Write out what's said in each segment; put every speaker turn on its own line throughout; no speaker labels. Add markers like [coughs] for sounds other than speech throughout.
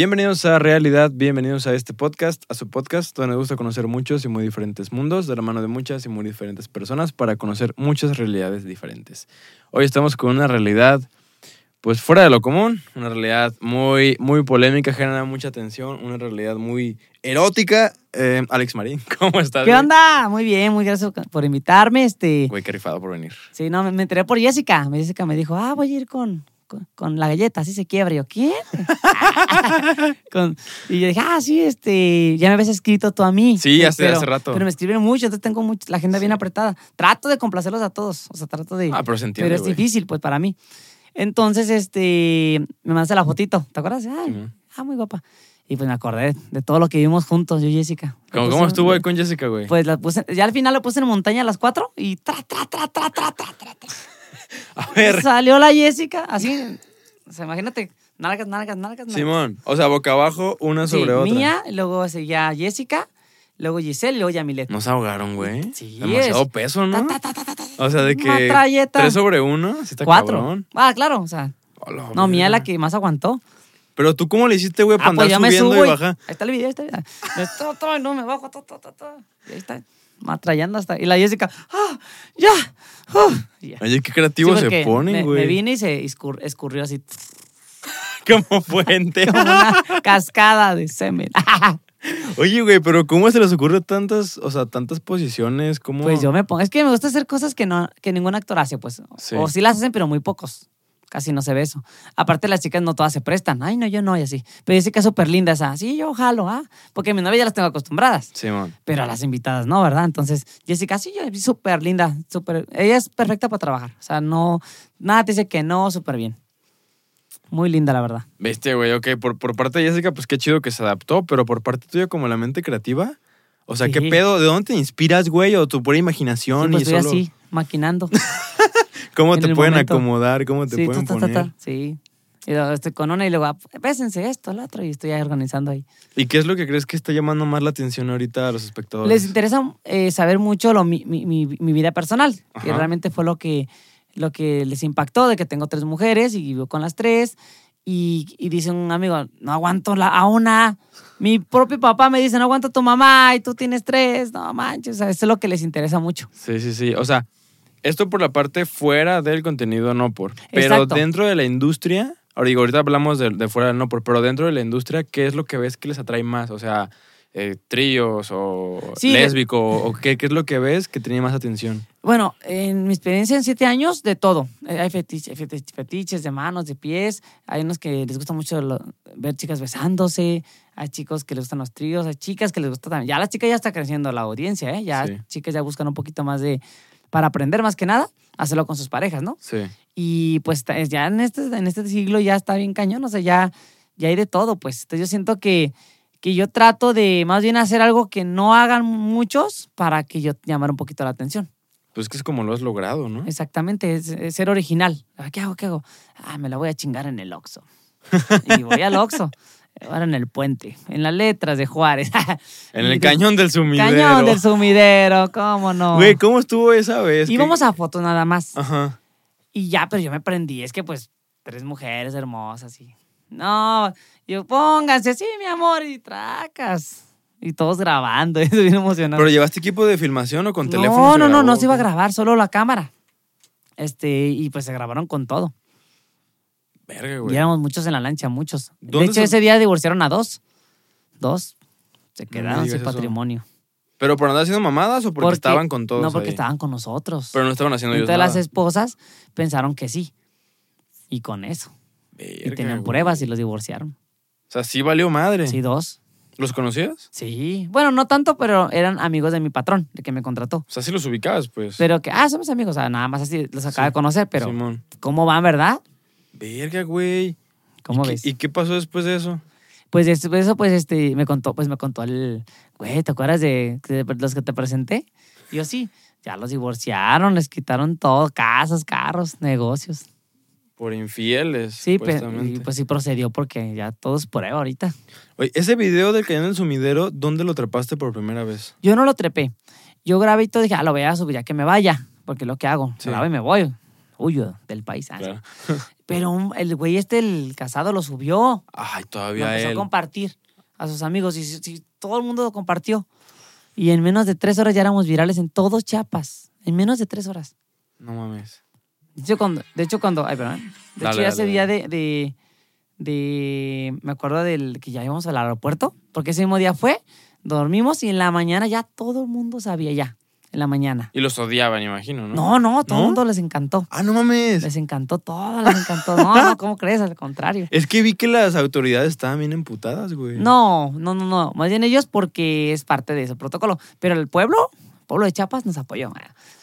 Bienvenidos a Realidad, bienvenidos a este podcast, a su podcast, donde me gusta conocer muchos y muy diferentes mundos, de la mano de muchas y muy diferentes personas, para conocer muchas realidades diferentes. Hoy estamos con una realidad, pues fuera de lo común, una realidad muy, muy polémica, genera mucha tensión, una realidad muy erótica. Eh, Alex Marín, [laughs] ¿cómo estás?
¿Qué
güey?
onda? Muy bien, muy gracias por invitarme. Este,
Güey, qué rifado por venir.
sí, no, me- me enteré por Jessica. Jessica me dijo, ah, voy a ir con, con, con la galleta, así se quiebra. Y Yo, ¿quién? [laughs] Con- y yo dije, ah, sí, este, ya me habías escrito tú a mí.
Sí, hace-
Pero-
hace rato.
Pero me escriben mucho, entonces tengo mucho, la agenda bien apretada. Trato de complacerlos a todos, o sea, trato de...
Ah, pero se entiende,
pero es
güey.
difícil, pues, para mí. Entonces, este, me mandaste la fotito, ¿te acuerdas? Ah,
Ujú.
ah, muy guapa. Y pues me acordé de todo lo que vivimos juntos, yo y Jessica.
¿Cómo,
Entonces,
cómo estuvo ahí con Jessica, güey?
pues la puse, ya al final la puse en montaña a las 4 y tra, tra, tra, tra, tra, tra, tra, tra.
a [laughs] ver,
Salió la Jessica, así, o sea, imagínate, nalgas, nalgas, nalgas. nalgas.
Simón, o sea, boca abajo, una
Sí,
sobre otra.
mía, luego seguía Jessica, luego Giselle, luego Yamilet.
Nos ahogaron, güey.
Sí,
Demasiado
es-
peso, ¿no?
Ta, ta, ta, ta, ta, ta.
O sea, de que.
Una trayeta.
Tres sobre uno. Sí, está
Cuatro.
cabrón.
Ah, claro, o sea,
A la
no, mía la
verga.
que más aguantó.
Pero tú, ¿cómo le hiciste, güey, para
Ah, pues ya
andar
me
subiendo
subo.
y
y-
baja?
Ahí está el video, ahí está [laughs] el video. Yo, to, to, no me bajo, to, to, to, to. Y ahí está, atrayendo hasta. Y la Jessica, ¡ah! ¡Ya! ¡Uf! Y ya.
Oye, qué
Sí,
creativos se
porque me-
ponen,
Me
güey.
vine y se escur- escurrió así.
[laughs] Como fuente.
[laughs]
[laughs]
como una cascada de semen. [laughs]
Oye, güey, pero ¿cómo se les ocurre tantas, o sea, tantas posiciones? ¿Cómo?
pues yo me pongo. Es que me gusta hacer cosas que, no, que ningún actor hace, pues.
Sí.
O sí las hacen, pero muy pocos. Casi no se ve eso. Aparte, las chicas no todas se prestan. Ay, no, yo no, y así. Pero Jessica es súper linda esa. Sí, yo jalo, ¿ah? Porque mis novias ya las tengo acostumbradas.
Simón.
Pero a las invitadas no, ¿verdad? Entonces, Jessica, sí, yo es súper linda, súper. Ella es perfecta para trabajar. O sea, no. Nada te dice que no, súper bien. Muy linda, la verdad.
Viste, güey, ok. Por, por parte de Jessica, pues qué chido que se adaptó, pero por parte tuya, como la mente creativa. O sea, ¿qué
Sí.
pedo? ¿De dónde te inspiras, güey? ¿O tu pura
Sí,
imaginación?
pues
y
estoy
solo...
así,
[laughs]
maquinando.
¿Cómo
en
te
el
pueden
momento.
acomodar? ¿Cómo [laughs] te
sí,
pueden
ta, ta, ta,
poner?
ta. Sí. Y luego estoy con una y luego, ah, pésense esto, el otro, y estoy ahí organizando ahí.
¿Y qué es lo que crees que está llamando más la atención ahorita a los espectadores?
Les interesa eh, saber mucho lo, mi, mi- mi- mi vida personal, que
Ajá.
realmente fue lo que, lo que les impactó, de que tengo tres mujeres y vivo con las tres. Y, y dice un amigo, no aguanto la, a una. Mi propio papá me dice, no aguanto a tu mamá y tú tienes tres. No manches, o sea, eso es lo que les interesa mucho.
Sí, sí, sí. O sea, esto por la parte fuera del contenido no por. Pero
Exacto.
dentro de la industria, ahora digo, ahorita hablamos de, de fuera del no por, pero dentro de la industria, ¿qué es lo que ves que les atrae más? O sea, eh, tríos o
Sí, de-
lésbico, o qué, qué es lo que ves que tiene más atención.
Bueno, en mi experiencia en siete años, de todo. Eh, Hay fetich- fetich- fetiches de manos, de pies. Hay unos que les gusta mucho lo- ver chicas besándose. Hay chicos que les gustan los tríos. Hay chicas que les gusta también. Ya las chicas ya está creciendo la audiencia, ¿eh? Ya
Sí.
chicas ya buscan un poquito más de. Para aprender más que nada, hacerlo con sus parejas, ¿no?
Sí.
Y pues ta- ya en este, en este siglo ya está bien cañón, o sea, ya, ya hay de todo, pues. Entonces yo siento que, que yo trato de más bien hacer algo que no hagan muchos para que yo llamar un poquito la atención.
Pues que es como lo has logrado, ¿no?
Exactamente, es, es ser original. Ah, ¿Qué hago? ¿Qué hago? Ah, me la voy a chingar en
[laughs]
el Oxxo. Y voy al Oxxo. Ahora en el puente, en las letras de Juárez. [laughs]
En el cañón del sumidero.
Cañón del sumidero, cómo no.
Güey, ¿cómo estuvo esa vez?
Íbamos a fotos nada más.
Ajá.
Y ya, pero yo me prendí. Es que pues tres mujeres hermosas y... No, yo pónganse, sí, mi amor, y tracas. Y todos grabando, [laughs] eso bien emocionado.
¿Pero llevaste equipo de filmación o con
no,
teléfono?
no, no, no se iba a
grabó?
grabar, solo la cámara. Este, y pues se grabaron con todo.
Verga,
Y
güey.
éramos muchos en la lancha, muchos. De
¿Dónde
hecho,
se-
ese día divorciaron a dos. Dos se
me
quedaron
digas
sin
Mm, eso.
patrimonio.
¿Pero por andar haciendo mamadas o porque, estaban con todos
No, porque
ahí?
estaban con nosotros.
Pero no estaban haciendo ellos
Entonces las
nada.
esposas pensaron que sí. Y con eso. Y
Verga,
tenían
güey.
pruebas y los divorciaron.
O sea, sí valió madre.
Sí, dos.
¿Los conocías?
Sí. Bueno, no tanto, pero eran amigos de mi patrón, de que me contrató.
O sea, sí los ubicabas, pues.
Pero que, ah, somos amigos. O sea, nada más así los acaba
Sí.
de conocer, pero
Simón.
¿cómo van, verdad?
Verga, güey.
¿Cómo
¿Y,
ves?
qué- y qué pasó después de eso?
Pues después de eso, pues, este, me contó, pues me contó el, güey, ¿te acuerdas de, de los que te presenté? Y yo sí, ya los divorciaron, les quitaron todo, casas, carros, negocios.
Por infieles.
Sí, pe- y
supuestamente.
pues sí procedió porque ya todo es prueba ahorita.
Oye, ese video del cañón del sumidero, ¿dónde lo atrapaste por primera vez?
Yo no lo trepé. Yo grabé y todo, dije, ah, lo voy a subir ya que me vaya, porque es lo que hago,
Sí.
grabo y me voy. huyo del país. Ah, sí.
Claro.
Pero un- el güey este, el casado, lo subió.
Ay,
Lo
todavía
empezó pues, a
él.
compartir a sus amigos y, si- si- todo el mundo lo compartió. Y en menos de tres horas ya éramos virales en todo Chiapas. En menos de tres horas.
No mames.
De hecho, cuando. De hecho, cuando ay, perdón. De
Dale,
hecho, ya
dale,
ese
dale.
día de, de- de- Me acuerdo del que ya íbamos al aeropuerto, porque ese mismo día fue, dormimos y en la mañana ya todo el mundo sabía ya. En la mañana.
Y los odiaban, imagino, ¿no?
No, no, todo el
¿No?
mundo les encantó.
Ah, no mames.
Les encantó todo, les encantó. No, no, ¿cómo crees? Al contrario.
Es que vi que las autoridades estaban bien emputadas, güey.
No, no, no, no. Más bien ellos porque es parte de ese protocolo. Pero el pueblo, el pueblo de Chiapas nos apoyó.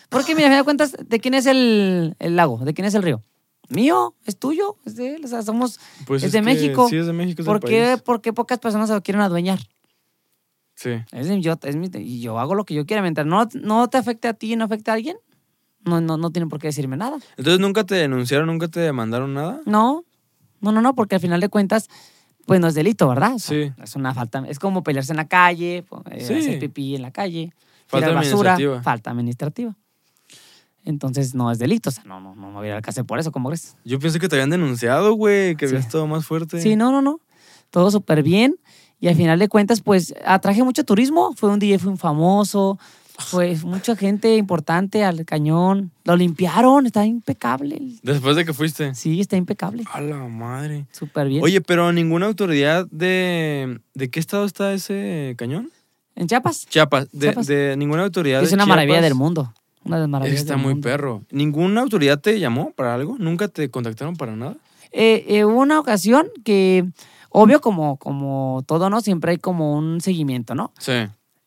Porque, mira, me da cuentas de quién es el, el lago, de quién es el río. Mío, es tuyo, es de él. O sea, somos.
Pues
es de
que
México.
Sí, es de México. es del
¿Por qué,
país.
por qué pocas personas se lo quieren adueñar?
Sí.
Es mi- yo, es mi- y yo hago lo que yo quiera. Mientras no, no te afecte a ti y no afecte a alguien, no, no, no tienen por qué decirme nada.
Entonces nunca te denunciaron, nunca te demandaron nada.
No, no, no, no, porque al final de cuentas, pues no es delito, ¿verdad? O sea,
Sí.
Es una falta, es como pelearse en la calle, po- eh,
Sí.
hacer pipí en la calle,
Falta
tirar basura,
administrativa.
falta administrativa. Entonces no es delito, o sea, no, no, no me voy a ir al cárcel por eso, ¿cómo crees?
Yo pensé que te habían denunciado, güey, que
Sí.
habías estado más fuerte.
Sí, no, no, no. Todo súper bien. Y al final de cuentas, pues atraje mucho turismo. Fue un DJ, fue un famoso. Pues mucha gente importante al cañón. Lo limpiaron, está impecable.
Después de que fuiste.
Sí, está impecable.
A la madre.
Súper bien.
Oye, pero ninguna autoridad de. ¿De qué estado está ese cañón?
En Chiapas.
Chiapas. De,
Chiapas.
de ninguna autoridad.
Es
de
una
Chiapas.
maravilla del mundo. Una de las
Ese
maravillas
Está
del
muy
mundo.
perro. ¿Ninguna autoridad te llamó para algo? ¿Nunca te contactaron para nada?
Eh, eh, hubo una ocasión que, obvio, como, como todo, ¿no? Siempre hay como un seguimiento, ¿no?
Sí.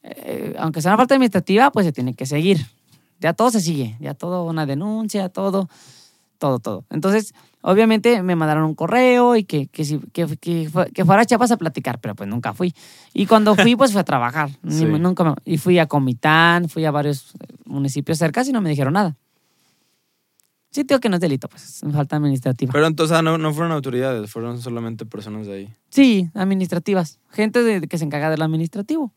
Eh, aunque sea una parte administrativa, pues se tiene que seguir. Ya todo se sigue, ya todo, una denuncia, todo, todo, todo. Entonces, obviamente me mandaron un correo y que, que, si- que, que fue- que fuera a Chiapas a platicar, pero pues nunca fui. Y cuando fui, pues fui
[laughs]
a trabajar. Ni-
Sí.
nunca me- y fui a Comitán, fui a varios eh, municipios cercanos y no me dijeron nada. Sí, tengo que no es delito, pues, es falta administrativa.
Pero entonces ah, no, no fueron autoridades, fueron solamente personas de ahí.
Sí, administrativas. Gente de- que se encarga de lo administrativo.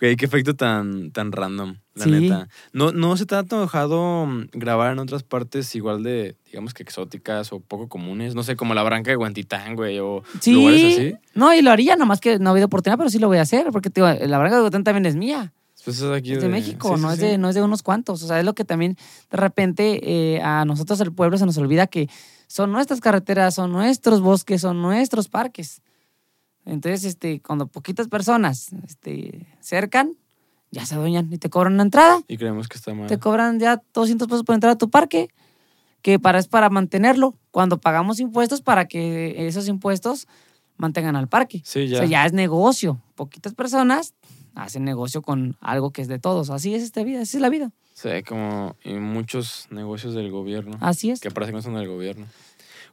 Güey, qué efecto tan, tan random, la
Sí.
neta. ¿No, ¿No se te ha antojado mm, grabar en otras partes igual de, digamos que exóticas o poco comunes? No sé, como la branca de Guantitán, güey, o
Sí.
lugares así.
No, y lo haría, nomás que no ha habido oportunidad, pero sí lo voy a hacer, porque te digo, la verdad de Bogotá también es mía,
Pues es aquí
es de, México,
sí, sí,
no, es
sí.
De, no es de unos cuantos. O sea, es lo que también de repente eh, a nosotros, el pueblo, se nos olvida que son nuestras carreteras, son nuestros bosques, son nuestros parques. Entonces, este, cuando poquitas personas este, cercan, ya se adueñan y te cobran una entrada,
Y creemos que está mal.
te cobran ya 200 pesos por entrar a tu parque, que para, es para mantenerlo, cuando pagamos impuestos para que esos impuestos mantengan al parque.
Sí, ya.
O sea, ya es negocio. Poquitas personas hacen negocio con algo que es de todos. Así es esta vida, así es la vida.
Sí, como en muchos negocios del gobierno.
Así es.
Que parece que no son del gobierno.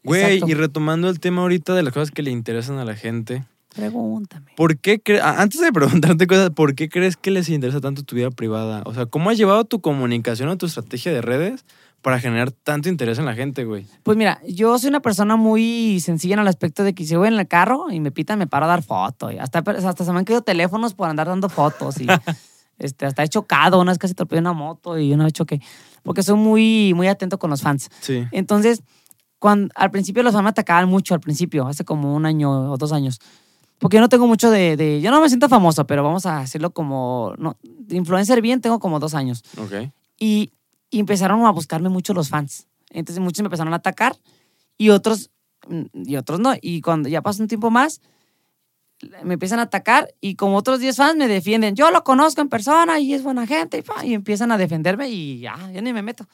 Güey,
Ah. Exacto.
y retomando el tema ahorita de las cosas que le interesan a la gente,
Pregúntame.
¿por qué cre- a- antes de preguntarte cosas, ¿por qué crees que les interesa tanto tu vida privada? O sea, ¿cómo has llevado tu comunicación o tu estrategia de redes para generar tanto interés en la gente, güey?
Pues mira, yo soy una persona muy sencilla en el aspecto de que si voy en el carro y me pitan, me paro a dar fotos. Hasta, hasta se me han caído teléfonos por andar dando fotos. Y este, hasta he chocado. Una vez casi atropellé una moto y una vez choqué. Porque soy muy, muy atento con los fans.
Sí.
Entonces, cuando, al principio los fans me atacaban mucho, al principio, hace como un año o dos años. Porque yo no tengo mucho de, de- Yo no me siento famoso, pero vamos a hacerlo como... No, de influencer bien tengo como dos años.
Ok.
Y, y empezaron a buscarme mucho los fans. Entonces muchos me empezaron a atacar y otros, mm, y otros no. Y cuando ya pasó un tiempo más, me empiezan a atacar y como otros 10 fans me defienden. Yo lo conozco en persona y es buena gente. Y, pa, y empiezan a defenderme y ya, ya ni me meto.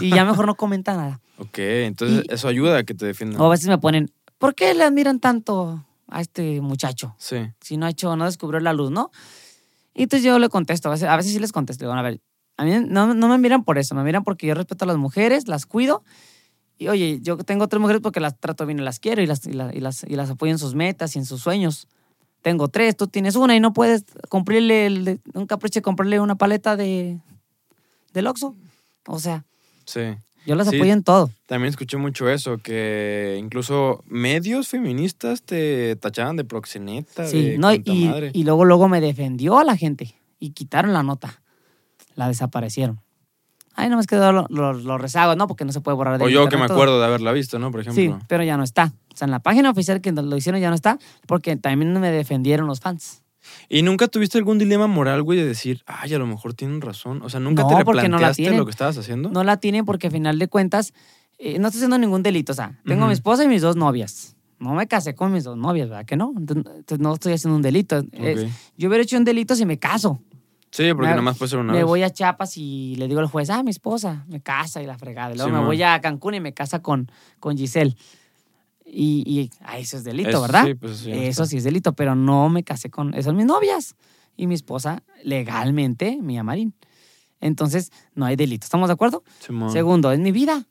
Y ya mejor no comenta nada.
Ok, entonces
Y- Oh.
eso ayuda a que te defiendan.
O a veces me ponen, ¿por qué le admiran tanto a este muchacho?
Sí.
Si no ha hecho, no descubrió la luz, ¿no? Y entonces yo le contesto, a veces, a veces sí les contesto, digo, a ver, a mí no, no me miran por eso, me miran porque yo respeto a las mujeres, las cuido. Y oye, yo tengo tres mujeres porque las trato bien y las quiero y las, y la- y las, y las apoyo en sus metas y en sus sueños. Tengo tres, tú tienes una y no puedes cumplirle el- un capricho de comprarle una paleta de, del Oxxo. O sea,
Sí.
yo las
Sí.
apoyo en todo.
También escuché mucho eso, que incluso medios feministas te tachaban de proxeneta,
Sí,
de
no, y,
contamadre.
y luego, luego me defendió a la gente y quitaron la nota. La desaparecieron. Ahí nomás quedó lo- lo- los rezagos, ¿no? Porque no se puede borrar de
O yo que me acuerdo de haberla visto, ¿no? Por
Sí,
ejemplo.
pero ya no está. O sea, en la página oficial que lo hicieron ya no está, porque también me defendieron los fans.
¿Y nunca tuviste algún dilema moral, güey, de decir, ay, a lo mejor tienen razón? O sea, ¿nunca
No,
te
porque no la
replanteaste
tienen.
lo que estabas haciendo?
No la tienen porque a final de cuentas eh, no estoy haciendo ningún delito. O sea, tengo
Ujú.
mi esposa y mis dos novias. No me casé con mis dos novias, ¿verdad? Que no. Entonces no estoy haciendo un delito. Es-
Ok.
yo hubiera hecho un delito si me caso.
Sí, porque
Me-
nada más puede ser una
me
vez.
voy a Chiapas y le digo al juez, ah, mi esposa, me casa y la fregada. Y Luego
Sí,
me
ma.
voy a Cancún y me casa con, con Giselle. Y, y ah, eso es delito,
Eso
¿verdad?
Sí, pues eso ya no
eso
está.
sí es delito, pero no me casé con. Esas son mis novias. Y mi esposa, legalmente, mi Marín. Entonces, no hay delito. ¿Estamos de acuerdo?
Simón.
Segundo, es mi vida.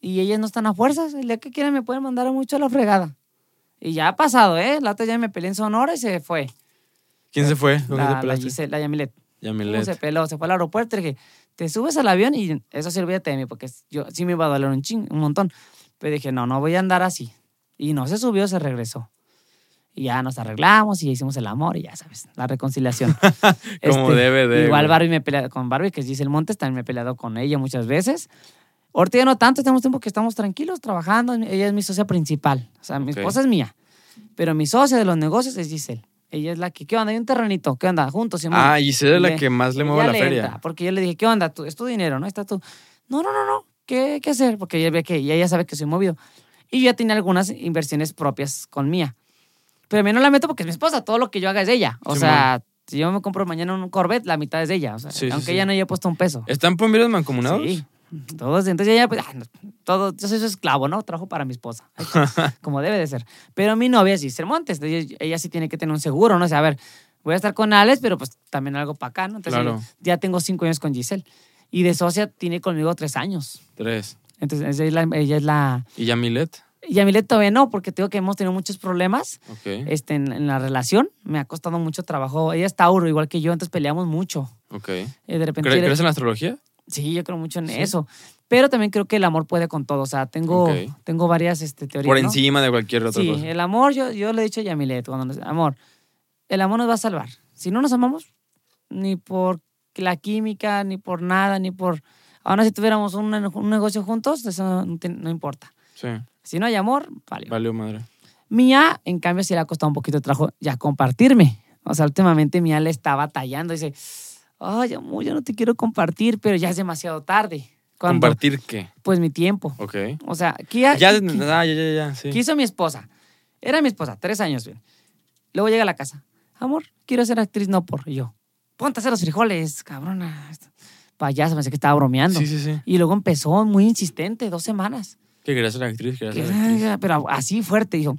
Y ellas no están a fuerzas. El día que quieran me pueden mandar a mucho a la fregada. Y ya ha pasado, ¿eh? La otra ya me peleé en Sonora y se fue.
¿Quién se fue? ¿Con quién
La,
te
la,
pelaste?
Giselle- la Yamilet.
Yamilet.
Se peló, se fue al aeropuerto y le dije, te subes al avión y eso sí olvídate de mí, porque yo sí me iba a doler un ching, un montón. Pero dije, no, no voy a andar así. Y no se subió, se regresó. Y ya nos arreglamos y hicimos el amor y ya sabes, la reconciliación.
[laughs]
Este,
Como debe de,
Igual
güey.
Barbie me pelea con Barbie, que es Giselle Montes, también me he peleado con ella muchas veces. Ahorita ya no tanto, tenemos tiempo que estamos tranquilos trabajando. Ella es mi socia principal. O sea, mi
Ok.
esposa es mía. Pero mi socia de los negocios es Giselle. Ella es la que, ¿qué onda? Hay un terrenito, ¿qué onda? Juntos, Simón.
Ah, Giselle es la
Le-
que más le mueve
Ella
la feria.
entra, porque yo le dije, ¿qué onda? Tú- es tu dinero, ¿no? Está tú. No, no, no, no. ¿Qué hay que hacer? Porque ella ve que ella ya sabe que soy movido. Y yo ya tenía algunas inversiones propias con mía. Pero a mí no la meto porque es mi esposa. Todo lo que yo haga es de ella. O
Simón.
sea, si yo me compro mañana un Corvette, la mitad es de ella. O sea,
Sí, sí,
aunque
sí.
ella no haya puesto un peso.
¿Están pomberos mancomunados?
Sí. Todos, entonces ella, pues, ah, no, todo, yo soy su esclavo, ¿no? Trabajo para mi esposa,
[laughs]
Ay, como debe de ser. Pero mi novia es Giselle Montes, entonces ella, ella sí tiene que tener un seguro, ¿no? O sea, a ver, voy a estar con Alex, pero pues también algo para acá, ¿no? Entonces
Claro.
ya tengo cinco años con Giselle. Y de socia tiene conmigo tres años.
Tres.
Entonces ella es la... Ella es la
¿Y Yamilet?
y a Milet todavía no, porque tengo que hemos tenido muchos problemas
Ok.
este, en, en la relación. Me ha costado mucho trabajo. Ella es Tauro, igual que yo, entonces peleamos mucho.
ok.
Eh, De
¿Cre-
repente...
¿Crees en la astrología?
Sí, yo creo mucho en
¿Sí?
eso. Pero también creo que el amor puede con todo. O sea, tengo,
Ok.
tengo varias este, teorías.
Por
¿no?
encima de cualquier otra
Sí, eh.
cosa.
el amor, yo, yo le he dicho a Yamilet, cuando nos- amor, el amor nos va a salvar. Si no nos amamos, ni por la química, ni por nada, ni por... Ahora, si tuviéramos un, un negocio juntos, eso no, te- no importa.
Sí,
Si no hay amor, vale.
valió madre.
Mía, en cambio, sí le ha costado un poquito de trabajo ya compartirme. O sea, últimamente Mía le está batallando. Dice, ay, amor, yo no te quiero compartir, pero ya es demasiado tarde. Cuando,
¿Compartir qué?
pues mi tiempo.
Ok.
O sea, ¿qué, ha-
Ya,
qué-
ah, ya, ya, ya,
qué
sí.
hizo mi esposa? Era mi esposa, tres años. bien. Luego llega a la casa. Amor, quiero ser actriz, no por y yo. Ponte a hacer los frijoles, cabrona. Payaso, pensé que estaba bromeando.
Sí, sí, sí.
Y luego empezó muy insistente, dos semanas.
Que quería ser actriz, quería
Que-
ser actriz.
Pero así fuerte, dijo.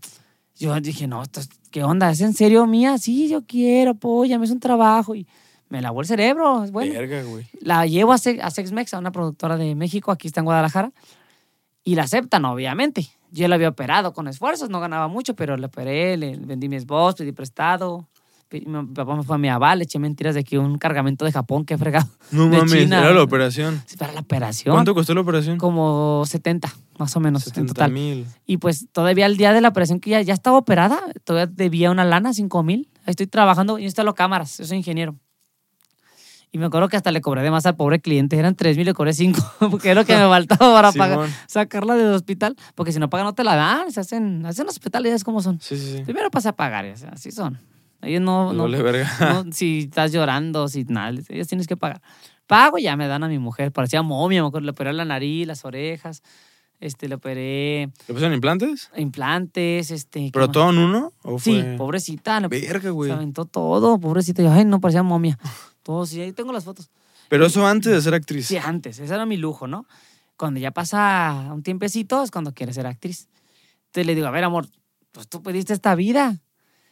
Yo dije, no, esto es- ¿qué onda? ¿Es en serio mía? Sí, yo quiero, apóyame, es un trabajo. Y me lavó el cerebro, es bueno.
Verga, güey.
La llevo a, Se- a Sexmex, a una productora de México, aquí está en Guadalajara, y la aceptan, obviamente. Yo la había operado con esfuerzos, no ganaba mucho, pero la operé, le vendí mis voz, pedí prestado. Pe- Mi papá me fue a mi aval, le eché mentiras de que un cargamento de Japón, que he fregado. [laughs]
No
De
mames,
China.
era la operación.
Sí, Para la operación,
¿Cuánto costó la operación?
como 70, más o menos, en
70
total.
mil.
Y pues todavía el día de la operación que ya, ya estaba operada, todavía debía una lana, 5 mil. Estoy trabajando, yo instalo cámaras, yo soy ingeniero. Y me acuerdo que hasta le cobré de más al pobre cliente, eran 3 mil, le cobré 5, [laughs] porque era lo que me faltaba para pagar,
Simón.
sacarla del hospital, porque si no pagan no te la dan, se hacen, hacen hospitales, ya es como son.
Sí, sí, sí.
Primero pasa a pagar, ya sea, así son. Ellos no,
Les
no,
vale verga. [laughs]
no, si estás llorando, si nada, les- ellos tienes que pagar. Pago y ya me dan a mi mujer, parecía momia, me acuerdo, le operé la nariz, las orejas, este, le operé
¿Le pusieron implantes?
implantes, este. ¿qué
¿Pero
más?
todo en uno? ¿O
Sí, pues,
fue-
pobrecita. le-
Verga,
se
güey.
aventó todo, pobrecita. Yo, ay, no,
[laughs]
parecía momia. Todo, sí, ahí tengo las fotos.
Pero eso antes de ser actriz.
Sí, antes, ese era mi lujo, ¿no? Cuando ya pasa un tiempecito es cuando quieres ser actriz. Entonces le digo, a ver, amor, pues tú pediste esta vida.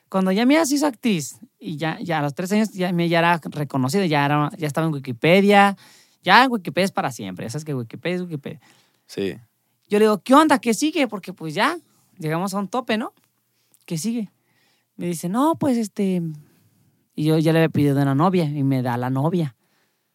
Cuando ya Mía se hizo actriz y ya, ya a los tres años ya, Mía ya era reconocida, ya, era, ya estaba en Wikipedia. Ya Wikipedia es para siempre, ya sabes que Wikipedia es Wikipedia.
Sí.
Yo le digo, ¿qué onda? ¿Qué sigue? Porque pues ya llegamos a un tope, ¿no? ¿Qué sigue? Me dice, no, pues este... Y yo ya le había pedido una novia y me da la novia.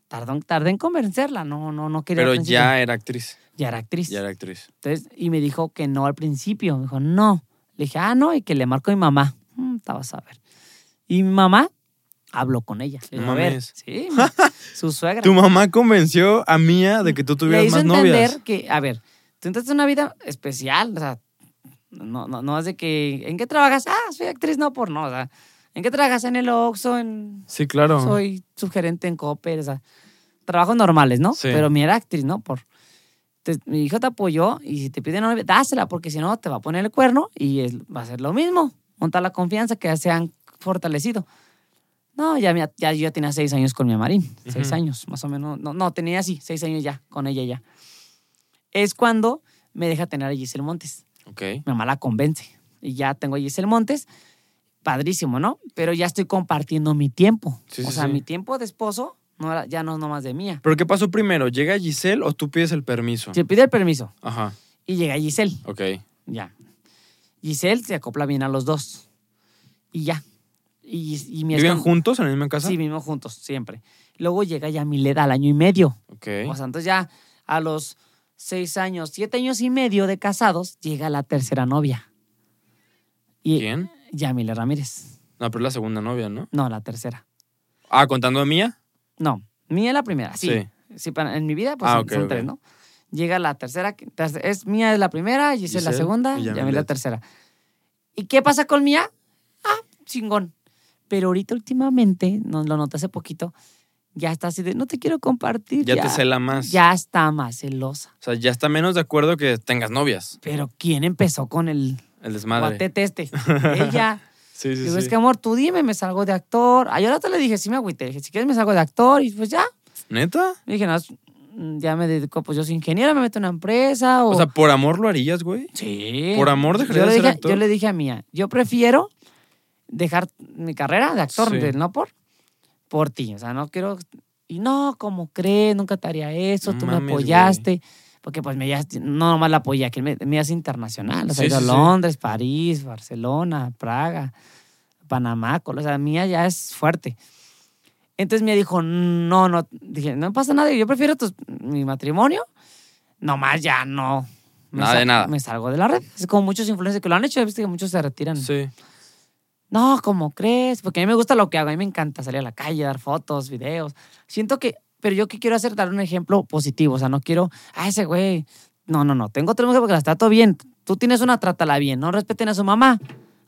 Tardó, tardé en convencerla, no, no, no quería. al
Pero
principio.
ya era actriz.
Ya era actriz.
Ya era actriz.
Entonces, y me dijo que no al principio. Me dijo, no. Le dije, ah, no, y que le marco a mi mamá. Mm, te vas a ver. Y mi mamá hablo con ella. Le digo,
No
a ver,
mames.
sí,
[laughs]
su suegra.
Tu mamá convenció a Mía de que tú
Le
tuvieras
hizo
más
entender
novias.
que, a ver, tú entraste en una vida especial, o sea, no, no, no es de que, ¿en qué trabajas? Ah, soy actriz, no por no, o sea, ¿en qué trabajas? En el Oxxo, en,
Sí, claro.
soy subgerente en Copper, o sea, trabajos normales, ¿no?
Sí.
Pero mi era actriz, ¿no? Por, Entonces, mi hijo te apoyó y si te piden una novia, dásela, porque si no te va a poner el cuerno y es- va a ser lo mismo, montar la confianza, que ya se han fortalecido. No, ya, mira, ya yo ya tenía seis años con mi amarín, seis
Ujú.
años más o menos, no, no, tenía así, seis años ya, con ella ya. Es cuando me deja tener a Giselle Montes
Ok.
mi mamá la convence. Y ya tengo a Giselle Montes, padrísimo, ¿no? Pero ya estoy compartiendo mi tiempo.
Sí,
o
sí,
sea,
sí.
mi tiempo de esposo no era- ya no es nomás de mía.
¿Pero qué pasó primero? ¿Llega Giselle o tú pides el permiso?
Se pide el permiso
Ajá,
y llega Giselle,
ok.
ya. Giselle se acopla bien a los dos. Y ya. Y, y mi
¿Vivían
esposo-
juntos en la misma casa?
Sí, vivimos juntos, siempre. Luego llega ya Milet al año y medio.
Ok.
O sea, entonces ya a los seis años, siete años y medio de casados, llega la tercera novia. Y
¿Quién?
Yamile Ramírez.
No, pero es la segunda novia, ¿no?
No, la tercera.
Ah, contando a Mía.
No, mía es la primera. Ah, Sí.
Sí.
sí. para- en mi vida, pues
Ah,
son,
ok,
son
ok.
tres, ¿no? Llega la tercera. que- terce- es, mía es la primera, Giselle, la
Giselle
segunda,
y
y a mí
Yamilet.
la tercera. ¿Y qué pasa con mía? Ah, chingón. Pero ahorita últimamente, no, lo noté hace poquito, ya está así de, no te quiero compartir.
Ya, te cela más.
Ya está más celosa.
O sea, ya está menos de acuerdo que tengas novias.
Pero ¿quién empezó con el
El desmadre.
guatete
[laughs]
este? Ella.
Sí, sí,
Digo,
sí.
es que amor, tú dime, me salgo de actor. Ayer otra le dije, sí me agüité. Dije, si quieres me salgo de actor. Y pues ya.
¿Neta?
Me dije, no, es- mm, ya me dedico, pues yo soy ingeniera, me meto en una empresa. O,
O sea, ¿por amor lo harías, güey?
sí.
¿por amor dejarías
yo le
de ser
dije,
actor?
Yo le dije a Mía, yo prefiero dejar mi carrera de actor,
Sí.
de- no por, por ti. O sea, no quiero... Y no, como crees? Nunca te haría eso,
No
tú
mames,
me
güey.
apoyaste. Porque pues me llevaste- no nomás la apoyé aquí, me, me hace internacional. O
Sí,
sea, he ido
sí, sí.
a Londres, París, Barcelona, Praga, Panamá, Col- o sea, mía ya es fuerte. Entonces me dijo, no, no, dije, no pasa nada, yo prefiero tus- mi matrimonio, nomás ya no. Me
Nada de
sal-
nada.
Me salgo de la red. Es como muchos influencers que lo han hecho, viste que muchos se retiran.
Sí.
No, ¿cómo crees? Porque a mí me gusta lo que hago, a mí me encanta salir a la calle, dar fotos, videos. Siento que, pero yo que quiero hacer, dar un ejemplo positivo, o sea, no quiero, ah, ese güey, no, no, no, tengo tres mujeres porque las trato bien, tú tienes una, trátala bien, no respeten a su mamá,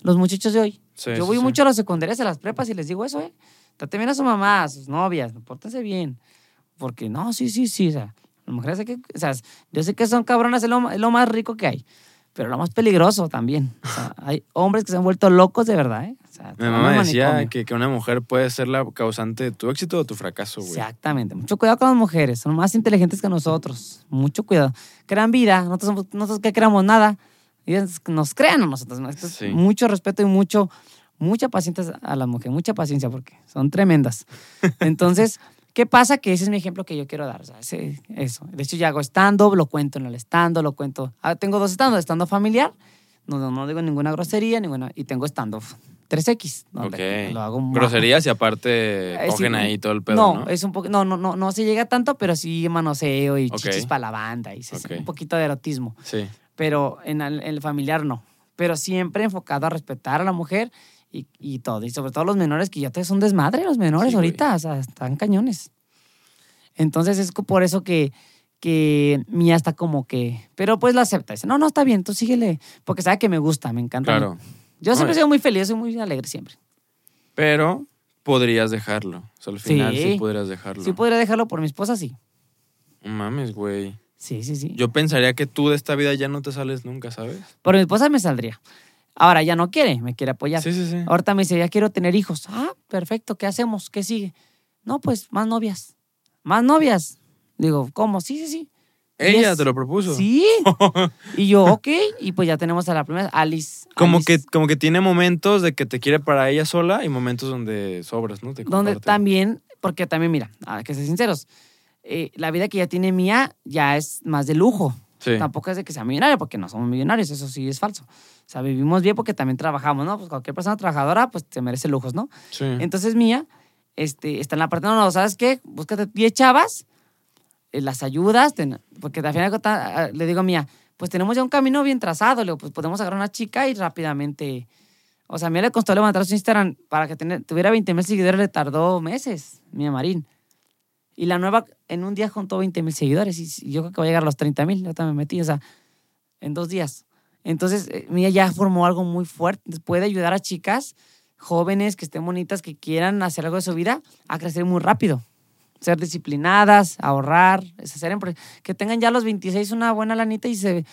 los muchachos de hoy.
sí
Yo
sí,
voy
sí.
mucho a las secundarias, a las prepas y les digo eso, ¿eh? Traten bien a su mamá, a sus novias, pórtense bien. Porque no, sí, sí, sí. O sea, las mujeres hay que. O sea, yo sé que son cabronas, es lo, es lo más rico que hay. Pero lo más peligroso también. O sea, hay hombres que se han vuelto locos de verdad, ¿eh? O sea,
Mi
van
mamá
al
decía
manicomio.
que, que una mujer puede ser la causante de tu éxito o tu fracaso, güey.
Exactamente. Mucho cuidado con las mujeres. Son más inteligentes que nosotros. Mucho cuidado. Crean vida. Nosotros, somos- nosotros que creamos nada. Ellas nos crean a nosotros. ¿no? Esto es
Sí.
Mucho respeto y mucho, mucha paciencia a las mujeres. Mucha paciencia porque
[laughs]
son tremendas. Entonces, ¿qué pasa? Que ese es mi ejemplo que yo quiero dar. o sea, ese- eso. De hecho, yo hago stand-up, lo cuento en el stand-up, lo cuento. Ah, tengo dos stand-up. Stand-up familiar. No, no, no digo ninguna grosería, ninguna. Y tengo stand-up 3X. donde
ok.
Lo hago más-
Groserías y aparte
eh,
cogen
sí.
ahí todo el pedo,
no, eh,
¿no?
es un poco, no, no, no, no se llega tanto, pero sí manoseo y
Ok.
chichis para la banda y se-
Ok.
un poquito de erotismo,
Sí.
pero en el, en el familiar no. Pero siempre enfocado a respetar a la mujer y, y todo, y sobre todo los menores que ya te son desmadre los menores
Sí, güey.
ahorita, o sea, están cañones. Entonces es por eso que que Mía está como que, pero pues lo acepta, dice, "No, no, está bien, tú síguele", porque sabe que me gusta, me encanta.
Claro. eh.
Yo siempre
Oye.
he sido muy feliz, soy muy alegre siempre.
Pero podrías dejarlo. O sea, al final sí,
Sí.
podrías dejarlo.
Sí podría dejarlo por mi esposa, sí.
No mames, güey.
Sí, sí, sí.
Yo pensaría que tú de esta vida ya no te sales nunca, ¿sabes?
Por mi esposa me saldría. Ahora ya no quiere, me quiere apoyar.
Sí, sí, sí.
Ahorita me dice, ya quiero tener hijos. Ah, perfecto, ¿qué hacemos? ¿Qué sigue? No, pues más novias. Más novias. Digo, ¿cómo? Sí, sí, sí.
Ella
es-
te lo propuso. [laughs]
Sí. y yo, ok. Y pues ya tenemos a la primera, Alice.
Como
Alice,
que, como que tiene momentos de que te quiere para ella sola y momentos donde sobras, ¿no? Te
Donde
comparten.
también, porque también, mira, hay que ser sinceros, eh, la vida que ya tiene mía ya es más de lujo.
Sí.
Tampoco es de que sea millonario, porque no somos millonarios, eso sí es falso. O sea, vivimos bien porque también trabajamos, ¿no? Pues cualquier persona trabajadora, pues se merece lujos, ¿no?
sí.
Entonces mía, este, está en la parte, no, no, ¿sabes qué? Búscate 10 chavas, eh, las ayudas, ten- porque al final de cuentas, ah, le digo a mía, pues tenemos ya un camino bien trazado, le digo, pues podemos agarrar una chica y rápidamente O sea, a mí le costó levantar su Instagram para que tener- tuviera 20 mil seguidores, le tardó meses, Mía Marín. Y la nueva en un día juntó 20 mil seguidores y y yo creo que va a llegar a los 30 mil, yo también me metí, o sea, en dos días. Entonces, eh, Mía ya formó algo muy fuerte, puede ayudar a chicas jóvenes que estén bonitas, que quieran hacer algo de su vida, a crecer muy rápido. Ser disciplinadas, ahorrar, es hacer empre- que tengan ya a los 26 una buena lanita y se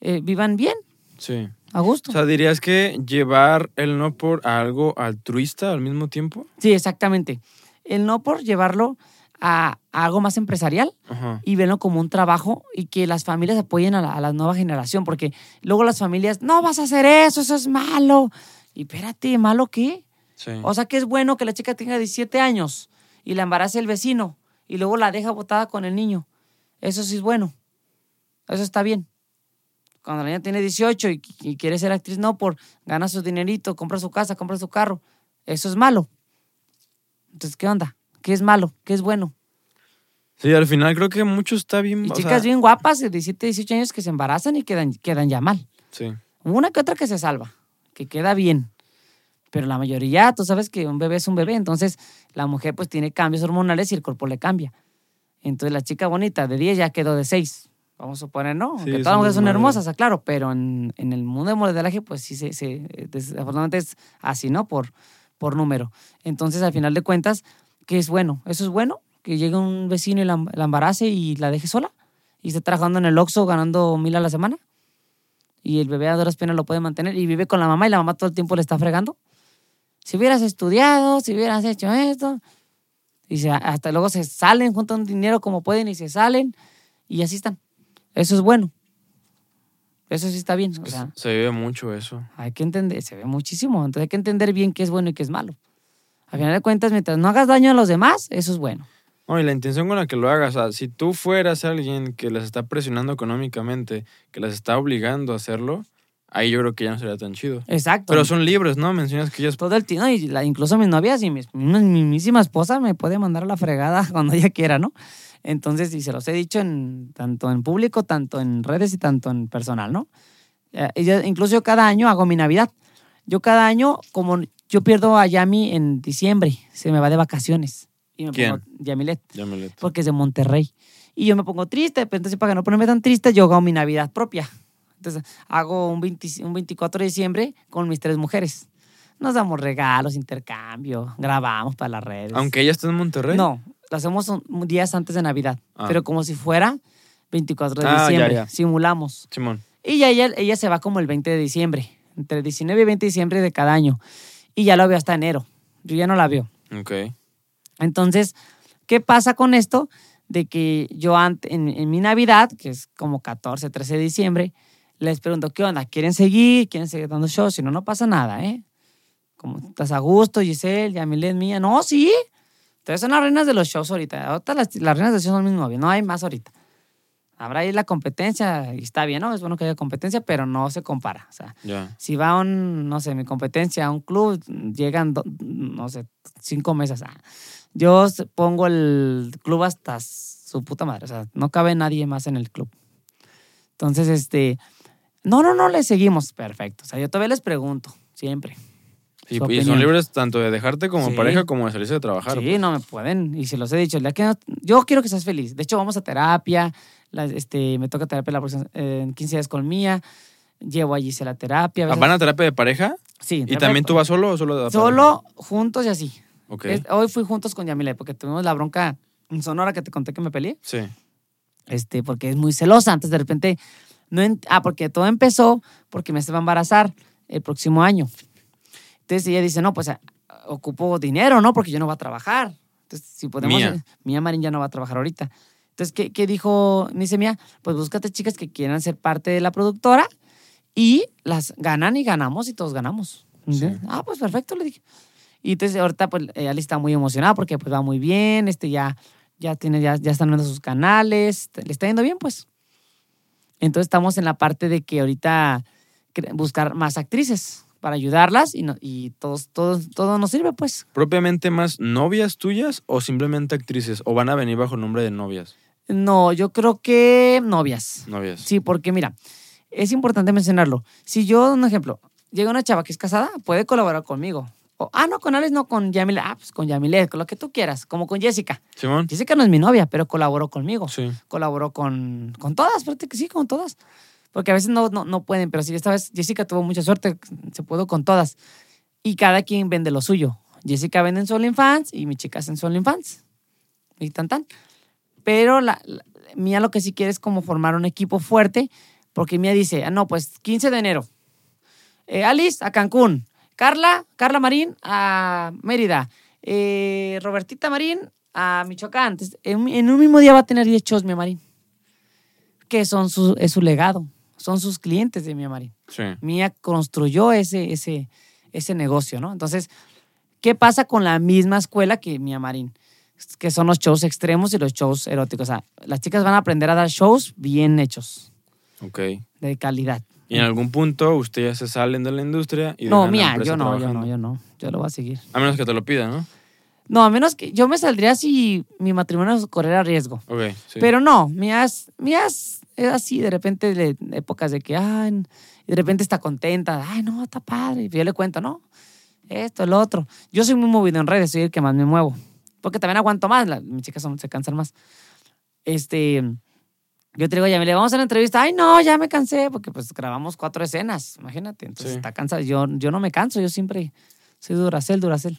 eh, vivan bien,
Sí.
a gusto.
O sea, dirías que llevar el no por a algo altruista al mismo tiempo.
Sí, exactamente. El no por llevarlo a, a algo más empresarial
Ajá.
y verlo como un trabajo y que las familias apoyen a la, a la nueva generación, porque luego las familias, no vas a hacer eso, eso es malo. Y espérate, ¿malo qué?
Sí.
O sea, que es bueno que la chica tenga 17 años y la embarace el vecino y luego la deja botada con el niño. Eso sí es bueno. Eso está bien. Cuando la niña tiene 18 y, y quiere ser actriz, no, por gana su dinerito, compra su casa, compra su carro. Eso es malo. Entonces, ¿qué onda? ¿Qué es malo? ¿Qué es bueno?
Sí, al final creo que mucho está bien.
Y
o sea,
chicas bien guapas de 17, 18 años que se embarazan y quedan, quedan ya mal.
Sí.
Una que otra que se salva, que queda bien. Pero la mayoría, tú sabes que un bebé es un bebé, entonces la mujer pues tiene cambios hormonales y el cuerpo le cambia. Entonces la chica bonita de 10 ya quedó de 6. Vamos a suponer, ¿no?
Sí,
Que todas
es
las
un
mujeres son
desmadre.
hermosas, claro, pero en, en el mundo del modelaje pues sí, se, se, eh, desafortunadamente es así, ¿no? Por, por número. Entonces al final de cuentas, ¿qué es bueno? ¿Eso es bueno? Que llegue un vecino y la, la embarace y la deje sola y esté trabajando en el Oxxo ganando mil a la semana y el bebé a duras penas lo puede mantener y vive con la mamá y la mamá todo el tiempo le está fregando. Si hubieras estudiado, si hubieras hecho esto. Y se- hasta luego se salen, juntan dinero como pueden y se salen y así están. Eso es bueno. Eso sí está bien. O
que
sea,
se vive mucho eso.
hay que entender, se ve muchísimo. Entonces hay que entender bien qué es bueno y qué es malo. Al final de cuentas, mientras no hagas daño a los demás, eso es bueno.
No, y la intención con la que lo hagas, o sea, si tú fueras alguien que las está presionando económicamente, que las está obligando a hacerlo, ahí yo creo que ya no sería tan chido.
Exacto.
Pero son libres, ¿no? Mencionas que ellas...
todo el tiempo, y la- incluso mis novias y mis- mi mismísima esposa me puede mandar a la fregada [laughs] cuando ella quiera, ¿no? Entonces, y se los he dicho en, tanto en público, tanto en redes y tanto en personal, ¿no? Eh, y yo- incluso yo cada año hago mi Navidad. Yo cada año, como yo pierdo a Yami en diciembre, se me va de vacaciones. Y me
¿Quién?
pongo Yamilet,
Ya me leto.
porque es de Monterrey. Y yo me pongo triste, pero entonces para que no ponerme tan triste, yo hago mi Navidad propia. Entonces hago un, 20 un 24 de diciembre con mis tres mujeres. Nos damos regalos, intercambio, grabamos para las redes.
Aunque ella está en Monterrey.
No, lo hacemos un- días antes de Navidad,
Ah.
pero como si fuera 24 de
Ah, ya,
diciembre.
ya.
Simulamos.
Simón.
Y ya ella, ella se va como el 20 de diciembre, entre el 19 y 20 de diciembre de cada año. Y ya la veo hasta enero. Yo ya no la veo.
Ok.
Entonces, ¿qué pasa con esto? De que yo ante- en, en mi Navidad, que es como 14, 13 de diciembre, les pregunto, ¿qué onda? ¿Quieren seguir? ¿Quieren seguir dando shows? Si no, no pasa nada, ¿eh? Como estás a gusto, Giselle, Yamilet, mía. No, sí. Entonces son las reinas de los shows ahorita. Ahorita las, las reinas de los shows son mis novios. No hay más ahorita. Habrá ahí la competencia y está bien, ¿no? Es bueno que haya competencia, pero no se compara. O sea,
Ya.
si va a un, no sé, mi competencia, a un club, llegan, do- no sé, cinco mesas. Ah, Yo s- pongo el club hasta su puta madre. O sea, no cabe nadie más en el club. Entonces, este, no, no, no, le seguimos. Perfecto. O sea, yo todavía les pregunto, siempre.
Y,
Su
y
opinión.
son libres tanto de dejarte como
Sí.
pareja como de salirse de trabajar.
Sí, no me pueden. Y se los he dicho. el día que no- yo quiero que seas feliz. De hecho, vamos a terapia. la- este, me toca terapia la próxima, eh, en 15 días con mía. Llevo a Gisela a terapia. a
Ah,
veces-
¿Van a terapia de pareja?
Sí,
¿Y
terapia-
también tú vas solo o solo de pareja?
Solo, juntos y así.
Ok.
Es- hoy fui juntos con Yamile porque tuvimos la bronca en Sonora que te conté que me peleé.
Sí.
Este, porque es muy celosa. Antes de repente, no en- ah, porque todo empezó porque me se va a embarazar el próximo año. Entonces ella dice, no, pues ah, ocupo dinero, ¿no? Porque yo no voy a trabajar. Entonces, si podemos...
Mía.
Mía Marín ya no va a trabajar ahorita. Entonces, ¿qué, qué dijo? Me dice Mía, pues búscate chicas que quieran ser parte de la productora y las ganan y ganamos y todos ganamos. ¿Entiendes? Ah, pues perfecto, le dije. Y entonces ahorita pues ella está muy emocionada porque pues va muy bien, este ya ya tiene ya, ya están viendo sus canales, te- le está yendo bien pues. Entonces estamos en la parte de que ahorita cre- buscar más actrices para ayudarlas y, no- y todos, todos, todo nos sirve pues.
¿Propiamente más novias tuyas o simplemente actrices? ¿O van a venir bajo nombre de novias?
No, yo creo que novias.
Novias.
Sí, porque mira, es importante mencionarlo. Si yo, un ejemplo, llega una chava que es casada, puede colaborar conmigo. O, ah, no, con Alex, no, con Yamilet. Ah, pues con Yamilet, con lo que tú quieras, como con Jessica.
Simón.
Jessica no es mi novia, pero colaboró conmigo.
Sí.
Colaboró con, con todas, prácticamente sí, con todas. Porque a veces no, no, no pueden, pero sí, esta vez Jessica tuvo mucha suerte, se pudo con todas. Y cada quien vende lo suyo. Jessica vende en OnlyFans y mi chica hace en OnlyFans. Y tan tan. Pero la, la- Mía lo que sí quiere es como formar un equipo fuerte, porque Mía dice, ah, no, pues 15 de enero. Eh, Alice a Cancún. Carla, Carla Marín a Mérida. Eh, Robertita Marín a Michoacán. Entonces, en, en un mismo día va a tener 10 shows, Mía Marín. Que son su, es su legado. Son sus clientes de Mía Marín.
Sí.
Mía construyó ese, ese, ese negocio, ¿no? Entonces, ¿qué pasa con la misma escuela que Mía Marín? Que son los shows extremos y los shows eróticos. O sea, las chicas van a aprender a dar shows bien hechos,
Ok.
de calidad.
Y en algún punto ustedes se salen de la industria y dejan
No,
la
Mía,
empresa
yo no, yo
trabajando.
no, yo no. Yo lo voy a seguir.
A menos que te lo pida, ¿no?
No, a menos que yo me saldría si mi matrimonio corriera riesgo.
Ok, sí.
Pero no, Mía es, Mía es, es así, de repente de épocas de que, ay, n- y de repente está contenta, ay, no, está padre. Y yo le cuento, no, esto, lo otro. Yo soy muy movido en redes, soy el que más me muevo. Porque también aguanto más, la- mis chicas son- se cansan más. Este, yo te digo, ya me le vamos a la entrevista, ay, no, ya me cansé, porque pues grabamos cuatro escenas, imagínate. Entonces
Sí.
está cansada, yo, yo no me canso, yo siempre soy duracel, duracel.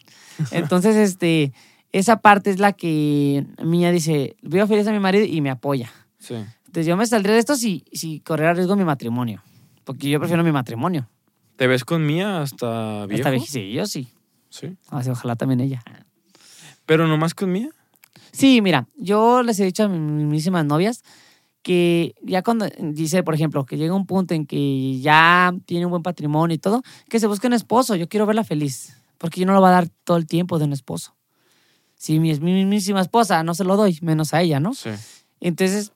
Entonces, [laughs] este, esa parte es la que Mía dice, veo feliz a mi marido y me apoya.
Sí.
Entonces yo me saldría de esto si, si corriera riesgo mi matrimonio. Porque yo prefiero mi matrimonio.
¿Te ves con Mía hasta viejo?
Hasta vieja, sí, yo sí.
Sí.
Así, ojalá también ella.
¿Pero nomás con Mía?
Sí, mira, yo les he dicho a mis mismísimas novias que ya cuando dice, por ejemplo, que llega un punto en que ya tiene un buen patrimonio y todo, que se busque un esposo. Yo quiero verla feliz, porque yo no lo va a dar todo el tiempo de un esposo. Si mi, mi mismísima esposa no se lo doy, menos a ella, ¿no?
Sí.
Entonces,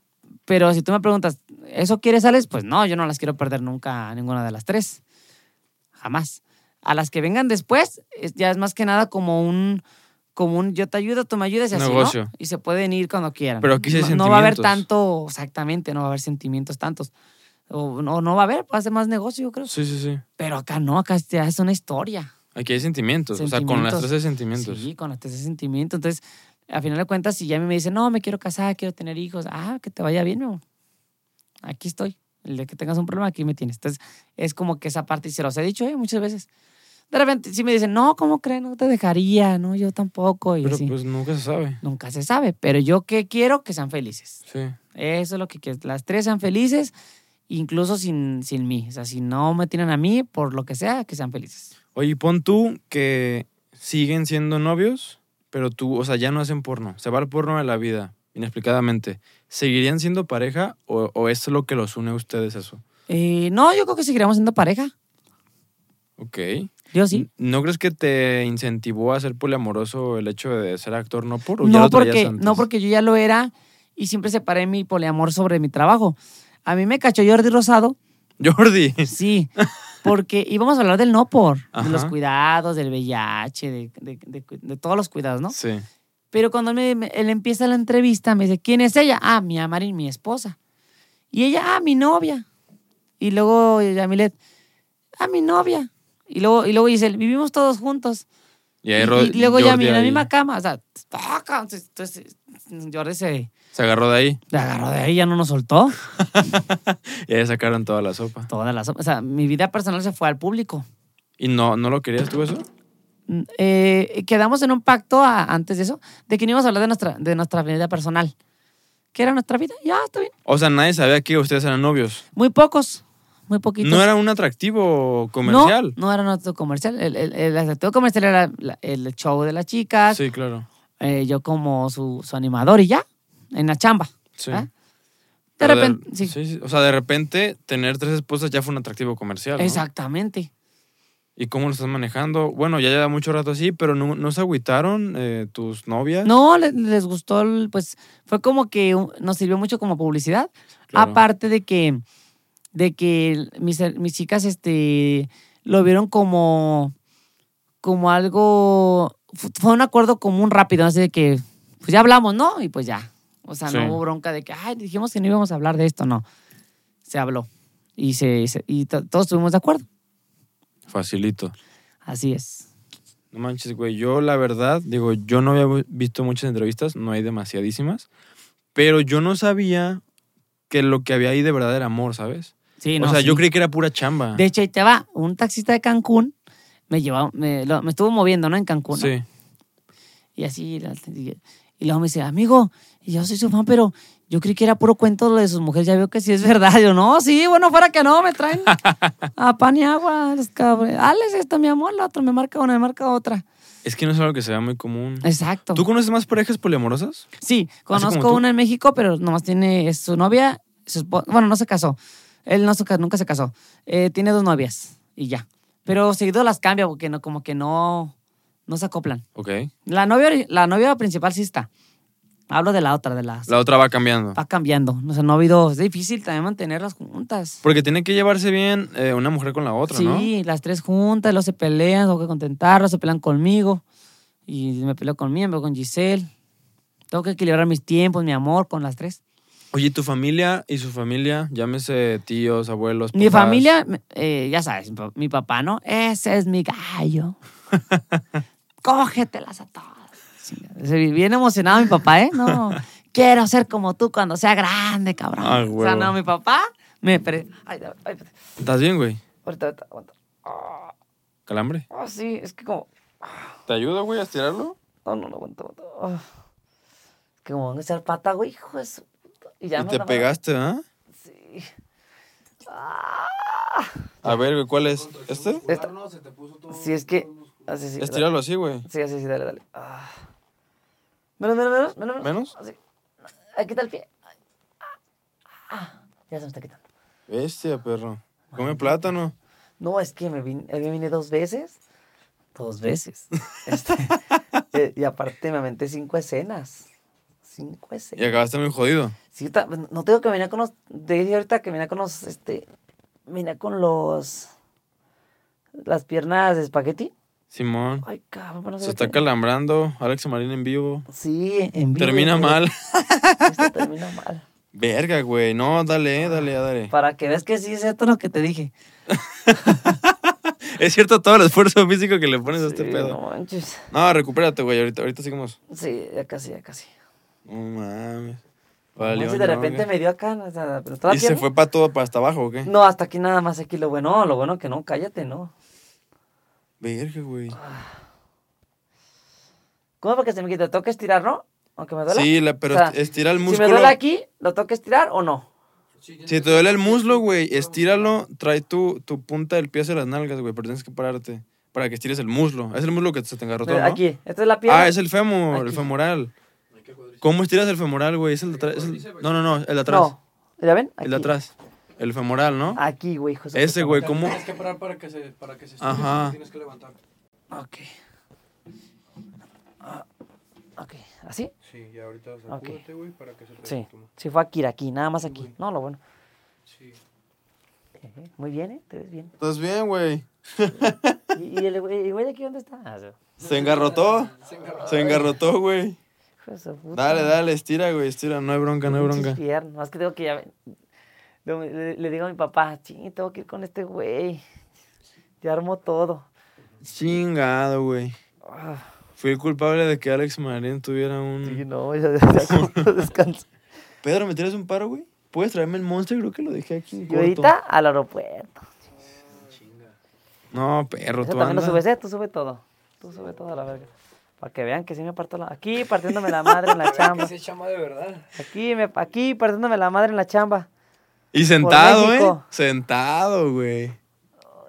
pero si tú me preguntas, ¿eso quieres, Alex? Pues no, yo no las quiero perder nunca a ninguna de las tres. Jamás. A las que vengan después, es- ya es más que nada como un, como un yo te ayudo, tú me ayudas y así, ¿no?
Negocio.
Y se pueden ir cuando quieran.
Pero aquí sí hay
no, no va a haber
sentimientos.
tanto, exactamente, no va a haber sentimientos tantos. O no, no va a haber, va a ser más negocio, yo creo.
Sí, sí, sí.
Pero acá no, acá ya es una historia.
Aquí hay sentimientos. O sea, con las
Sentimientos.
tres hay sentimientos.
Sí, con este sentimiento. Entonces, al final de cuentas, si ya a mí me dice, no, me quiero casar, quiero tener hijos, ah, que te vaya bien, mi amor. Aquí estoy. El de que tengas un problema, aquí me tienes. Entonces, es como que esa parte, y se los he dicho eh, muchas veces. De repente, si me dicen, no, ¿cómo creen? No te dejaría, no, yo tampoco. Y
Pero
así.
pues nunca se sabe.
Nunca se sabe, pero yo que quiero que sean felices.
Sí.
Eso es lo que quiero. Las tres sean felices, incluso sin, sin mí. O sea, si no me tienen a mí, por lo que sea, que sean felices.
Oye, y pon tú que siguen siendo novios, pero tú, o sea, ya no hacen porno. Se va el porno de la vida, inexplicadamente. ¿Seguirían siendo pareja o, o es lo que los une a ustedes eso?
Eh, no, yo creo que seguiremos siendo pareja.
Ok.
Yo sí.
¿No crees que te incentivó a ser poliamoroso el hecho de ser actor no por? o ya
No
lo traías
porque,
antes?
no, porque yo ya lo era y siempre separé mi poliamor sobre mi trabajo. A mí me cachó Jordi Rosado,
[laughs] Jordi.
sí,
[laughs]
porque íbamos a hablar del no por,
Ajá.
de los cuidados, del VIH, de, de- de- de todos los cuidados, ¿no?
Sí.
Pero cuando me- me- él empieza la entrevista, me dice, ¿quién es ella? Ah, mi Amarin, mi esposa. Y ella, ah, mi novia. Y luego eh, Yamilet, ah, mi novia. Y luego, y luego Giselle, vivimos todos juntos.
Y,
Y,
ahí Ro-
y luego ya
Jordi
en la
ahí
misma cama. O sea, ¡ah, cabrón! entonces Jordi se,
Se agarró de ahí
la agarró de ahí, ya no nos soltó.
y ahí sacaron toda la sopa.
Toda la, so- o sea, mi vida personal se fue al público.
¿Y no, no lo querías tú eso?
Mm, eh, quedamos en un pacto a- antes de eso, de que no íbamos a hablar de nuestra, de nuestra vida personal. ¿Qué era nuestra vida? Ya, está bien.
O sea, nadie sabía que ustedes eran novios.
Muy pocos, muy poquitos.
No era un atractivo comercial.
No, no era nuestro comercial. El, el, el atractivo comercial era la- el show de las chicas,
Sí, claro.
eh, yo como su, su animador y ya, en la chamba.
Sí.
¿Ah? De
Pero
repente, sí.
sí. O sea, de repente tener tres esposas ya fue un atractivo comercial. ¿no?
Exactamente.
¿Y cómo lo estás manejando? Bueno, ya lleva mucho rato así, pero ¿no, no se agüitaron eh, tus novias?
No, le- les, gustó, el- pues fue como que un- nos sirvió mucho como publicidad.
Claro.
Aparte de que, de que mis, mis chicas este, lo vieron como, como algo, fu- fue un acuerdo común rápido, así de que pues ya hablamos, ¿no? Y pues ya. O sea,
Sí.
no hubo bronca de que, ay, dijimos que no íbamos a hablar de esto, no. Se habló y, se, se- y to- todos estuvimos de acuerdo.
Facilito.
Así es.
No manches, güey. Yo, la verdad, digo, yo no había vu- visto muchas entrevistas, no hay demasiadísimas, pero yo no sabía que lo que había ahí de verdad era amor, ¿sabes?
Sí,
o
no,
sea,
sí.
yo creí que era pura chamba.
De hecho, ahí te va. Un taxista de Cancún me llevaba, me, lo- me estuvo moviendo, ¿no? En Cancún. ¿no?
Sí.
Y así, la- y, y luego me dice, amigo, y yo soy su fan, pero yo creí que era puro cuento lo de sus mujeres, ya veo que sí es verdad. Yo, no, sí, bueno, fuera que no, me
[laughs]
traen a pan y agua, los cabrones. Alex, esto, mi amor, la otra, me marca una, me marca otra.
Es que no es algo que se vea muy común.
Exacto.
¿Tú conoces más parejas poliamorosas?
Sí,
como
conozco
tú.
una en México, pero nomás tiene es su novia, su espo- bueno, no se casó. Él no se ca- nunca se casó. Eh, tiene dos novias y ya. Pero seguido las cambia porque no, como que no, no se acoplan.
Ok.
La novia, ori- la novia principal sí está. Hablo de la otra, de las...
La otra va cambiando.
va cambiando. O sea, no ha habido. Es difícil también mantenerlas juntas.
Porque tiene que llevarse bien eh, una mujer con la otra,
sí,
¿no?
las tres juntas, luego se pelean, tengo que contentarlas, se pelean conmigo. Y me peleo conmigo, me peleo con Giselle. Tengo que equilibrar mis tiempos, mi amor, con las tres.
Oye, tu familia y su familia, llámese tíos, abuelos.
Mi
papás.
familia, eh, ya sabes, mi pa- mi papá, ¿no? Ese es
[laughs]
mi gallo. Cógetelas a todas. Chingada. Se- Bien emocionado mi papá, ¿eh?
[laughs]
No, quiero ser como tú cuando sea grande, cabrón.
Ah,
o sea,
huevo.
no, mi papá me... pre- Ay, ay, ay,
¿Estás bien, güey?
ahorita, ahorita, aguanta.
¿Calambre?
Ah, sí, es que como.
¿Te ayudo, güey, a estirarlo?
No, no, no, aguanta, aguanta. Ah. Es que como van a echar pata, güey, hijo de su puta. Y ya
y
me
te
andaba-
pegaste, ¿ah?
Sí. Ah.
A ver, güey, ¿cuál es? ¿Este?
Esta- Sí, es que. Así, sí. dale.
Estíralo así, güey.
Sí, así, sí, dale, dale. Ah. Menos, menos, menos, menos.
¿Menos?
Así. Ahí quita el pie. Ay. Ah, ya se me está quitando.
Bestia, perro. Come plátano.
No, es que me vine, me vine dos veces.
[laughs]
Dos veces. Este, eh, y aparte me aventé cinco escenas. Cinco escenas.
Y acabaste muy jodido.
Sí, ta- no tengo que venir con los. Te dije ahorita que venía con los. Este. Venía con los. Las piernas de espagueti.
Simón.
Ay, cabrón, no sé.
Se está calambrando. Alex Marín en vivo.
Sí, en vivo.
Termina
pero
mal.
[laughs]
[laughs]
esto termina mal.
Verga, güey. No, dale, eh, dale, dale.
Para que veas que sí es cierto lo que te dije.
Es cierto todo el esfuerzo físico que le pones a este
Sí, No
pedo.
manches.
No, recupérate, güey. Ahorita, ahorita seguimos.
Sí, ya casi, ya casi.
No mames.
No
Valió,
manches, de
ñonga.
repente me dio acá. O sea, pero toda la
¿Y se
pierna.
fue para todo, para hasta abajo o qué?
No, hasta aquí nada más. Aquí lo bueno, lo bueno que no, cállate, no.
Verga, güey.
¿Cómo? Porque se me quita. ¿Tengo que estirar, no? Aunque me duele.
Sí, la- pero
O sea,
estira el
Si
músculo.
me duele aquí, ¿lo tengo que estirar o no?
Si te duele el muslo, güey, estíralo, trae tu, tu punta del pie hacia las nalgas, güey, pero tienes que pararte para que estires el muslo. Es el muslo que se te engarrotó,
Mira,
¿no?
Aquí, esta es la pierna.
ah, es el fémur, el
Aquí.
femoral. ¿Cómo estiras el femoral, güey? Es el de atrás. es el- No, no, no, el de atrás.
No. ¿Ya ven?
El de atrás. El femoral, ¿no?
Aquí, güey, hijo de su
Ese,
puta
güey,
madre.
¿cómo?
Tienes que parar para que se, para que se estire,
Ajá.
no Tienes que levantar.
Ok. Ah, ok. ¿Así?
Sí, ya ahorita
sacúdete,
sacúdate, güey, para que se te
Sí. Sí, fue aquí, aquí, nada más aquí. No, lo bueno.
Sí.
Ejé, Muy bien, ¿eh? Te ves bien.
Estás bien, güey.
¿Y, y el güey el güey de aquí dónde está? Ah, sí.
Se engarrotó. Se engarrotó, güey.
Hijo de su puta
Dale,
madre.
dale, estira, güey, estira. No hay bronca, no hay
Pinches
bronca.
piernas, Más que tengo que ya ven. Lo- Le, le digo a mi papá, ching, tengo que ir con este güey. Ya armó todo.
Chingado, güey.
Ah,
Fui el culpable de que Alex Marín tuviera un...
sí, no, ya, ya- descanso.
Pedro, ¿me tiras un paro, güey? ¿Puedes traerme el monster? Creo que lo dejé aquí en
Y
corto.
ahorita al aeropuerto.
No, perro,
Eso
tú
también lo
anda.
subes, ¿eh? Tú sube todo. Tú sube todo a la verga. Para que vean que sí me parto la... Aquí partiéndome la madre en [laughs] la chamba.
se chama de verdad.
Aquí, me... Aquí partiéndome la madre en la chamba.
Y sentado,
Por
¿eh?
México.
Sentado, güey.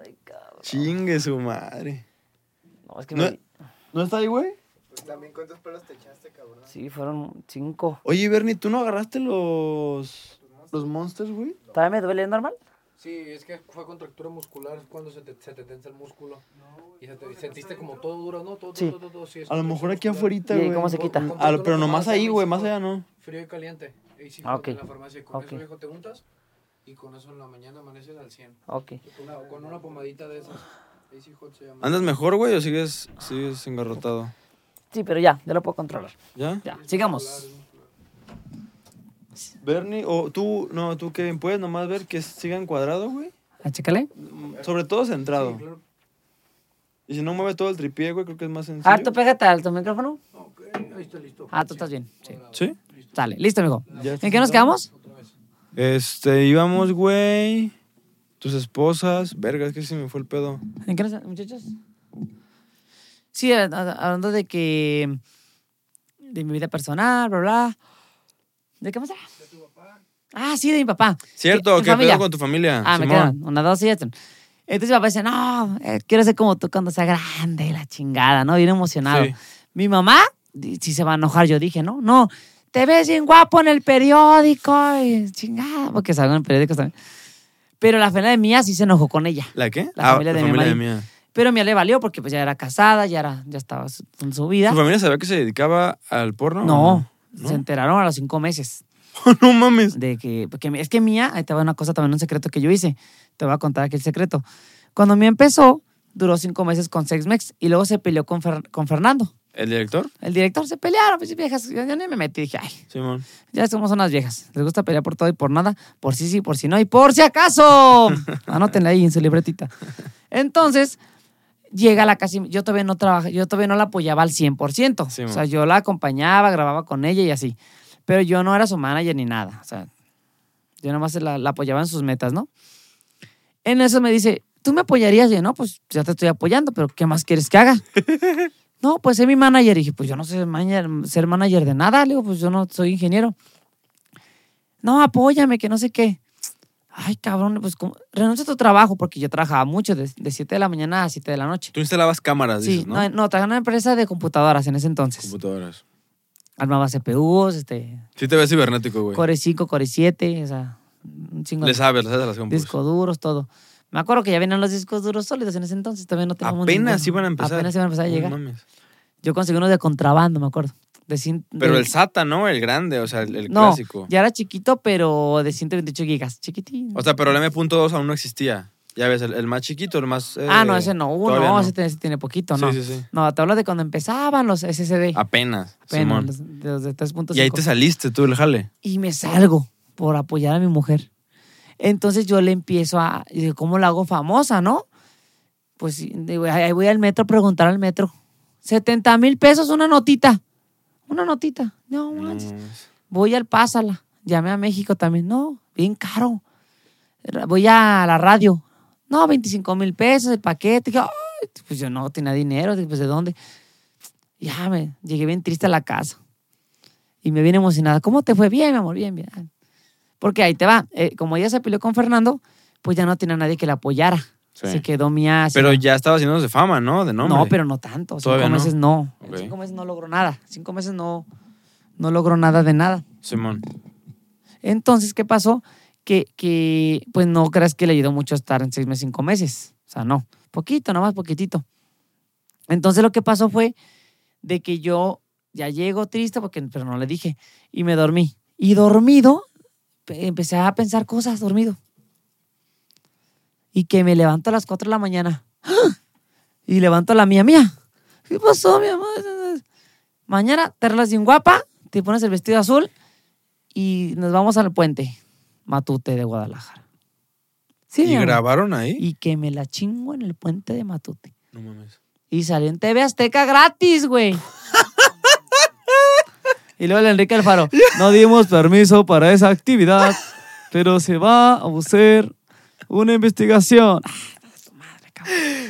Ay, cabrón.
Chingue su madre.
No, es que
No-
me...
¿No está ahí, güey?
Sí, fueron cinco.
Oye, Bernie, ¿tú no agarraste los... los monsters, güey?
¿Todavía me duele ¿es normal?
Sí, es que fue contractura muscular es cuando se te, se te tensa el músculo. Y se te, sentiste como todo duro, ¿no? Todo,
Sí.
todo, todo, todo, sí, es
A lo
contractura
mejor aquí
muscular.
afuera,
¿Y
güey.
cómo se quita?
Ah, pero nomás ahí, güey, más allá no.
Frío y caliente. Ahí sí,
Ah, ok.
en la farmacia. Y Con
Ok.
eso, viejo, te untas. Y con eso en la mañana amaneces al 100.
Ok.
Y Con una, con una pomadita de esas. Ahí sí, hot se llama.
¿Andas mejor, güey, o sigues, sigues engarrotado?
Sí, pero ya, ya lo puedo controlar.
¿Ya?
Ya, sigamos.
Bernie, o tú, no, tú, Kevin, ¿puedes nomás ver que siga encuadrado, güey?
Ah, chécale.
Sobre todo centrado.
Claro,
Y si no mueves todo el tripié, güey, creo que es más sencillo.
Harto, pégate al tu micrófono.
Ok, ahí está listo.
Ah, tú estás bien. Sí.
¿Sí?
Sale, listo, amigo.
Ya está
¿En qué nos quedamos?
Este, íbamos, güey. Tus esposas. Verga, es que se me fue el pedo.
¿En qué nos muchachos? Sí, a- a- hablando de que. de mi vida personal, bla, bla. ¿De qué más era? Ah, sí, de mi papá.
Cierto,
en
que
familia.
pedo con tu familia.
Ah, me
Simón.
quedan una, dos y ya. están. Entonces mi papá dice, no, eh, quiero ser como tú cuando sea grande, la chingada, ¿no? Bien emocionado.
Sí.
Mi mamá, di- sí se va a enojar, yo dije, no, no, te ves bien guapo en el periódico, y chingada, porque salgo en el periódico también. Pero la familia de mía sí se enojó con ella.
¿La qué?
La familia de mi
familia
mamá.
de mía.
Pero a mí le valió porque pues ya era casada, ya, era, ya estaba su- con su vida.
¿Tu familia sabía que se dedicaba al porno?
No,
o No.
se enteraron a los cinco meses
[laughs] no mames.
de que, porque es que mía, ahí te va una cosa también, un secreto que yo hice. Te voy a contar aquí el secreto. Cuando mía empezó, duró cinco meses con Sexmex y luego se peleó con, Fer- con Fernando.
¿El director?
El director se pelearon, pues viejas, yo, yo ni me metí, dije, ay,
Simón.
ya somos unas viejas. Les gusta pelear por todo y por nada, por sí, sí, por si no y por si acaso. Anótenla ahí en su libretita. Entonces, llega a la casa y yo todavía no trabaja, yo todavía no la apoyaba al 100%.
Sí,
o
mo.
sea, yo la acompañaba, grababa con ella y así. Pero yo no era su manager ni nada. O sea, yo nada más la, la apoyaba en sus metas, ¿no? En eso me dice, ¿tú me apoyarías? Y yo, no, pues ya te estoy apoyando, pero ¿qué más quieres que haga? no, pues sé mi manager. Y dije, pues yo no sé manager- ser manager de nada. Le digo, pues yo no soy ingeniero. No, apóyame, que no sé qué. Ay, cabrón, pues ¿cómo? renuncia a tu trabajo, porque yo trabajaba mucho, de, de 7 de la mañana a 7 de la noche.
Tú instalabas cámaras,
Sí,
Ah, dices,
no,
¿no?
no, trabajaba en una empresa de computadoras en ese entonces.
Computadoras.
Armaba CPUs, este,
Sí te ves cibernético, güey.
Core 5, Core 7, o sea, un chingo
Le
de
sabes, le sabes a las compus.
discos duros, todo. Me acuerdo que ya venían los discos duros sólidos en ese entonces, todavía no teníamos
Apenas
ninguno.
iban a empezar.
Apenas iban a empezar a
No
llegar.
mames.
Yo conseguí uno de contrabando, me acuerdo. De cien-
Pero
de-
el SATA, ¿no? El grande, o sea, el, el
No,
clásico.
ya era chiquito, pero de 128 gigas, chiquitín.
O sea, pero el M.2 aún no existía. Ya ves, el, el más chiquito, el más. eh,
ah, no, ese no, uno,
todavía no.
ese, tiene, ese tiene poquito, ¿no?
Sí, sí, sí.
No, te hablo de cuando empezaban los SSD.
Apenas.
Apenas,
Simón.
los, de los de 3.5.
Y ahí te saliste tú el jale.
y me salgo por apoyar a mi mujer. Entonces yo le empiezo a, y digo, ¿cómo la hago famosa, no? Pues sí, digo, ahí ahí voy al metro a preguntar al metro. 70 mil pesos, una notita. Una notita. No,
No,
manches.
mames.
Voy al Pásala. Llamé a México también. No, bien caro. Ra- Voy a la radio. No, 25 mil pesos el paquete. Dije, "Ay", pues yo no tenía dinero. Dije, pues de dónde. Ya me llegué bien triste a la casa. Y me viene emocionada. ¿Cómo te fue? Bien, mi amor, bien, bien. Porque ahí te va. eh, como ella se peleó con Fernando, pues ya no tenía nadie que la apoyara.
Sí.
Se quedó mía. así,
Pero ya estaba haciéndose fama, ¿no? De nombre.
no, pero no tanto. Cinco
Todavía no.
meses no. En
Ok.
Cinco meses no logró nada. Cinco meses no, no logró nada de nada.
Simón.
Entonces, ¿qué pasó? Que, que pues no creas que le ayudó mucho estar en seis meses, cinco meses. O sea, no. Poquito, nada más poquitito. Entonces lo que pasó fue de que yo ya llego triste, porque, pero no le dije, y me dormí. Y dormido, pe- empecé a pensar cosas dormido. Y que me levanto a las 4 de la mañana. ¡Ah! Y levanto a la mía, mía. ¿Qué pasó, mi amor? Mañana te arreglas bien guapa, te pones el vestido azul y nos vamos al puente Matute de Guadalajara. Sí, mi
¿Y
amor.
grabaron ahí?
Y que me la chingo en el puente de Matute.
No
[laughs]
mames.
Y salió en TV Azteca
[laughs]
gratis, güey. y luego el Enrique Alfaro.
[laughs]
No dimos permiso para esa actividad, pero se va a hacer una
[laughs]
investigación. Ah,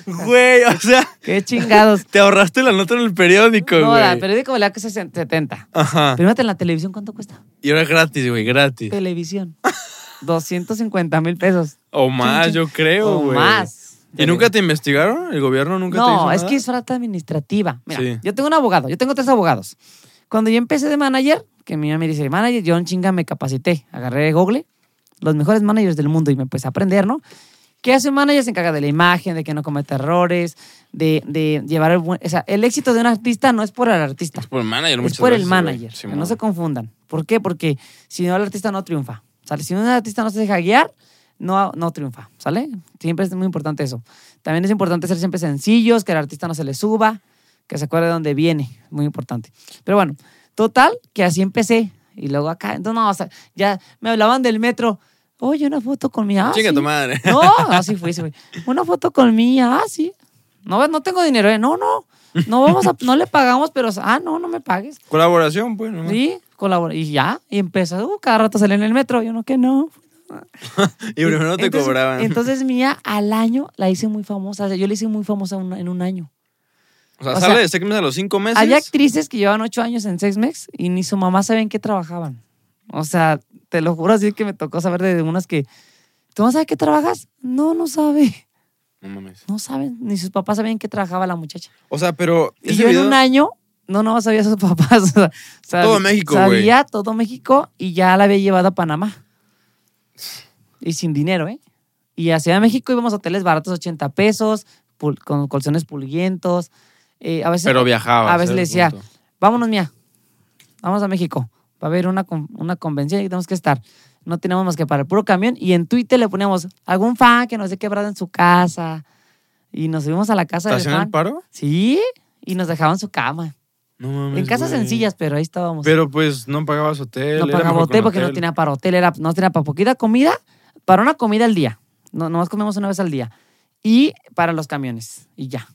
Güey, o sea,
Qué chingados.
te ahorraste la nota en el periódico,
No,
güey. Ah.
el periódico le da que 60, 70.
Ajá.
Pero en la televisión, ¿cuánto cuesta?
Y ahora gratis, güey, gratis.
Televisión. [laughs] 250 mil pesos.
O más,
Chin, chin.
yo creo,
o
güey.
más.
¿Y nunca te investigaron? ¿El gobierno nunca te hizo
No, es
nada?
que es falta administrativa. Mira,
Sí.
yo tengo un abogado, yo tengo tres abogados. Cuando yo empecé de manager, que mi mamá me dice, manager, yo en chinga me capacité. Agarré Google, los mejores managers del mundo, y me empecé a aprender, ¿no? ¿Qué hace un manager? Se encarga de la imagen, de que no cometa errores, de, de llevar el buen... O sea, el éxito de un artista no es por el artista,
Es por el manager,
es
muchas
por el
veces,
manager.
güey.
que
Simón.
no se confundan. ¿Por qué? Porque si no, el artista no triunfa. ¿Sale? Si un artista no se deja guiar, no, no triunfa. ¿Sale? Siempre es muy importante eso. También es importante ser siempre sencillos, que al artista no se le suba, que se acuerde de dónde viene. Muy importante. Pero bueno, total, que así empecé. Y luego acá, entonces no, o sea, ya me hablaban del metro. Oye, una foto con mi ah,
Chinga
sí.
tu madre. [laughs]
No, así fue, así fue. Una foto con mi ah, sí. No, ves, no tengo dinero, ¿eh? No, no. No vamos a, no le pagamos, pero, ah, no, no me pagues.
Colaboración, pues, nomás.
Sí, colabora. Y ya, y empieza, uh, cada rato sale en el metro. Yo no, que no.
Y primero te
Entonces-
cobraban.
Entonces, mía, al año la hice muy famosa. O sea, yo la hice muy famosa un- en un año.
o sea,
o
sale
sea,
de seis meses a los cinco meses.
Había actrices que llevaban ocho años en Sexmex y ni su mamá sabía en qué trabajaban. O sea, te lo juro, así que me tocó saber de unas que. ¿Tú no sabes qué trabajas? No, no sabe.
No mames.
No saben, ni sus papás sabían en qué trabajaba la muchacha.
O sea, pero.
Y
ese
yo
video-
en un año, no, no sabía a sus [laughs] papás. O sea, sabi-
Todo México, güey.
Sabía todo México y ya la había llevado a Panamá. Y sin dinero, ¿eh? Y a Ciudad de México íbamos a hoteles baratos, 80 pesos, pul- con colchones pulguientos. Eh, a veces,
Pero viajaba.
a veces
ese
le
es el
decía,
punto.
vámonos, mía, vamos a México. Va a haber una, con- una convención y tenemos que estar. No tenemos más que para el puro camión. Y en Twitter le poníamos algún fan que nos dé quebrado en su casa. Y nos subimos a la casa del
¿Estación
fan.
el paro?
Sí, y nos dejaban su cama.
No mames.
En casas
güey.
sencillas, pero ahí estábamos.
Pero pues no pagabas hotel.
no
era
pagaba
mejor
hotel
con
porque no
hotel.
tenía para hotel, era, no tenía para poquita comida, para una comida al día. No, nomás comíamos una vez al día. Y para los camiones, y ya.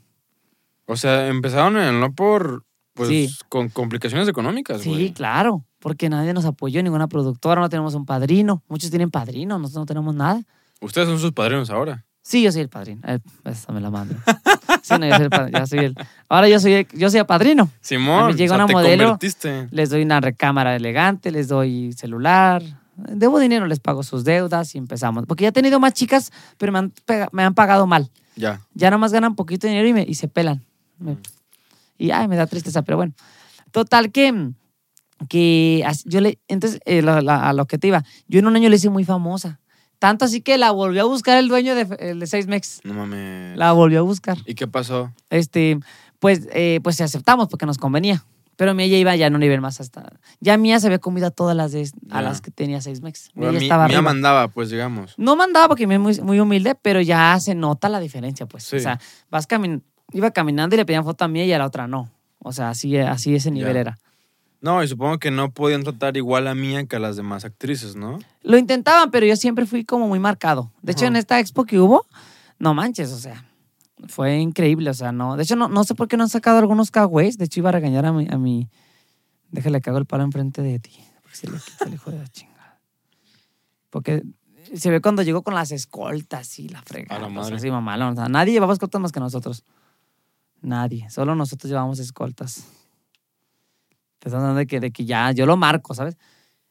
O sea, empezaron en no por. Pues
Sí.
con complicaciones económicas,
Sí,
güey.
claro, porque nadie nos apoyó, ninguna productora, no tenemos un padrino. Muchos tienen padrino, nosotros no tenemos nada.
Ustedes son sus padrinos ahora.
Sí, yo soy el padrino. Eh, esa me
[laughs]
la mando. Sí, no, yo soy el padrino. soy el, ahora yo soy el, yo soy el padrino. A
Simón,
mí llega
o sea,
una
te
modelo.
convertiste.
Les doy una recámara elegante, les doy celular. Debo dinero, les pago sus deudas y empezamos. Porque ya he tenido más chicas, pero me han, pega- me han pagado mal.
Ya.
Ya nomás ganan poquito dinero y, me- y se pelan. Me- y ay, me da tristeza, pero bueno. Total que, que as- yo le, entonces, eh, la- la- a lo que te iba, yo en un año le hice muy famosa. Tanto así que la volvió a buscar el dueño de, el de 6mex.
No mames.
La volvió a buscar
¿Y qué pasó?
este, pues, eh, pues aceptamos porque nos convenía. Pero Mía ya iba ya en un nivel más hasta. Ya Mía se había comido a todas las de,
Ya.
a las que tenía seis mex. Mía
Bueno,
ya
mi-
estaba
mía
arriba.
mandaba, pues digamos.
No mandaba porque Mía es muy, muy humilde, pero ya se nota la diferencia, pues.
Sí.
O sea, vas camin iba caminando y le pedían foto a Mía y a la otra no. O sea, así, así ese nivel
Ya.
era.
No, y supongo que no podían tratar igual a Mía que a las demás actrices, ¿no?
Lo intentaban, pero yo siempre fui como muy marcado. De hecho,
Ajá.
en esta expo que hubo, no manches, o sea, fue increíble. O sea, no. De hecho, no, no sé por qué no han sacado algunos cagüeyes. De hecho, iba a regañar a mi. A mi déjale que hago el palo enfrente de ti. Porque se le quita el hijo de la chingada. Porque se ve cuando llegó con las escoltas y la fregada.
A la madre.
Así, mamalón. O sea, nadie llevaba escoltas más que nosotros. Nadie. Solo nosotros llevábamos escoltas. Te están dando de que, de que ya, yo lo marco, ¿sabes?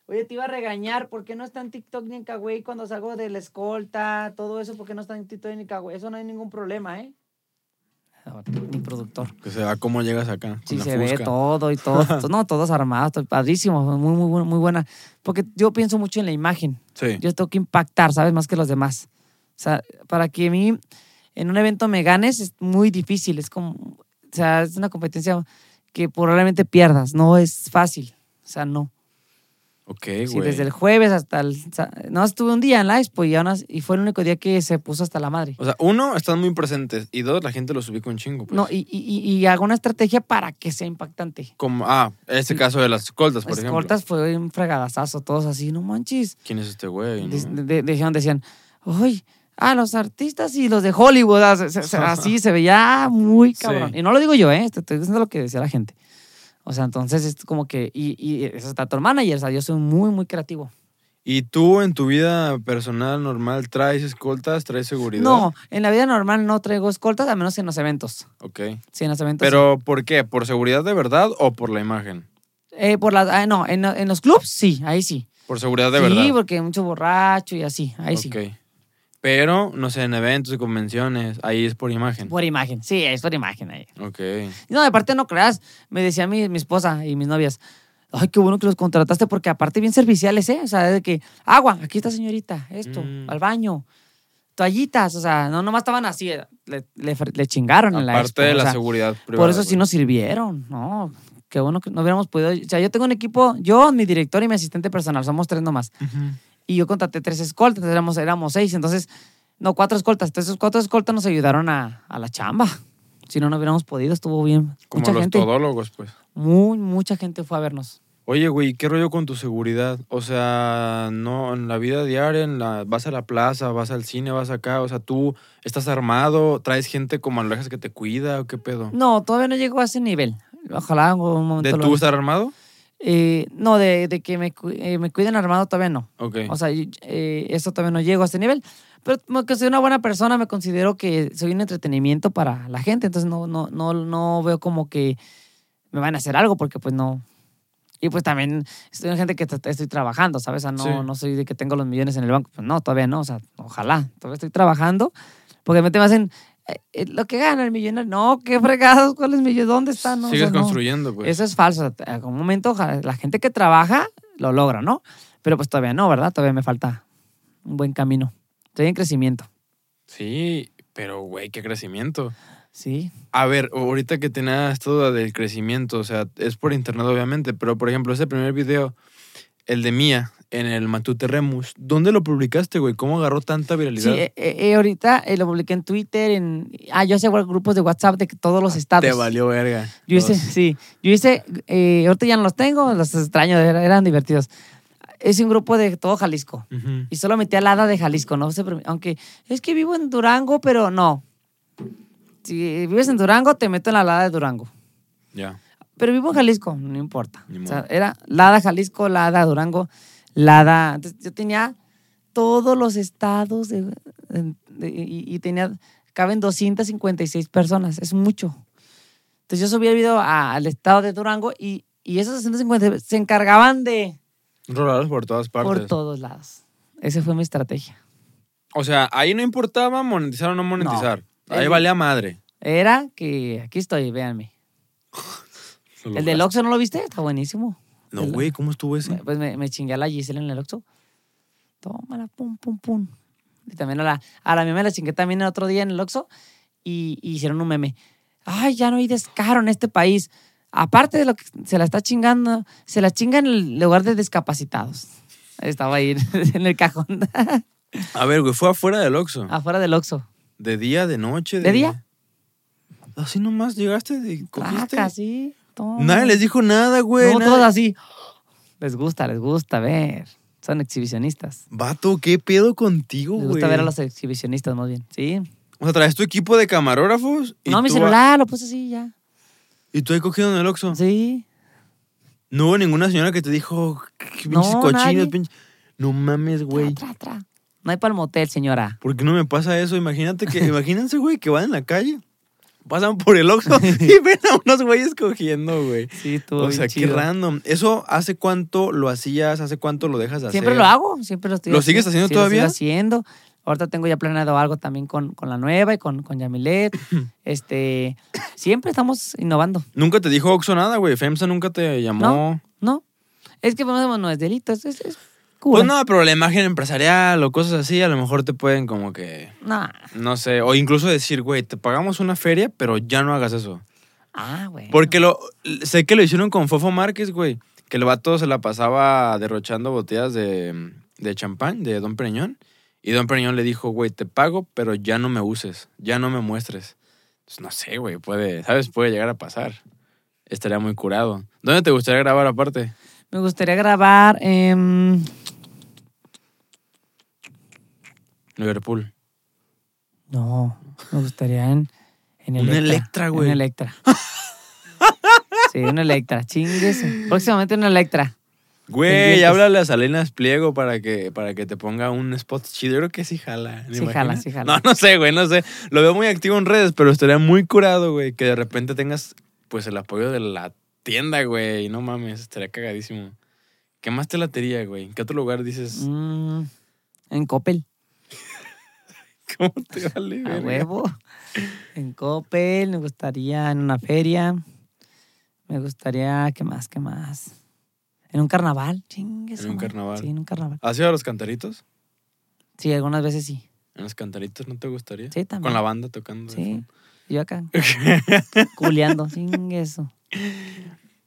Oye, te iba a regañar, ¿por qué no está en TikTok ni en Kawaii cuando salgo de la escolta? Todo eso, ¿por qué no está en TikTok ni en Kawaii? Eso no hay ningún problema, ¿eh? Mi productor.
Que se vea cómo llegas acá. con
Sí,
la
se ve
fusca.
todo y todo.
[laughs]
to- no, todos armados, todo padrísimo, muy, muy, bu- muy buena. Porque yo pienso mucho en la imagen.
Sí.
Yo tengo que impactar, ¿sabes? Más que los demás. O sea, para que a mí en un evento me ganes es muy difícil. Es como, o sea, es una competencia que probablemente pierdas. No es fácil. O sea, no.
Ok,
Sí,
güey.
desde el jueves hasta el. sa- No, estuve un día en la expo y, aún así- y fue el único día que se puso hasta la madre.
O sea, uno, están muy presentes. Y dos, la gente los ubica un chingo, pues.
No, y, y, y- y hago una estrategia para que sea impactante.
Como, ah, este caso de las escoltas, por
Escoltas Pues, fue un fregadazazo, todos así, no manches.
ejemplo. ¿Quién es este güey? no?
De- de- dijeron, decían, ¡ay! Ah, los artistas y los de Hollywood. ah, se-
[laughs]
se- se- Así se veía muy cabrón.
Sí.
Y no lo digo yo, ¿eh? Te estoy diciendo lo que decía la gente. O sea, entonces es como que. Y, y eso está tu manager. O sea, yo soy muy, muy creativo.
¿Y tú en tu vida personal normal traes escoltas, traes seguridad?
No, en la vida normal no traigo escoltas, a menos que en los eventos.
Ok.
Sí, en los eventos.
¿Pero por qué? ¿Por seguridad de verdad o por la imagen?
Eh, por las, ah, no, en, en los clubs sí, ahí sí.
Por seguridad de
sí,
verdad.
porque hay mucho borracho y así, ahí sí.
Ok. Pero, no sé, en eventos y convenciones, ahí es por imagen.
Por imagen, sí, es por imagen ahí.
Ok.
No, aparte no creas, me decía mi, mi esposa y mis novias, ay, qué bueno que los contrataste porque aparte bien serviciales, ¿eh? O sea, de que, agua, aquí está señorita, esto,
Mm.
al baño, toallitas, o sea, no, nomás estaban así, eh, le, le fre- le chingaron en la expo,
Aparte de
o
la
sea,
seguridad privada.
Por eso sí
güey.
nos sirvieron, ¿no? Qué bueno que no hubiéramos podido. O sea, yo tengo un equipo, yo, mi director y mi asistente personal, somos tres nomás.
Ujú.
y yo contraté tres escoltas, entonces éramos, éramos seis, entonces, no, cuatro escoltas. Entonces, esos cuatro escoltas nos ayudaron a, a la chamba. Si no, no hubiéramos podido, estuvo bien.
Como
mucha
los
gente,
todólogos, pues.
muy, mucha gente fue a vernos.
Oye, güey, ¿qué rollo con tu seguridad? O sea, no, en la vida diaria, en la, vas a la plaza, vas al cine, vas acá, o sea, tú estás armado, traes gente como alejas que te cuida, o qué pedo.
No, todavía no llegó a ese nivel. Ojalá en un momento.
¿De
lo-
tú estar armado?
Eh, no, de, de que me, cu- eh, me cuiden armado todavía no.
Ok.
O sea, y- eh, esto todavía no llego a este nivel. Pero como que soy una buena persona, me considero que soy un entretenimiento para la gente. Entonces no, no, no, no veo como que me van a hacer algo porque pues no. Y pues también estoy en gente que tra- estoy trabajando, ¿sabes? O sea, no,
Sí.
no soy de que tengo los millones en el banco. Pues no, todavía no. O sea, ojalá. Todavía estoy trabajando. Porque me te hacen eh, eh, lo que gana el millonario. No, qué fregados, ¿cuál es millonario? ¿Dónde está? No, o
Sigues
sea, no.
construyendo, pues.
Eso es falso. En algún momento ojalá, la gente que trabaja lo logra, ¿no? Pero pues todavía no, ¿verdad? Todavía me falta un buen camino. Estoy en crecimiento.
Sí, pero, güey, qué crecimiento.
Sí.
A ver, ahorita que tenías duda del crecimiento, o sea, es por internet obviamente, pero por ejemplo, ese primer video, el de Mía, en el Matute Remus, ¿dónde lo publicaste, güey? ¿Cómo agarró tanta
Sí,
viralidad?
eh, eh, ahorita eh, lo publiqué en Twitter, en... Ah, yo hice grupos de WhatsApp de todos los estados.
Ah, Te valió verga.
pues, Yo hice,
Todos.
sí, yo hice, eh, ahorita ya no los tengo, los extraño, era- eran divertidos. Hice un grupo de todo Jalisco.
Ujú.
Y solo metí al hada de Jalisco, ¿no? Se permi- Aunque es que vivo en Durango, pero no. Si vives en Durango, te meto en la Lada de Durango.
Ya.
Pero vivo en Jalisco, no importa.
Ni
O sea,
modo.
era Lada Jalisco, Lada Durango, Lada. Entonces, yo tenía todos los estados de- en- de- y, y tenía, caben 256 personas, es mucho. Entonces yo subí el video a- al estado de Durango y, y esos 250 se encargaban de...
Rolados por todas partes.
Por todos lados. Esa fue mi estrategia.
o sea, ahí no importaba monetizar o no monetizar.
No.
Ahí
El-
valía madre.
Era que aquí estoy, véanme. El del Oxxo, ¿no lo viste? Está buenísimo.
No, güey, ¿cómo estuvo ese?
Me- Pues me, me chingué a la Gisela en el Oxxo. Tómala, pum, pum, pum. Y también a la, a la mía me la chingué también el otro día en el Oxxo y, y hicieron un meme. Ay, ya no hay descaro en este país. Aparte de lo que se la está chingando, se la chinga en el lugar de discapacitados. Estaba ahí [laughs] en el cajón,
A ver, güey, fue afuera del Oxxo.
afuera del Oxxo.
De día, de noche.
Ah. ¿De día?
Así nomás llegaste y cogiste.
Placa, sí.
Nadie les dijo nada, güey.
No,
nada.
todos así. Les gusta, les gusta ver. Son exhibicionistas.
Vato, ¿qué pedo contigo,
Les
güey?
gusta ver a los exhibicionistas más bien. Sí.
O sea, traes tu equipo de camarógrafos. y
No, mi
tú-
celular, lo puse así ya.
Y tú ahí cogido en el Oxxo.
Sí.
No hubo ninguna señora que te dijo, "Qué
No,
pinches cochinos,
nadie.
pinches. No mames, güey.
Tra, tra, tra. No hay para el motel, señora.
¿Por qué no me pasa eso? Imagínate que, imagínense, güey, que van en la calle, pasan por el Oxxo
[laughs]
y ven a unos güeyes cogiendo, güey.
Sí, tú.
O sea, qué random. ¿Eso hace cuánto lo hacías? ¿Hace cuánto lo dejas de
Siempre
hacer?
lo hago, siempre lo estoy
¿Lo sigues haciendo
sí,
todavía?
Lo sigo haciendo. Ahorita tengo ya planeado algo también con, con la nueva y con,
[coughs]
con Yamilet. este, siempre estamos innovando,
Nunca te dijo Oxxo nada, güey. FEMSA nunca te llamó.
No. ¿no? Es que bueno, no es delito, es, es, es
Pues
cura.
no, pero la imagen empresarial o cosas así, a lo mejor te pueden como que,
Nah.
no sé, o incluso decir, güey, te pagamos una feria, pero ya no hagas eso.
Ah, güey.
Porque lo, sé que lo hicieron con Fofo Márquez, güey, que el vato se la pasaba derrochando botellas de, de champán de Don Peñón. Y Don Peñón le dijo, güey, te pago, pero ya no me uses, ya no me muestres. Pues no sé, güey, puede, ¿sabes? Puede llegar a pasar. Estaría muy curado. ¿Dónde te gustaría grabar aparte?
Me gustaría grabar em, en
Liverpool.
No, me gustaría en, en
Un Electra,
Electra.
güey. [laughs]
En Electra. sí, un Electra. Chingues. Próximamente un Electra.
Güey,
Pendientes.
háblale a Salinas Pliego para que, para que te ponga un spot chido. Yo creo que sí jala. ¿te
Sí
imaginas?
jala, sí jala.
No, no sé, güey, no sé. Lo veo muy activo en redes, pero estaría muy curado, güey, que de repente tengas, pues, el apoyo de la tienda, güey. No mames, estaría cagadísimo. ¿Qué más te latería, güey? ¿En qué otro lugar dices,
Mm, en Coppel.
[laughs] cómo te vale,
A
verga?
huevo. En Coppel. Me gustaría en una feria. Me gustaría. ¿Qué más? ¿Qué más? En un carnaval. Chingues.
En un
madre.
carnaval.
Sí, en un carnaval.
¿Has ido a los cantaritos?
Sí, algunas veces sí.
¿En los cantaritos no te gustaría?
Sí, también.
Con la banda tocando. de
Sí.
fondo. [laughs]
Yo acá. culeando. Chingues.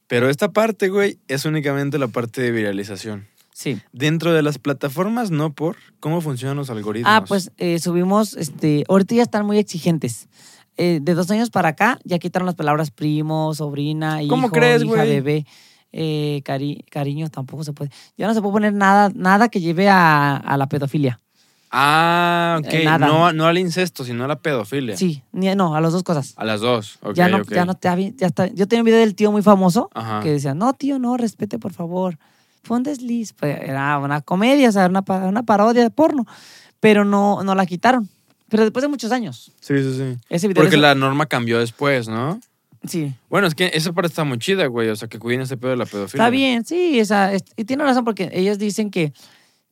Pero esta parte, güey, es únicamente la parte de viralización.
Sí.
Dentro de las plataformas, no por cómo funcionan los algoritmos.
Ah, pues eh, subimos, este, ahorita ya están muy exigentes. Eh, de dos años para acá ya quitaron las palabras primo, sobrina, hijo,
¿Cómo crees,
hija,
güey?
bebé. eh, cari- cariño, tampoco se puede. Ya no se puede poner nada, nada que lleve a, a la pedofilia.
Ah, ok.
Eh, nada.
No, no al incesto, sino a la pedofilia.
Sí, ni- no, a las dos cosas.
A las dos. Ok,
ya no,
ok.
ya no te avi- ya está. Yo tenía un video del tío muy famoso
Ajá.
que decía, no, tío, no, respete, por favor. Fue un desliz. Pues era una comedia, o sea, una, pa- una parodia de porno. Pero no, no la quitaron. Pero después de muchos años.
Sí, sí, sí.
Ese video.
Porque
les-
la norma cambió después, ¿no?
Sí.
Bueno, es que esa parte está muy chida, güey. O sea, que cuiden ese pedo de la pedofilia.
Está bien, sí. Esa, es- y tiene razón porque ellos dicen que,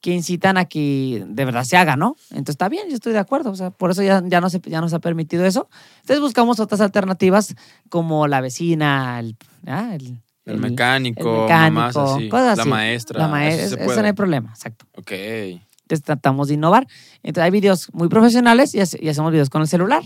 que incitan a que de verdad se haga, ¿no? Entonces está bien, yo estoy de acuerdo. O sea, por eso ya, ya, no se, ya nos ha permitido eso. Entonces buscamos otras alternativas como la vecina, el... ah, el-
El,
el-
mecánico,
el mecánico,
mamás así.
cosas
La
así.
maestra.
La
eso
maestra,
sí se
eso,
puede.
no hay problema, exacto.
Ok.
Entonces tratamos de innovar. Entonces hay videos muy profesionales y, hace- y hacemos videos con el celular.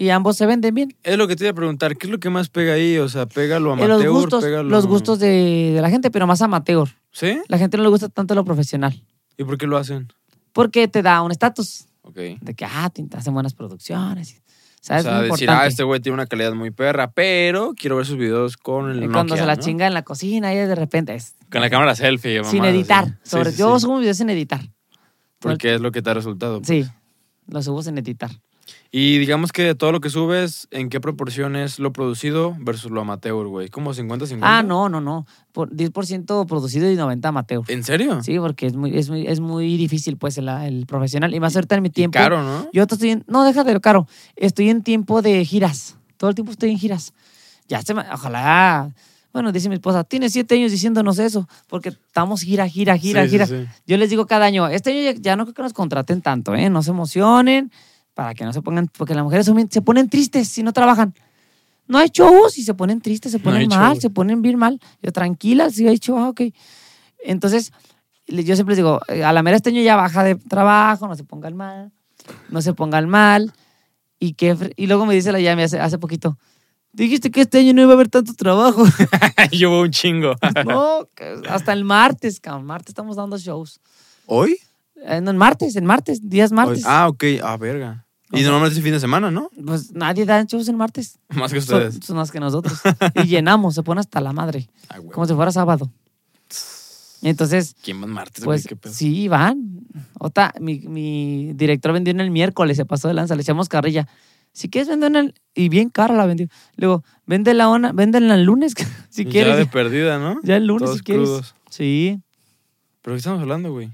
Y ambos se venden bien.
Es lo que te iba a preguntar. ¿Qué es lo que más pega ahí? O sea, pega lo
Eh,
amateur,
los gustos,
pega lo-
los gustos de, de la gente, pero más amateur.
¿Sí?
La gente no le gusta tanto lo profesional.
¿Y por qué lo hacen?
Porque te da un estatus
Ok.
de que, ah, te- hacen buenas producciones. y-
O
¿Sabes?
sea,
Muy
decir,
importante.
ah, este güey tiene una calidad muy perra, pero quiero ver sus videos con el
Y cuando
Nokia,
se la
¿no?
chinga en la cocina y de repente es
Con la cámara selfie, mamá.
sin editar. Sobre, yo subo un video sin editar.
Porque es lo que te ha resultado.
Sí, lo subo sin editar.
Y digamos que de todo lo que subes, ¿en qué proporción es lo producido versus lo amateur, güey? ¿Como 50-50?
Ah, no, no, no. Por 10% producido y 90% amateur.
¿En serio?
Sí, porque es muy, es muy, es muy difícil, pues, el, el profesional. Y más ahorita en mi
Y
tiempo.
caro, ¿no? [laughs]
Yo ahorita estoy en, no, déjate lo caro. Estoy en tiempo de giras. Todo el tiempo estoy en giras. Ya se me, ojalá. Bueno, dice mi esposa, tiene siete años diciéndonos eso, porque estamos gira, gira, gira,
Sí, sí,
gira.
sí.
Yo les digo cada año, este año ya, ya no creo que nos contraten tanto, ¿eh? No se emocionen, para que no se pongan, porque las mujeres son bien- se ponen tristes si no trabajan. No hay shows y se ponen tristes, se
No
ponen
hay
mal,
shows.
se ponen bien mal. Yo, tranquila, si hay show, ah, ok. Entonces, le- yo siempre les digo, eh, a la mera este año ya baja de trabajo, no se pongan mal, no se pongan mal. Y, que, fre- y luego me dice la llame hace, hace poquito, dijiste que este año no iba a haber tanto trabajo. [laughs]
yo voy un chingo.
no, que hasta el martes, cabrón, martes estamos dando shows.
¿Hoy?
Eh, no, en martes, en martes, días martes.
Hoy- Ah, ok. Ah, verga.
O
Y
sea-
normalmente es fin de semana,
[laughs]
¿no?
Pues nadie da shows en martes.
Más que
Son,
ustedes.
son más que nosotros. y llenamos, se pone hasta la madre.
Ah, güey.
Como si
[laughs]
fuera sábado. Entonces,
¿Quién va en martes, güey?
pues
¿Qué pedo?
sí, van. Ota, mi, mi director vendió en el miércoles, se pasó de lanza, le echamos carrilla. Si quieres vender en el. Y bien cara la vendió. Luego, vende la ona, véndela el lunes, [laughs] si
Ya
quieres.
de
Ya,
perdida, ¿no?
el lunes,
Todos
si quieres.
crudos.
Sí.
¿Pero qué estamos hablando, güey?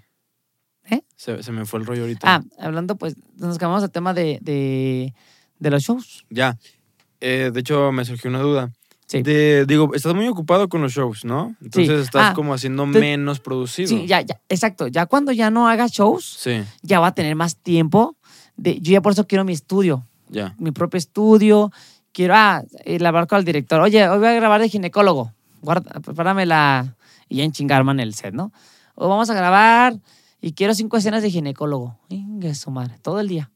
¿Eh?
Se, se me fue el rollo ahorita.
Ah, hablando, pues, nos cambiamos al tema de, de, de los shows.
Ya. Eh, de hecho, me surgió una duda.
Sí.
De- digo, estás muy ocupado con los shows, ¿no? Entonces estás
Ah,
como haciendo
te-
menos producido.
Sí, ya, ya, exacto. Ya cuando ya no haga shows,
Sí,
ya va a tener más tiempo. De, yo ya por eso quiero mi estudio,
ya.
mi propio estudio. Quiero, ah, el abarco al director. Oye, hoy voy a grabar de ginecólogo. Guarda, prepárame la. Y ya en chingarme en el set, ¿no? O vamos a grabar y quiero cinco escenas de ginecólogo. Ingue su madre, todo el día.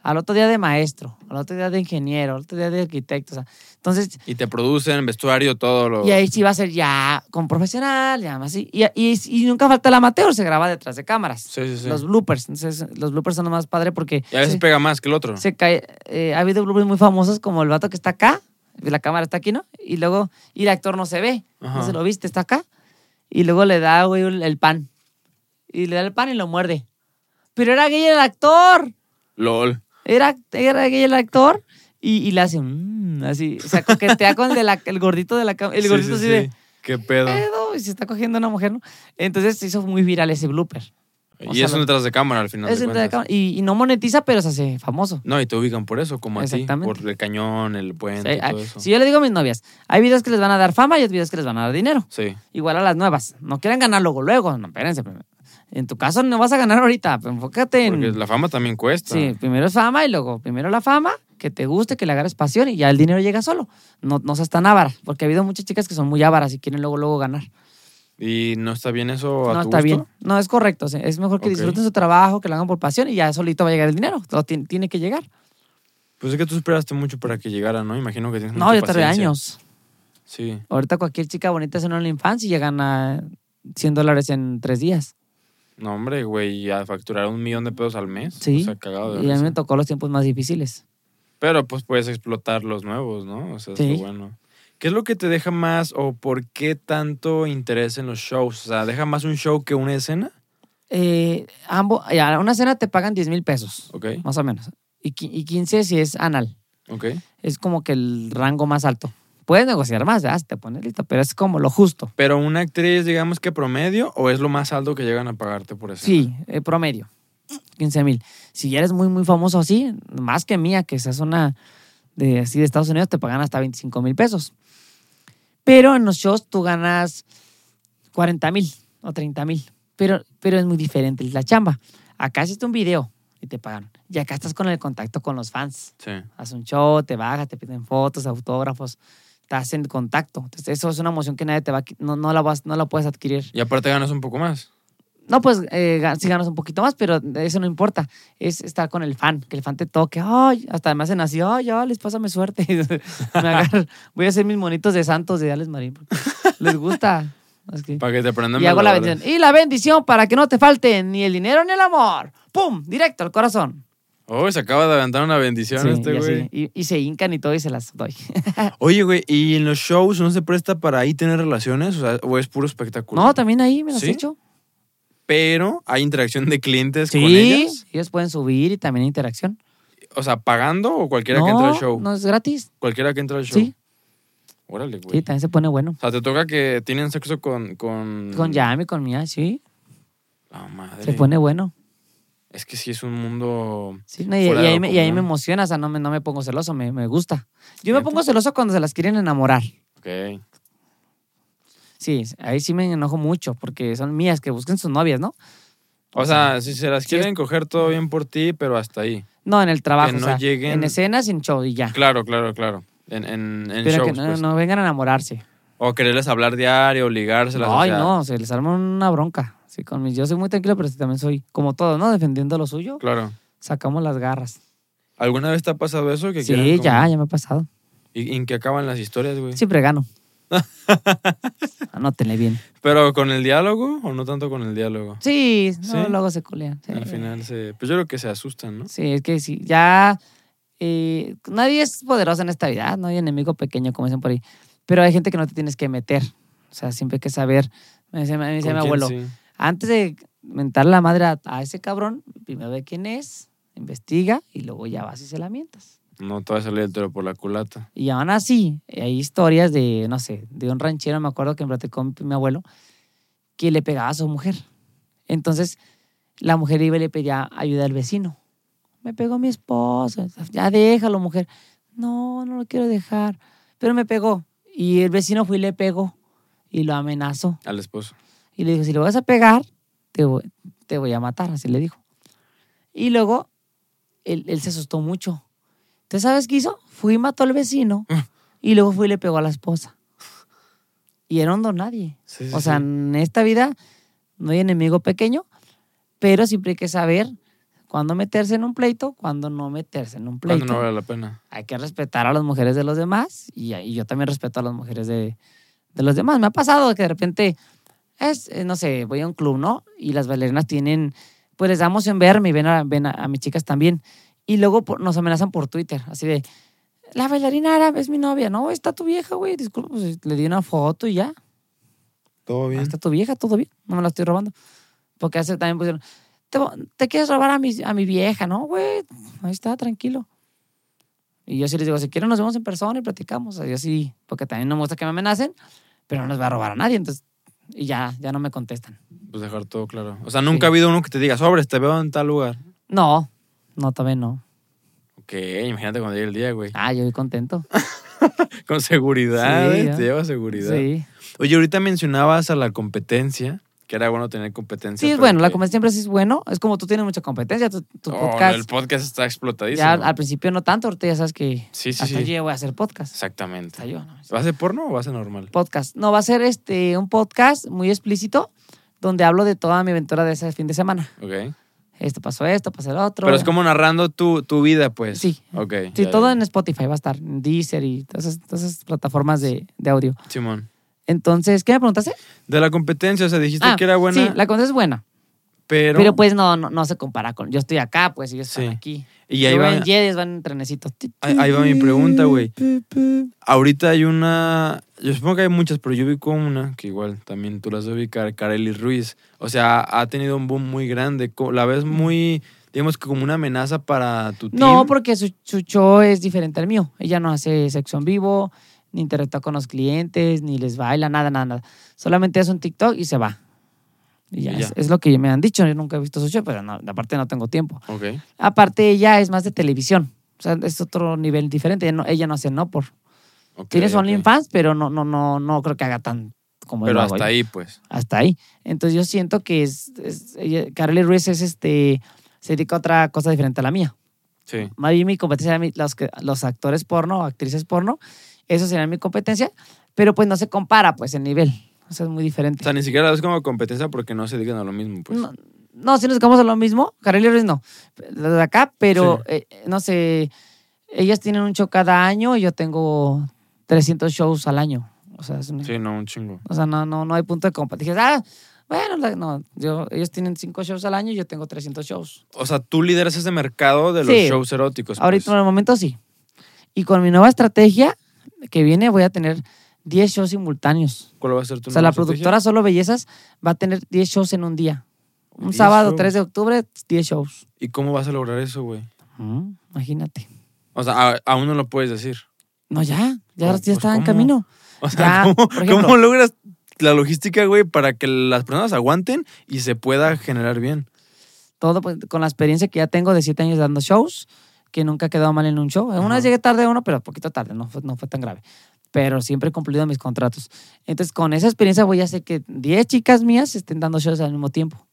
Al otro día de maestro, al otro día de ingeniero, al otro día de arquitecto. o sea, entonces,
Y te producen vestuario, todo lo.
y ahí sí va a ser ya con profesional, ya más así. Y, y- y nunca falta el amateur, se graba detrás de cámaras.
Sí, sí, sí.
Los bloopers. Entonces, los bloopers son lo más padre porque
Y a veces
se,
pega más que el otro.
se cae. eh, ha habido bloopers muy famosos como el vato que está acá, y la cámara está aquí, ¿no? Y luego, y el actor no se ve,
Ajá.
no se lo viste, está acá. Y luego le da, güey, el el pan. Y le da el pan y lo muerde. Pero era gay el actor.
LOL.
Era, era gay el actor. Y, y le hace, "Mm", así. O sea, coquetea con el, de la- el gordito de la cámara. El
Sí,
gordito
sí,
así
sí.
de Eh,
¿Qué pedo?
pedo y se está cogiendo una mujer, ¿no? Entonces se hizo muy viral ese blooper.
Y
o sea,
es un
lo-
detrás de cámara al final.
Es
de
un
cuentas.
drama- y, y no monetiza, pero se hace famoso.
No, y te ubican por eso, como a ti.
Exactamente.
Por el cañón, el puente,
Sí, hay-
todo eso.
si yo le digo a mis novias, hay videos que les van a dar fama y hay videos que les van a dar dinero.
Sí.
Igual a las nuevas. No quieren ganar luego, luego. No, espérense. primero. En tu caso no vas a ganar ahorita. pero Enfócate en...
Porque la fama también cuesta.
Sí, primero es fama y luego primero la fama, que te guste, que le agarres pasión y ya el dinero llega solo. No, no seas tan avara, porque ha habido muchas chicas que son muy avaras y quieren luego, luego ganar.
¿Y no está bien eso a
No,
tu gusto?
está bien. No, es correcto. o sea, Es mejor que
Ok.
disfruten su trabajo, que lo hagan por pasión y ya solito va a llegar el dinero. Todo ti- tiene que llegar.
Pues es que tú esperaste mucho para que llegara, ¿no? Imagino que tienes
No,
mucha
yo tardé
paciencia.
años.
Sí.
Ahorita cualquier chica bonita se en la infancia y ya gana 100 dólares en tres días.
No, hombre, güey, y a facturar un millón de pesos al mes.
Sí.
O sea, cagado de
y a mí
risa.
me tocó los tiempos más difíciles.
Pero pues puedes explotar los nuevos, ¿no? O sea, es
Sí.
lo bueno. ¿Qué es lo que te deja más o por qué tanto interés en los shows? O sea, ¿deja más un show que una escena?
Eh, ambos, ya, una cena te pagan 10 mil pesos,
Ok,
más o menos. Y, qui- y 15 si es anal.
ok.
Es como que el rango más alto. Puedes negociar más, ya, si te pones listo, pero es como lo justo.
Pero una actriz, digamos que promedio, o es lo más alto que llegan a pagarte por eso.
Sí, eh, promedio. 15 mil. Si ya eres muy, muy famoso así, más que mía, que seas una de así de Estados Unidos, te pagan hasta 25 mil pesos. Pero en los shows tú ganas 40 mil o 30 mil. Pero, pero es muy diferente la chamba. Acá hiciste un video y te pagan. Y acá estás con el contacto con los fans.
Sí.
Haz un show, te bajas, te piden fotos, autógrafos. Estás en contacto. Entonces, eso es una emoción que nadie te va a... qui- No, no, la, vas, no la puedes adquirir
Y aparte ganas un poco más.
no, pues eh, ga- sí ganas un poquito más, pero eso no importa. Es estar con el fan, que el fan te toque. Ay, hasta me hacen así, ay, ya, les pásame suerte. [laughs] Me agarran. Voy a hacer mis monitos de santos de Alex Marín. porque Les gusta. Es que-
Para que te prendan
Y hago la
veladores.
bendición. Y la bendición para que no te falte ni el dinero ni el amor. ¡Pum! Directo al corazón.
Oh, se acaba de adelantar una bendición
Sí,
este
y, así.
güey.
Y- y se hincan y todo y se las doy.
Oye, güey, ¿y en los shows no se presta para ahí tener relaciones? O sea, o es puro espectáculo.
No, también ahí me las
¿Sí?
he hecho.
Pero hay interacción de clientes con
Sí,
ellas.
ellos pueden subir y también interacción.
O sea, pagando o cualquiera
no,
que entra al show.
no es gratis.
Cualquiera que entra al show.
Sí,
Órale, güey.
sí, también se pone bueno.
O sea, te toca que tienen sexo con. Con,
Con Yami, con Mía, sí.
La madre.
Se pone bueno.
Es que sí es un mundo.
Sí, no, y,
Fuera
y
de
ahí
lo
me, y ahí me
común.
emociona, o sea, no me, no me pongo celoso, me, me gusta. Yo me
¿Neta?
pongo celoso cuando se las quieren enamorar.
Ok.
Sí, ahí sí me enojo mucho, porque son mías que busquen sus novias, ¿no?
O sea, si se las
sí
quieren coger todo bien por ti, pero hasta ahí.
No, en el trabajo,
Que no
o sea,
lleguen-
en escenas, en show y ya.
Claro, claro, claro. En, en, en
Pero
shows,
que no,
pues.
no vengan a enamorarse.
O quererles hablar diario, ligárselas. o
Ay,
sea,
no, se les arma una bronca. Sí, con mis, yo soy muy tranquilo, pero sí también soy, como todo, ¿no? Defendiendo lo suyo,
Claro.
sacamos las garras.
¿Alguna vez te ha pasado eso? Que quieran
Sí,
como-
ya, ya me ha pasado.
Y, y en que acaban las historias, güey. [laughs]
Siempre gano. Anótenle bien.
Pero con el diálogo o no tanto con el diálogo.
Sí, no,
¿Sí?
luego se culean. sí.
Al final se. Pues yo creo que se asustan, ¿no?
Sí, es que sí, ya eh, nadie es poderoso en esta vida, no hay enemigo pequeño, como dicen por ahí, pero hay gente que no te tienes que meter, o sea, siempre hay que saber, me decía, me decía
¿Con
mi
quién
abuelo,
sí?
antes de mentar la madre a, a ese cabrón, primero ve quién es, investiga y luego ya vas y se la mientas.
No te va a salir el toro por la culata.
Y aún así, hay historias de, no sé, de un ranchero, me acuerdo que me platicó mi, mi abuelo, que le pegaba a su mujer. Entonces, la mujer iba y le pedía ayuda al vecino. Me pegó mi esposo. Ya déjalo, mujer. No, no lo quiero dejar. Pero me pegó. Y el vecino fue y le pegó. Y lo amenazó.
Al esposo.
Y le dijo, si lo vas a pegar, te voy, te voy a matar. Así le dijo. Y luego, él, él se asustó mucho. Entonces, ¿sabes qué hizo? Fui y mató al vecino.
Mm.
Y luego fue y le pegó a la esposa. Y era un don nadie.
Sí, sí,
O sea,
sí.
en esta vida no hay enemigo pequeño, pero siempre hay que saber cuándo meterse en un pleito, cuándo no meterse en un pleito.
Cuando no vale la pena.
Hay que respetar a las mujeres de los demás y, y yo también respeto a las mujeres de, de los demás. Me ha pasado que de repente, es, eh, no sé, voy a un club, ¿no? Y las bailarinas tienen, pues les da emoción verme y ven a, ven a, a mis chicas también. Y luego por- nos amenazan por Twitter, así de, la bailarina árabe es mi novia, no, está tu vieja, güey, disculpa, pues, le di una foto y ya.
Todo
Ahí está tu vieja, todo bien, no me la estoy robando. Porque hace también pusieron, te, vo- te quieres robar a mi, a mi vieja, ¿no, güey? Ahí está, tranquilo. Y yo sí les digo, si quieren nos vemos en persona y platicamos. O sea, yo sí, porque también no me gusta que me amenacen, pero no les voy a robar a nadie, entonces, y ya, ya no me contestan.
Pues dejar todo claro. O sea, nunca
Sí.
ha habido uno que te diga, sobres, te veo en tal lugar.
No, no, también no.
Ok, imagínate cuando llegue el día, güey. [laughs]
Ah, yo voy contento.
Con seguridad,
Sí,
eh,
ya.
te lleva seguridad.
Sí.
Oye, ahorita mencionabas a la competencia, que era bueno tener competencia.
Sí, es
pero
bueno, la
que-
competencia siempre sí es bueno. Es como tú tienes mucha competencia, tu, tu
Oh, El
podcast.
podcast está explotadísimo.
Ya al principio no tanto, ahorita ya sabes que
Sí, sí,
hasta
sí.
yo ya voy a hacer podcast.
Exactamente.
Hasta yo, ¿no?
¿Vas a porno o vas a normal?
podcast. No, va a ser este un podcast muy explícito donde hablo de toda mi aventura de ese fin de semana.
Ok.
Esto pasó esto, pasó el otro.
Pero es como narrando tu, tu vida, pues.
Sí.
Ok.
Sí,
ya,
todo
ya.
en Spotify va a estar, en Deezer y todas esas, todas esas plataformas de, de audio.
Simón.
Entonces, ¿qué me preguntaste? Ah,
De la competencia, o sea, dijiste que era buena.
Sí, la competencia es buena.
Pero,
Pero pues no, no, no se compara con. Yo estoy acá, pues, y ellos
Sí.
están aquí.
y ahí
Yo
va,
voy en Jedis, van en trenecitos.
ahí- ahí va mi pregunta, güey. Ahorita hay una, yo supongo que hay muchas, pero yo ubico una que igual también tú las de ubicar, Kareli Ruiz. O sea, ha tenido un boom muy grande. Co- La ves muy, digamos que como una amenaza para tu team.
No, porque su, su show es diferente al mío. Ella no hace sexo en vivo, ni interactúa con los clientes, ni les baila, nada, nada, nada. Solamente hace un TikTok y se va. Y ya,
Y ya.
Es, es lo que me han dicho. Yo nunca he visto su show, pero no, aparte no tengo tiempo.
Ok.
Aparte, ella es más de televisión. O sea, es otro nivel diferente. Ella no, ella no hace no por.
ok,
Tiene su
ok.
OnlyFans, pero no, no, no, no creo que haga tan como yo
Pero
lo hago
hasta
yo.
ahí, pues.
Hasta ahí. Entonces yo siento que es, es- ella- Carly Ruiz es este, se dedica a otra cosa diferente a la mía.
Sí.
Más bien mi competencia eran mi- los, que- los actores porno, actrices porno, eso sería mi competencia, pero pues no se compara pues el nivel, o sea, es muy
O
diferente.
sea, ni siquiera la ves como competencia porque no se dedican a lo mismo, pues.
no, no, si nos dedicamos a lo mismo, Carly Ruiz no, la de acá, pero eh, no sé, ellas tienen un show cada año y yo tengo 300 shows al año, o sea, es una-
Sí, no, un chingo.
o sea, no, no, no hay punto de competencia. Dije, ah, bueno, la- no, yo, ellos tienen 5 shows al año y yo tengo 300 shows.
O sea, tú lideras ese mercado de los
Sí.
shows eróticos.
Ahorita
pues.
en el momento sí. Y con mi nueva estrategia que viene voy a tener 10 shows simultáneos.
¿Cuál va a ser tu
O sea, la
nueva estrategia?
productora Solo Bellezas va a tener 10 shows en un día. Un
10
sábado
shows.
3 de octubre, 10 shows.
¿Y cómo vas a lograr eso, güey?
Mm, Imagínate.
O sea, a- aún no lo puedes decir.
No, ya, ya,
¿Cómo?
ya está en
Pues, ¿cómo?
camino.
O sea,
Ya,
¿cómo,
por ejemplo.
cómo logras la logística, güey, para que las personas aguanten y se pueda generar bien?
Todo pues, con la experiencia que ya tengo de 7 años dando shows, que nunca he quedado mal en un show.
Ajá.
Una vez llegué tarde a uno, pero poquito tarde, no fue, no fue tan grave. Pero siempre he cumplido mis contratos. Entonces, con esa experiencia voy a hacer que 10 chicas mías estén dando shows al mismo tiempo.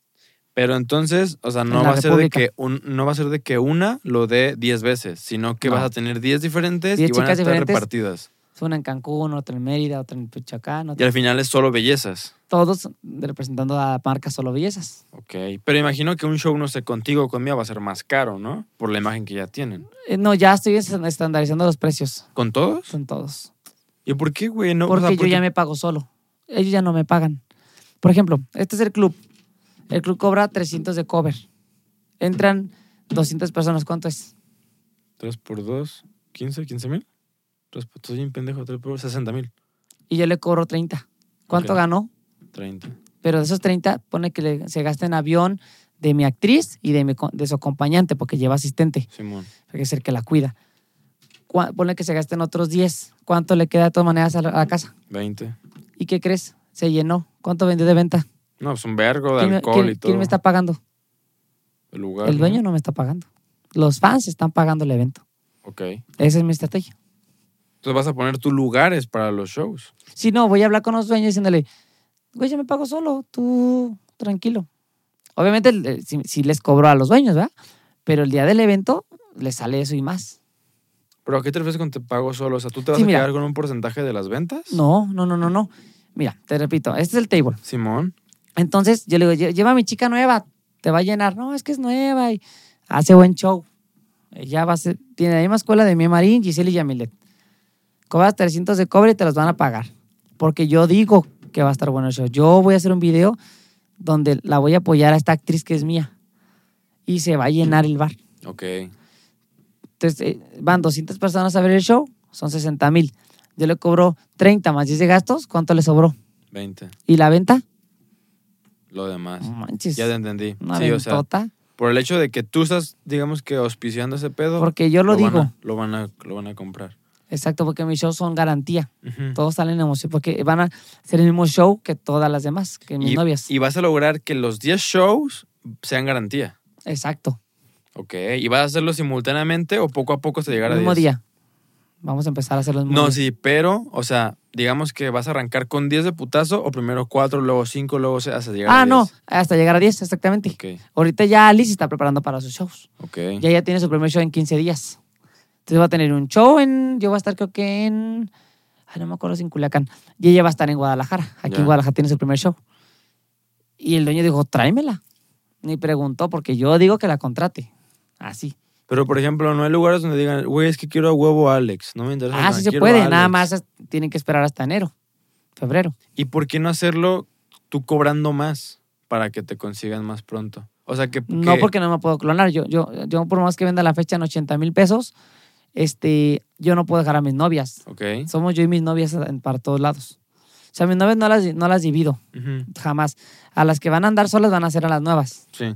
Pero entonces, o sea, no
En
va
la
a ser de
República.
que un, no va a ser de que una lo dé 10 veces, sino que
No.
vas a tener 10 diferentes
Diez
y van a
chicas
estar
diferentes.
repartidas.
Es una en Cancún, otra en Mérida, otra en Pichacán,
Y al final es solo bellezas.
todos representando a marcas solo bellezas.
Ok. Pero imagino que un show, no sé, contigo o conmigo va a ser más caro, ¿no? Por la imagen que ya tienen.
Eh, No, ya estoy est- estandarizando los precios.
¿Con todos?
Son todos.
¿Y por qué, güey? No, o
porque
sea,
yo ya me pago solo. Ellos ya no me pagan. Por ejemplo, este es el club. El club cobra 300 de cover. Entran 200 personas. ¿Cuánto es?
3 por 2, 15, 15 mil. 3 por 2, soy un pendejo, 3 por 60 mil.
Y yo le cobro 30. ¿Cuánto
Ok.
ganó?
30.
Pero de esos 30, pone que le- se gasta en avión de mi actriz y de, mi co- de su acompañante, porque lleva asistente.
Simón.
que es el que la cuida. Cua- Ponle que se gasten otros 10. ¿Cuánto le queda de todas maneras a la, a la casa?
20.
¿Y qué crees? Se llenó. ¿Cuánto vendió de venta?
No, pues un vergo de
¿Quién me,
alcohol
quién-
y todo.
quién me está pagando?
El lugar.
el dueño no me está pagando. Los fans están pagando el evento.
Ok. Entonces
Esa es mi estrategia.
vas a poner tus lugares para los shows.
Si no, voy a hablar con los dueños diciéndole, güey, yo me pago solo, tú tranquilo. Obviamente, el- el- si, si les cobro a los dueños, ¿verdad? Pero el día del evento les sale eso y más.
¿Pero a qué te refieres con te pago solo? O sea, ¿tú te vas
Sí,
a
mira.
quedar con un porcentaje de las ventas?
No, no, no, no, no. Mira, te repito, este es el table.
Simón.
Entonces yo le digo, "Lle- lleva a mi chica nueva, te va a llenar. No, es que es nueva y hace buen show. Ella va a ser- tiene la misma escuela de Mía Marín, Giselle y Yamilet. Cobras 300 de cobre y te los van a pagar. Porque yo digo que va a estar bueno el show. Yo voy a hacer un video donde la voy a apoyar a esta actriz que es mía. Y se va a llenar el bar.
Ok.
Entonces eh, van 200 personas a ver el show, son 60 mil. Yo le cobro 30 más 10 de gastos, ¿cuánto le sobró?
20.
¿Y la venta?
Lo demás.
No manches.
Ya te entendí.
Mm. Una
sí, o sea,
ventota.
por el hecho de que tú estás, digamos que auspiciando ese pedo.
Porque yo lo,
van
digo.
a- lo, van a, lo van a comprar.
Exacto, porque mis shows son garantía.
Ujú.
Todos salen emoción porque van a ser el mismo show que todas las demás, que mis
y,
novias.
y vas a lograr que los 10 shows sean garantía.
Exacto,
Ok. ¿Y vas a hacerlo simultáneamente o poco a poco hasta llegar
el
a 10?
mismo día. Vamos a empezar a hacer los
No, sí, pero, o sea, digamos que vas a arrancar con 10 de putazo o primero 4, luego 5, luego se- hasta llegar a
Ah,
10.
no, hasta llegar a 10, exactamente.
Ok,
Ahorita ya Alice está preparando para sus shows.
ok.
Ya ya tiene su primer show en 15 días. Entonces va a tener un show en. Yo voy a estar, creo que en. Ay, no me acuerdo si en Culiacán. Y ella va a estar en Guadalajara. Aquí
Ya.
en Guadalajara tiene su primer show. Y el dueño dijo, tráemela. Ni preguntó, porque yo digo que la contrate. Así.
Pero, por ejemplo, no hay lugares donde digan, güey, es que quiero a huevo a Alex. No me interesa.
Ah,
nada,
sí se
quiero a
puede,
Alex".
nada más as- tienen que esperar hasta enero, febrero.
¿Y por qué no hacerlo tú cobrando más? para que te consigan más pronto? O sea, que...
No
que-
porque no me puedo clonar. Yo, yo, yo por más que venda la fecha en 80 mil pesos, este, yo no puedo dejar a mis novias.
Ok.
Somos yo y mis novias en- para todos lados. O sea, mis novias no las, no las divido,
Ujú,
jamás. A las que van a andar solas van a ser a las nuevas.
Sí.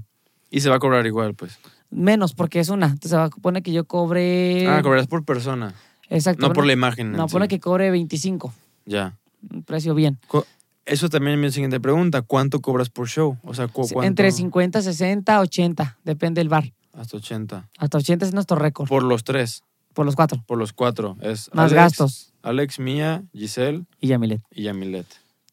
Y se va a cobrar igual, pues.
Menos, porque es una. Entonces se va a poner que yo cobre...
ah, cobrarás por persona.
Exacto.
No por la
pone-
imagen. en
No,
sí.
pone que cobre 25.
Ya.
Un precio bien.
Co- Eso también es mi siguiente pregunta. ¿Cuánto cobras por show? O sea, cu-
Sí,
¿cuánto?
Entre 50, 60, 80. Depende del bar.
Hasta 80.
Hasta 80 es nuestro récord. Por,
Por los tres,
los cuatro.
por los cuatro. Es
Más
Alex,
gastos.
Alex, Mía, Giselle
Y Yamilet.
y Yamilet.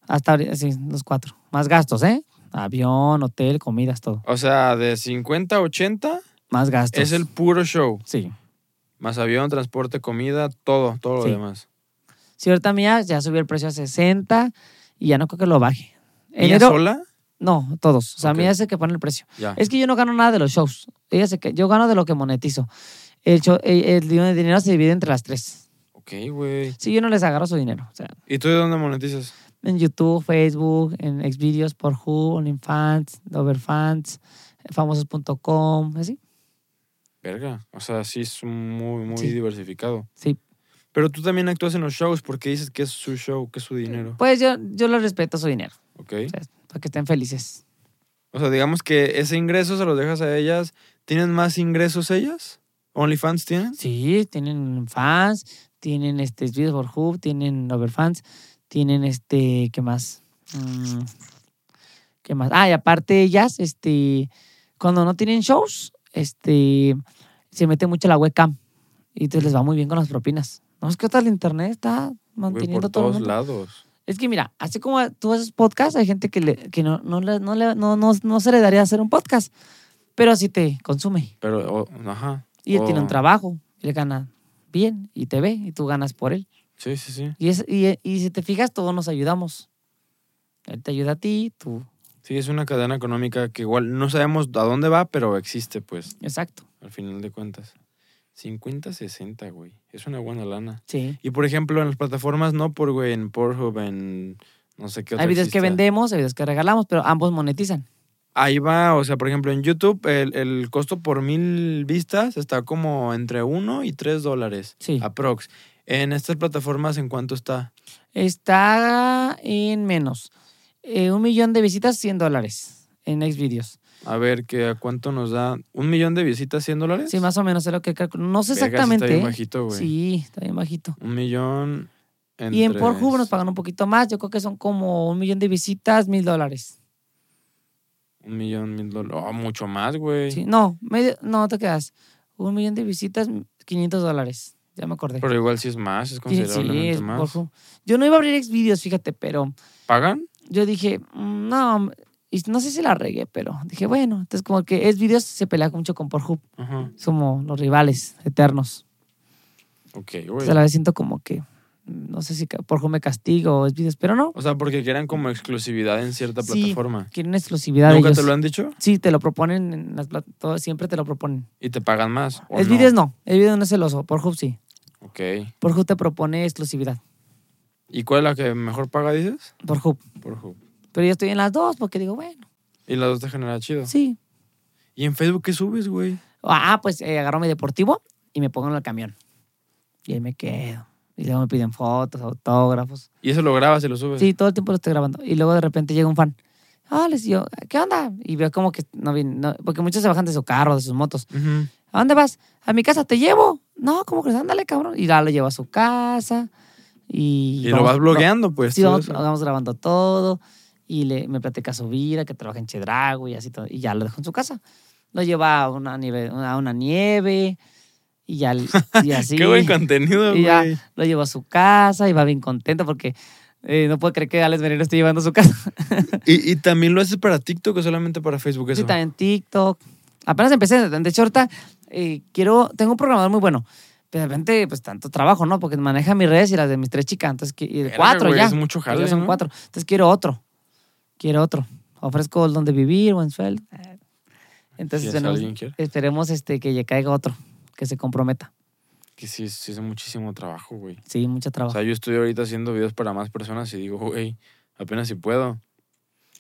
Hasta ahorita, sí, los cuatro. Más gastos, ¿eh? Avión, hotel, comidas, todo.
O sea, de 50 a 80
Más gastos.
es el puro show.
Sí.
Más avión, transporte, comida, todo, todo
Sí.
lo demás.
Si ahorita mía ya subió el precio a 60 y ya no creo que lo baje.
¿Ella
Enero-
sola?
No, todos. O sea,
Ok.
mía es el que pone el precio.
Ya.
Es que yo no gano nada de los shows. Ella se que, yo gano de lo que monetizo. El, show- el- el dinero se divide entre las tres.
Ok, güey.
Sí, yo no les agarro su dinero. O sea,
¿Y tú de dónde monetizas?
en YouTube, Facebook, en Xvideos, por Who, OnlyFans, Overfans, famosos.com, así.
Verga. O sea, sí es muy, muy
Sí.
diversificado.
Sí.
Pero tú también actúas en los shows porque dices que es su show, que es su dinero.
Pues yo, yo les respeto su dinero,
Ok.
o sea, para que estén felices.
O sea, digamos que ese ingreso se los dejas a ellas. ¿Tienen más ingresos ellas? ¿OnlyFans tienen?
Sí, tienen fans, tienen este Xvideos por Who, tienen Overfans, tienen este, ¿qué más? Mm, ¿Qué más? Ah, y aparte ellas, este, cuando no tienen shows, este, se mete mucho la webcam y entonces les va muy bien con las propinas. No, es que ahorita el internet está
Güey,
manteniendo
por
todo el
todos
mundo.
lados.
Es que mira, así como tú haces podcast, hay gente que, le- que no, no, le- no, le- no, no, no se le daría hacer un podcast, pero sí te consume.
Pero, o- ajá.
Y él tiene
O-
un trabajo, y le gana bien, y te ve, y tú ganas por él.
Sí, sí, sí.
Y, es, y, y si te fijas, todos nos ayudamos. Él te ayuda a ti, tú.
Sí, es una cadena económica que igual no sabemos a dónde va, pero existe, pues,
Exacto.
al final de cuentas. 50, 60, güey. Es una buena lana.
Sí.
Y por ejemplo, en las plataformas no por, güey, en Pornhub, en no sé qué otra
Hay videos
exista.
que vendemos, hay videos que regalamos, pero ambos monetizan.
Ahí va, o sea, por ejemplo, en YouTube el, el costo por mil vistas está como entre 1 y 3 dólares.
Sí.
Aprox. En estas plataformas, ¿en cuánto está?
Está en menos. eh, un millón de visitas, 100 dólares en Xvideos.
A ver, ¿qué, ¿a cuánto nos da? ¿Un millón de visitas, 100 dólares?
Sí, más o menos es lo que calculo. No
Verga, sí
sé
Está
exactamente.
bien
¿eh?
bajito, güey.
Sí, está bien bajito.
Un millón.
Y en
tres.
Pornhub nos pagan un poquito más. Yo creo que son como un millón de visitas, mil dólares.
Un millón, mil dólares. Oh, mucho más, güey.
Sí, No, medio, no te quedas. Un millón de visitas, 500 dólares. Ya me acordé.
Pero igual si es más, es
Sí, sí,
considerablemente
es
más.
Pornhub. Yo no iba a abrir Xvideos, fíjate, pero
¿Pagan?
yo dije, mm, no, y no sé si la regué, pero dije, bueno, entonces como que Xvideos se pelea mucho con Pornhub.
Ajá.
Somos los rivales eternos.
Ok,
Entonces,
güey.
a la vez siento como que, mm, no sé si ca- Pornhub me castigo o Xvideos, pero no.
O sea, porque quieran como exclusividad en cierta
Sí.
plataforma.
Quieren exclusividad
¿Nunca
ellos.
te lo han dicho?
Sí, te lo proponen en las plat- todo- siempre te lo proponen.
Y te pagan más. ¿o
El video no, el video no es celoso, por Hub sí.
Ok.
Por Hub te propone exclusividad,
¿Y cuál es la que mejor paga, dices?
por Hub.
Por Hub.
Pero yo estoy en las dos porque digo, bueno,
Y las dos te generan chido.
sí.
¿Y en Facebook qué subes, güey?
Ah, pues eh, agarro mi deportivo y me pongo en el camión. Y ahí me quedo. Y luego me piden fotos, autógrafos.
Y eso lo grabas y lo subes.
Sí, todo el tiempo lo estoy grabando. Y luego de repente llega un fan. Ah, les digo, ¿qué onda? Y veo como que no viene, no- porque muchos se bajan de su carro, de sus motos.
Ujú.
¿A dónde vas? A mi casa, te llevo. No, ¿cómo crees? Ándale, cabrón. Y la lo llevo a su casa. Y,
Y lo vas blogueando, pues.
Sí,
todo
vamos,
eso.
vamos grabando todo. Y le, me platica su vida, que trabaja en Chedrago y así todo. Y ya lo dejo en su casa. Lo lleva a una nieve, a una nieve y ya
[laughs]
y así.
Qué buen contenido,
Y ya.
güey.
lo llevo a su casa y va bien contento porque eh, no puede creer que Alex Veneno esté llevando a su casa.
[laughs] ¿Y, y también lo haces para TikTok o solamente para Facebook
[laughs]
eso?
Sí, también TikTok. Apenas empecé, de hecho ahorita eh, quiero, tengo un programador muy bueno, pero de repente pues tanto trabajo, ¿no? Porque maneja mis redes y las de mis tres chicas, entonces que- y de
Verga,
cuatro
güey,
ya.
es mucho
Pues ya
jale,
son
¿no?
cuatro, entonces quiero otro, quiero otro. Ofrezco el donde vivir, buen sueldo. Entonces
Si es
tenemos-
alguien quiere.
esperemos este, que ya caiga otro, que se comprometa.
Que sí, sí es muchísimo trabajo, güey.
Sí, mucho
O
trabajo.
sea, yo estoy ahorita haciendo videos para más personas y digo, güey, apenas si puedo.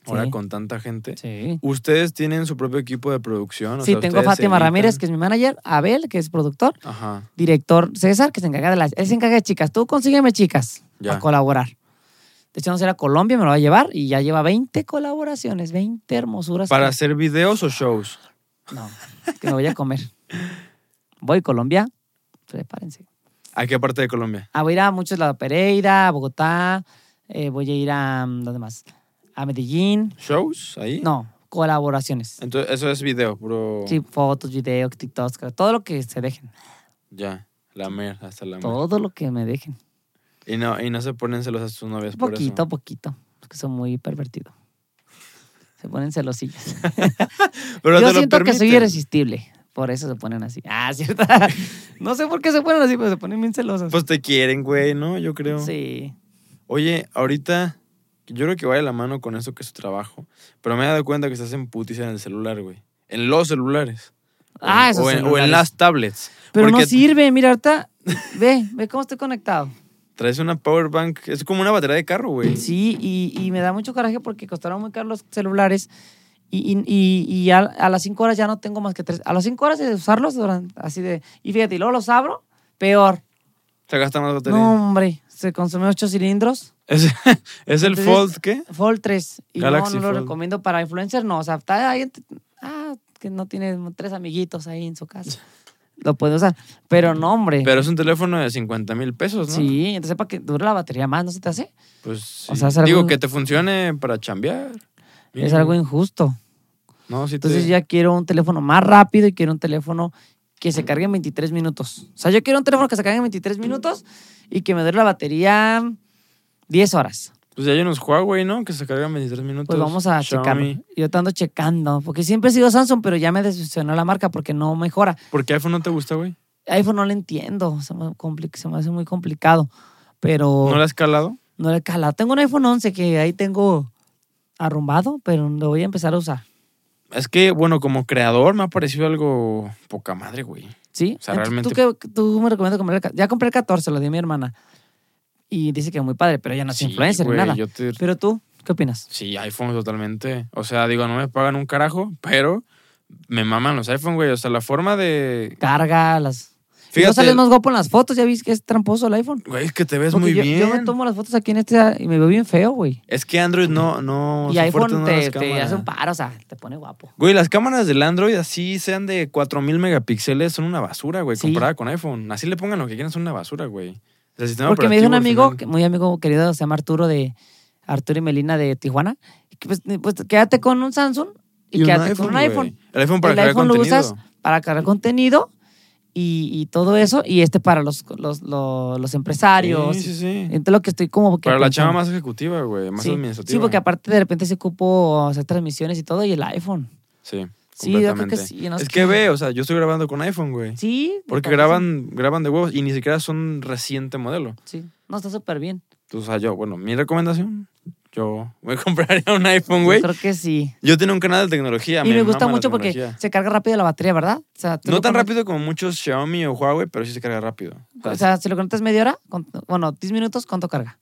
ahora
Sí.
con tanta gente.
Sí.
Ustedes tienen su propio equipo de producción. o
Sí,
sea,
tengo a
ustedes se
Fátima
editan.
Ramírez, que es mi manager, Abel, que es productor,
Ajá,
director César, que se encarga de las. Él se encarga de chicas. Tú consígueme chicas
Ya.
a colaborar. De hecho, vamos a ir a Colombia, me lo va a llevar y ya lleva 20 colaboraciones, 20 hermosuras.
¿Para hacer videos o shows?
No, que me voy a comer. Voy a Colombia, prepárense.
¿A qué parte de Colombia?
Ah, voy a ir a muchos lados, Pereira, a Bogotá, eh, voy a ir a, mm, ¿dónde más? A Medellín.
¿Shows? ¿Ahí?
No, colaboraciones.
Entonces, eso es video, bro.
Sí, fotos, videos, TikToks, todo lo que se
Ah,
dejen.
Ya, la mer, hasta la mer.
Todo lo que me dejen.
Y no, y no se ponen celosas sus novias por
poquito a
eso.
poquito, porque son muy pervertidos. Se ponen celosillas.
Pero
Yo
te lo
siento que soy
permiten.
irresistible. Por eso se ponen así. Ah, [laughs] cierto. No sé por qué se ponen así, pero se ponen bien celosas.
Pues te quieren, güey, ¿no? Yo creo.
sí.
Oye, ahorita yo creo que va de la mano con eso que es tu trabajo, pero me he dado cuenta que estás en putiza en el celular, güey. En los celulares. O
Ah,
en-
esos
o en, o en
celulares.
las tablets.
Pero no
Porque
sirve, mira, ahorita. Ve, ve cómo estoy conectado.
Traes una power bank, es como una batería de carro, güey.
Sí, y, y me da mucho coraje porque costaron muy caros los celulares. Y, y- y- y a, a las 5 horas ya no tengo más que tres. A las 5 horas de usarlos, duran así de. Y fíjate, y luego los abro, peor.
Se gasta más batería.
No, hombre, se consume 8 cilindros.
¿Es, [laughs] es el
Entonces-
Fold qué?
Fold 3. Y no,
Galaxy
no, lo
Fold.
recomiendo para influencer, no. O sea, está ahí. ent- Ah, que no tiene tres amiguitos ahí en
[laughs]
su casa. Lo puede usar. Pero no, hombre.
Pero es un teléfono de 50 mil pesos, ¿no?
Sí, entonces para que dure la batería más, ¿no se te hace?
Pues sí.
O sea, es
Digo,
algo-
que te funcione para chambear.
Es algo injusto.
No, sí te-
Entonces ya quiero un teléfono más rápido y quiero un teléfono que se cargue en 23 minutos. O sea, yo quiero un teléfono que se cargue en 23 minutos y que me dure la batería 10 horas.
Pues ya hay unos Huawei, ¿no? Que se cargan 23 minutos.
Pues vamos a
Xiaomi.
checarlo. Yo te ando checando, porque siempre he sido Samsung, pero ya me decepcionó la marca porque no mejora.
¿Por qué iPhone no te gusta, güey?
iPhone no lo entiendo, se me, compli- se me hace muy complicado, pero
¿No lo has calado?
no le he calado. Tengo un iPhone 11 que ahí tengo arrumbado, pero lo voy a empezar a usar,
Es que, bueno, como creador me ha parecido algo poca madre, güey.
¿sí?
O sea,
Entonces, ¿tú, qué- tú me recomiendas comprar el ca- Ya compré el 14, lo di a mi hermana, y dice que es muy padre, pero ella no es influencer
güey,
ni nada.
yo te-
Pero tú, ¿qué opinas?
Sí, iPhone totalmente. O sea, digo, no me pagan un carajo, pero me maman los iPhone, güey. O sea, la forma de...
Carga, las... Y No
Fíjate,
sales más guapo en las fotos, ya viste que es tramposo el iPhone.
güey, es que te ves
Porque
muy
yo,
bien.
yo me tomo las fotos aquí en este y me veo bien feo, güey.
Es que Android no... no
Y
su fuerte
iPhone
no
te,
las
te
cámaras.
hace un par, o sea, te pone guapo.
Güey, las cámaras del Android, así sean de 4000 megapíxeles, son una basura, güey,
Sí.
comparada con iPhone. Así le pongan lo que quieran, son una basura, güey. El sistema
Porque me dijo un
operativo, al
amigo, que-
final-
muy amigo querido, se llama Arturo de Arturo y Melina de Tijuana, que pues, pues, quédate con un Samsung y,
Y un
quédate
iPhone,
con un
güey.
iPhone.
El iPhone para
el
crear
iPhone lo
contenido.
usas para cargar contenido y, y todo eso, y este para los, los, los, los empresarios.
Sí, sí, sí.
Entonces lo que estoy como que
Para la
pensando.
chava más ejecutiva, güey, más
sí.
administrativa.
Sí, porque aparte de repente se ocupó hacer transmisiones y todo, y el iPhone.
Sí,
Sí, yo creo que
completamente.
sí, no sé
es
qué.
que ve, o sea, yo estoy grabando con iPhone, güey.
Sí.
Porque
me parece.
graban, graban de huevos y ni siquiera son reciente modelo.
Sí. No, está súper bien.
Entonces, o sea, yo, bueno, mi recomendación, yo me [laughs] compraría un iPhone,
Yo
güey.
creo que sí.
Yo tenía un canal de tecnología.
Y me gusta
mama la
mucho porque
tecnología.
se carga rápido la batería, ¿verdad? O sea, tú
No
lo
tan
pones-
rápido como muchos Xiaomi o Huawei, pero sí se carga rápido.
O sea, si lo conectas media hora, con- bueno, 10 minutos, ¿cuánto carga?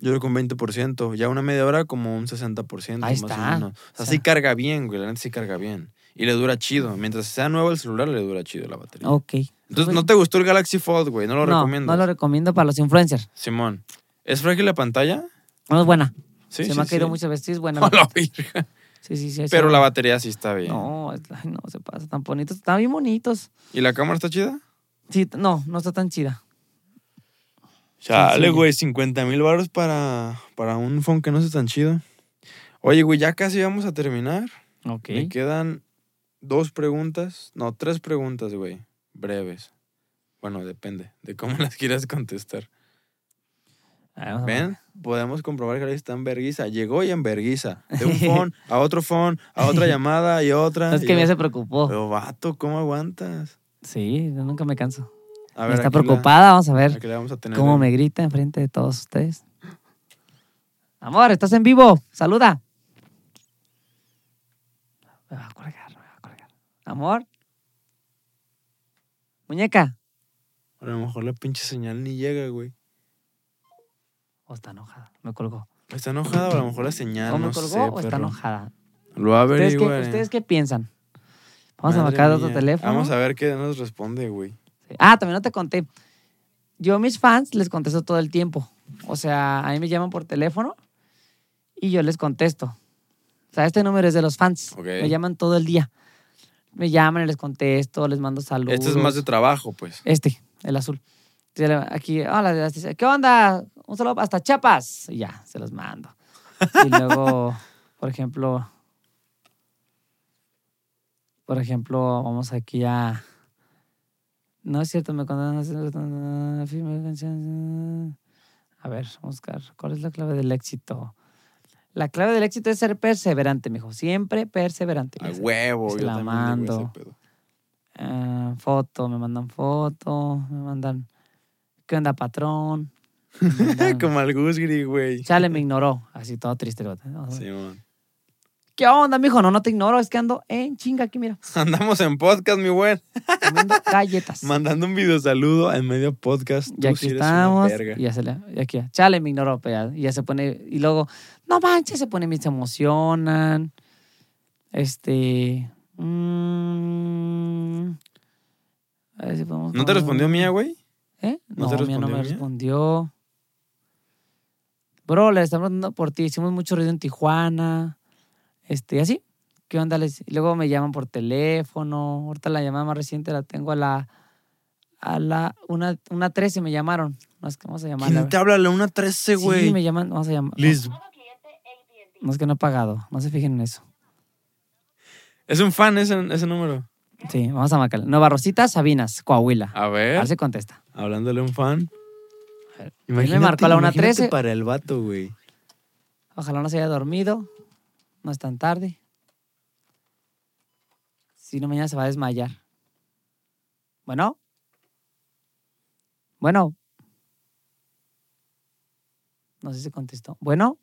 Yo creo que un 20%, ya una media hora como un 60%
Ahí
más
está.
o menos. O sea,
O
sí
sea.
carga bien, güey, la neta sí carga bien. Y le dura chido. Mientras sea nuevo el celular, le dura chido la batería.
Ok. Pues
Entonces, ¿no te gustó el Galaxy Fold, güey? No lo
no,
recomiendo.
No lo recomiendo para los influencers.
Simón, ¿es frágil la pantalla?
No es buena.
Sí,
se
sí,
me ha caído
sí. [laughs]
muchas veces. Sí, es buena.
A la virga.
Sí, sí, sí. sí.
Pero la batería sí está bien.
No, es- ay, no, se pasa tan bonitos. Están bien bonitos.
¿Y la cámara está chida?
Sí, t- no, no está tan chida.
Chale,
Sencillo.
güey, 50 mil baros para, para un phone que no es tan chido. Oye, güey, ya casi vamos a terminar.
Ok.
Me quedan dos preguntas, no, tres preguntas, güey, breves. Bueno, depende de cómo [laughs] las quieras contestar.
Ah,
¿Ven? Podemos comprobar que ahí está en verguiza. Llegó y en verguiza. De
[laughs]
un phone a otro phone, a otra llamada y otra.
Es
y
que me
otra.
se preocupó.
Pero vato, ¿cómo aguantas?
Sí, yo nunca me canso.
A
Me está
aquí la-
preocupada, vamos a ver
aquí la vamos a tener
cómo
en-
me grita enfrente de todos ustedes. Amor, estás en vivo. Saluda. Me va a colgar, me va a colgar. Amor. Muñeca.
A lo mejor la pinche señal ni llega, güey.
Oh, está enojada. Me colgó.
¿Está enojada o a lo mejor la señal?
o me
no
colgó
sé,
o está
perro.
enojada.
Lo
¿Ustedes qué,
averiguaré.
¿Ustedes qué piensan? Vamos a
eh. Madre
marcar otro
mía.
teléfono.
Vamos a ver qué nos responde, güey.
Sí. Ah, también no te conté. Yo a mis fans les contesto todo el tiempo. O sea, a mí me llaman por teléfono y yo les contesto. O sea, este número es de los fans.
Ok.
Me llaman todo el día. Me llaman y les contesto, les mando saludos.
Esto Este es más de trabajo, pues.
Este, el azul. Se le- Aquí, hola, las- dice, ¿qué onda? Un saludo hasta Chiapas. Y ya, se los mando. Y luego, por ejemplo, por ejemplo, vamos aquí a... No es cierto, me contaron... firme canción. A ver, Oscar, ¿cuál es la clave del éxito? La clave del éxito es ser perseverante, mijo. Siempre perseverante.
A huevo,
se
yo
la
también digo ese
mando. [laughs]
pedo.
Ah, foto, me mandan foto, me mandan, ¿qué onda, patrón?
[laughs]
Me mandan,
Como al Gusgri, güey.
Chale, me ignoró, así todo triste. el vato, ¿no?
Sí, man.
¿Qué onda, mijo? No, no te ignoro, es que ando en chinga aquí, mira,
Andamos en podcast, mi güey. [laughs]
comiendo galletas.
Mandando un video saludo en medio podcast.
y
Tú
aquí
sí eres una
estamos,
verga.
y ya se le, y aquí, chale, me ignoró, pero ya, y ya se pone, y luego, no manches, se pone, se emocionan, este, mm, a ver si podemos
¿No te respondió
poner-
mía, güey?
¿Eh?
¿No
No,
te
mía
respondió
no me
mía?
respondió. Bro, le están preguntando por ti. Hicimos mucho ruido en Tijuana. Este, así. ¿Qué onda? Les- Y luego me llaman por teléfono. Ahorita la llamada más reciente la tengo a la. A la. Una, una 13 me llamaron. No es que vamos a llamarla.
¿Quién te habla? La una 13,
Sí, me
güey.
llaman. Vamos a llamar.
Liz.
No es que no he pagado. No se fijen en eso.
Es un fan ese, ese número.
Sí, vamos a marcarla. Nueva Rosita, Sabinas, Coahuila.
A
A
ver.
ver si contesta.
Hablándole a un fan.
¿Ah, A ver, él
Imagínate,
me marcó la
imagínate
1.13.
para el vato, güey.
Ojalá no se haya dormido. No es tan tarde. Si no, mañana se va a desmayar. Bueno. Bueno. No sé si contestó. Bueno.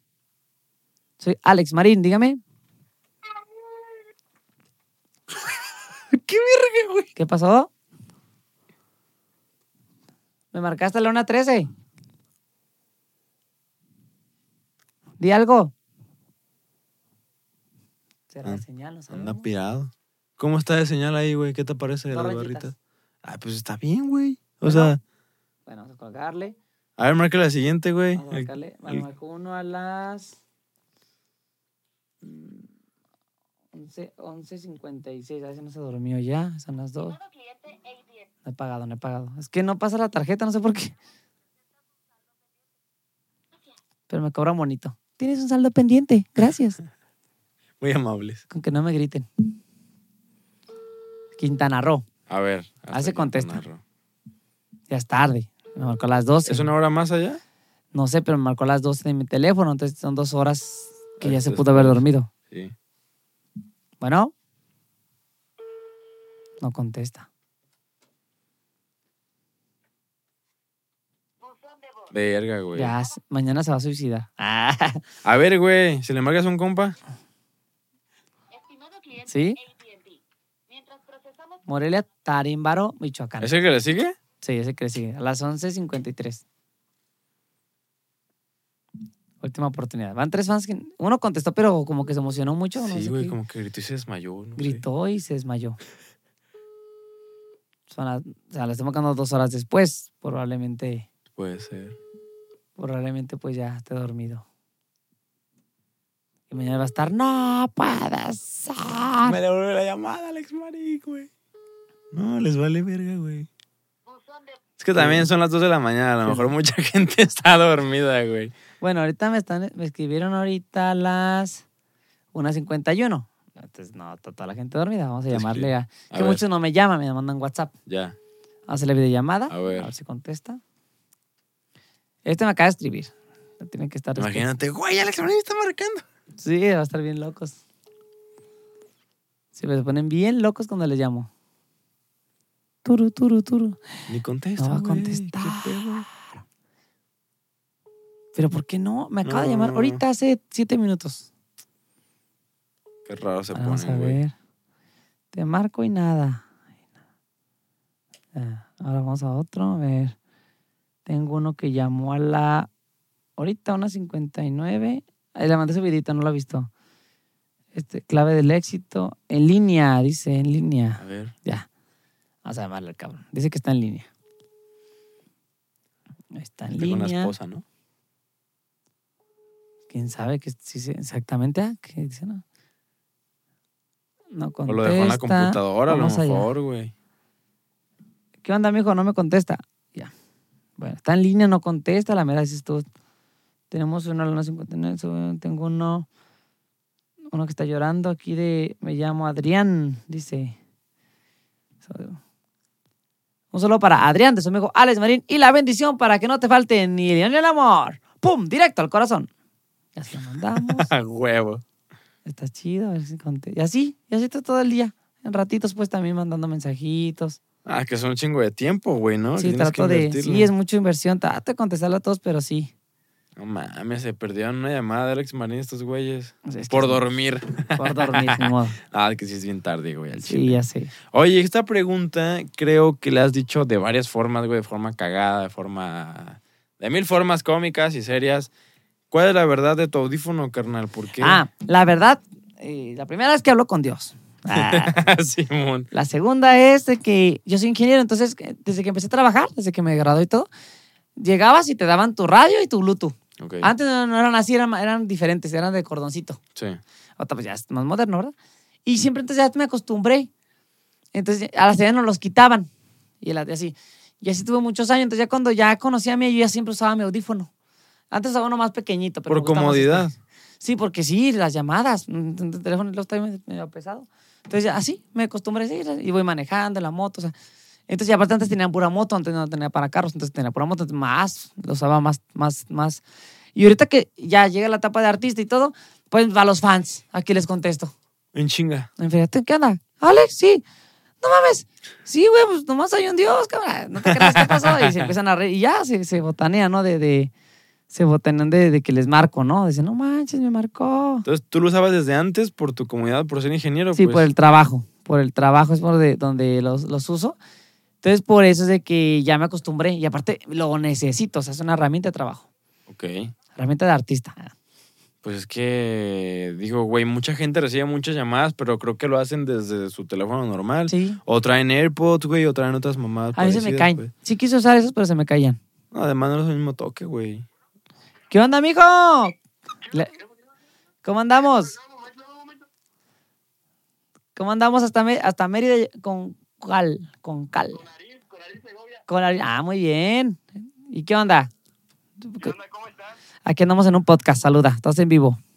Soy Alex Marín, dígame.
[laughs] ¡Qué verga, güey!
¿Qué pasó? Me marcaste a la 1.13. Di algo. ¿Será
Ah,
la señal? o sea,
Anda
no?
pirado. ¿Cómo está de señal ahí, güey? ¿Qué te parece de
Ah. Dos
las
rayitas.
barritas? Ah, pues está bien, güey. O
Bueno.
sea,
Bueno, vamos a colgarle.
a ver, marca la siguiente, güey.
Vamos a marcarle. Bueno,
el-
marco uno a las. mm, 11 11.56. A ver si no se durmió ya. Son las 2. No he pagado, no he pagado. Es que no pasa la tarjeta, no sé por qué. Pero me cobran bonito. Tienes un saldo pendiente. Gracias.
Muy amables.
Con que no me griten. Quintana Roo.
A ver.
Ah,
hasta
se
aquí
contesta.
Quintana Roo.
Ya es tarde. Me marcó a las 12.
¿Es una hora más allá?
No sé, pero me marcó a las 12 de mi teléfono. Entonces son dos horas que ya se
Entonces,
pudo haber
pues,
dormido.
Sí.
Bueno. No contesta.
Verga, güey.
Ya, s- mañana se va a suicidar. [laughs]
A ver, güey. Si le marcas a un compa,
¿Sí? Morelia, Tarímbaro, Michoacán.
¿es el que le sigue?
Sí, ese que sigue. A las 11.53. Última oportunidad. Van tres fans. que- Uno contestó, pero como que se emocionó mucho. no
Sí,
sé
güey,
qué.
como que gritó y se desmayó. no sé.
Gritó y se desmayó. Son las, o sea, la estamos marcando dos horas después. Probablemente,
Puede ser.
probablemente pues ya esté dormido. Y mañana va a estar, no puede ser.
Me devolvió la llamada, Alex Maric, güey. No, les vale verga, güey. Es que también son las 2 de la mañana. A lo mejor mucha [laughs] gente está dormida, güey.
Bueno, ahorita me están, me escribieron ahorita a las 1.51. Entonces, no, está toda la gente dormida. Vamos a
Te
llamarle a...
A
que
ver.
muchos no me llaman, me mandan WhatsApp.
Ya.
Hace la videollamada.
A ver.
si contesta. Este me acaba de escribir. No tiene que estar...
Imagínate, güey, Alex Marín está marcando.
Sí, va a estar bien locos. Sí, pero se ponen bien locos cuando les llamo. Turu, turu, turu.
Ni contesta.
No va a
güey,
contestar.
qué pedo.
Pero ¿por qué no? Me acaba de
No,
llamar
no, no.
ahorita hace siete minutos.
Qué raro se
Vamos
pone,
a
güey.
ver. Te marco y nada. Ah, Ahora vamos a otro. A ver. Tengo uno que llamó a la Ahorita una 59. Ahí le mandé su vidita, no la ha visto. Este, clave del éxito. En línea, dice, en línea.
A ver.
Ya. Vamos a llamarle al cabrón. Dice que está en línea. Está en
Está con la
línea.
esposa, ¿no?
¿Quién sabe que sí se- exactamente? ah, ¿Qué dice? No, no
O
contesta.
lo dejó en la computadora, a lo
Vamos allá.
mejor, güey.
¿Qué onda, mijo? No me contesta. Ya. Bueno, está en línea, no contesta. La mera dices tú. Tenemos uno a la 1.59, sube- Tengo uno. Uno que está llorando aquí de. Me llamo Adrián, dice. So- Un solo para Adrián de su amigo Alex Marín y la bendición para que no te falte ni el dinero ni el amor. ¡Pum! Directo al corazón. Ya se lo mandamos.
A huevo.
Está chido, a ver si conté. Y así, y así todo el día. En ratitos, pues también mandando mensajitos.
Ah, que son un chingo de tiempo, güey, ¿no? Que
sí,
tienes que
trato de.
invertirle.
Sí, es mucha inversión. Trato de contestarlo a todos, pero sí.
No mames, se perdieron una llamada de Alex Marín estos güeyes.
O sea, es que
Por [laughs]
sí,
dormir.
Por dormir,
[laughs]
ni modo.
Ah, que sí es bien tarde, güey, al
Sí,
chile.
ya sé.
Oye, esta pregunta creo que la has dicho de varias formas, güey, de forma cagada, de forma... De mil formas cómicas y serias. ¿Cuál es la verdad de tu audífono, carnal? ¿Por qué? [laughs]
Ah, la verdad, eh, la primera es que hablo con Dios.
[laughs]
Ah,
Simón.
la segunda es de que yo soy ingeniero, entonces que- desde que empecé a trabajar, desde que me gradué y todo, llegabas y te daban tu radio y tu Bluetooth.
Ok,
Antes no, no eran así, eran, eran diferentes, eran de cordoncito.
sí.
Ahorita pues ya es más moderno, ¿verdad? Y siempre entonces ya me acostumbré. Entonces a las ideas nos los quitaban. Y, la- y así. Y así tuve muchos años. Entonces ya cuando ya conocía a mí, yo ya siempre usaba mi audífono. Antes usaba uno más pequeñito. Pero
Por
me gusta más
comodidad.
este. Sí, porque sí, las llamadas. mm, El teléfono luego está medio- medio pesado. Entonces ya así me acostumbré así. Y voy manejando en la moto. O sea. Entonces ya aparte antes tenía pura moto, antes no tenía para carros, entonces tenía pura moto, entonces más, lo usaba más, más, más. Y ahorita que ya llega la etapa de artista y todo, pues a los fans, aquí les contesto.
En chinga.
En fin, ¿qué onda? Alex, sí. No mames. Sí, güey, pues nomás hay un Dios, cabrón. Ah, No te creas qué pasó. Y se empiezan a reír. Y ya se, se botanean, ¿no? De, de, se botanean de, de que les marco, ¿no? Dicen, no manches, me marcó.
Entonces, tú lo usabas desde antes por tu comunidad, por ser ingeniero,
Sí,
pues.
por el trabajo. Por el trabajo es por de- donde los, los uso. Entonces, por eso es de que ya me acostumbré. Y aparte, lo necesito. O sea, es una herramienta de trabajo.
Ok.
Herramienta de artista.
Pues es que, digo, güey, mucha gente recibe muchas llamadas, pero creo que lo hacen desde su teléfono normal.
Sí.
O traen AirPods, güey, o traen otras mamadas.
A mí se me
parecidas,
caen.
pues.
Sí quise usar esos, pero se me caían.
No, además no es el mismo toque,
[laughs]
güey.
¿Qué onda, mijo? Le- ¿Cómo andamos? ¿Cómo andamos hasta, Mé- hasta Mérida con cal? Con cal. Con Ari- Ah, muy bien. ¿Y qué onda?
¿Cómo estás?
Aquí andamos en un podcast, saluda, estás en vivo. [laughs]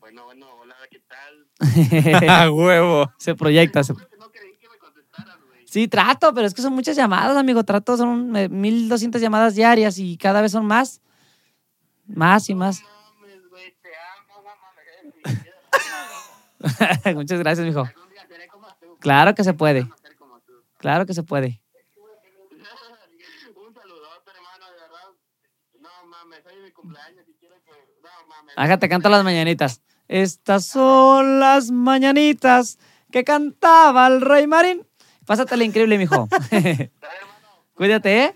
Bueno, bueno, hola, ¿qué
[laughs]
tal?
¡Ah, huevo!
se proyecta. se-
No creí que me contestaras, güey.
Sí, trato, pero es que son muchas llamadas, amigo. Trato, son eh, 1200 llamadas diarias y cada vez son más. Más y más.
No mames, güey, te amo, mamá, [laughs] me caes en mi
[laughs]
vida.
Muchas gracias, mijo.
Algún día seré como tú,
Oh. Claro que se puede.
ser como tú. [laughs]
Claro que se puede.
Un saludote, hermano, de verdad. No mames, hoy es mi cumpleaños y quiero que... No mames.
Acá te canto las mañanitas. Estas son las mañanitas que cantaba el rey Marín. Pásatela increíble, mijo. [laughs] Cuídate, ¿eh?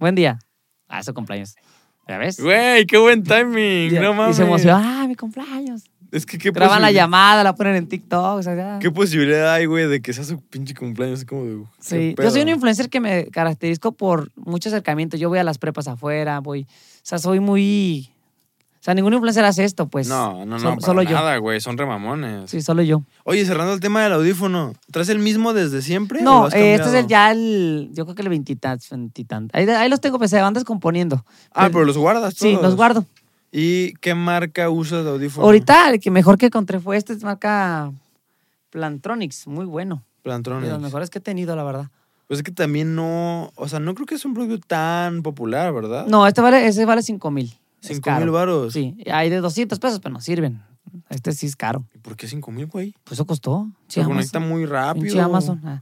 Buen día. Ah, es su cumpleaños. ¿Ya ves?
Güey, qué buen timing.
Y-
no mames.
Y se emocionó. Ah, mi cumpleaños.
Es que qué
Graban la
posibil-
llamada, la ponen en TikTok. o sea, ya.
¿Qué posibilidad hay, güey, de que sea su pinche cumpleaños? Es como de, qué
Sí, yo
pedo.
soy un influencer que me caracterizo por mucho acercamiento. Yo voy a las prepas afuera, voy. O sea, soy muy. O sea, ningún influencer hace esto, pues.
No, no, no,
Sol-
para
solo yo.
nada, güey. Son remamones.
Sí, solo yo.
Oye, cerrando el tema del audífono, ¿traes el mismo desde siempre? o lo
No,
pues, has
eh, este es el,
cambiado?
ya el. Yo creo que el veintitantos. veintitantos. Ahí, ahí los tengo, pues se van descomponiendo.
Ah, pero los guardas
Sí,
todos.
los guardo.
¿Y qué marca usas de audífono?
Ahorita el que mejor que encontré fue este, es marca Plantronics. Muy bueno. De
Plantrones.
los mejores que he tenido, la verdad.
Pues es que también no, o sea, no creo que es un producto tan popular, ¿verdad?
No, este vale, ese vale cinco mil. Es
5 Ah. mil
caro.
varos.
Sí, hay de 200 pesos, pero no sirven. Este sí es caro.
¿Y por qué 5 mil, güey?
Pues eso costó. Sí,
Se conecta
Amazon.
muy rápido.
Pinche Amazon.
[laughs]
ah.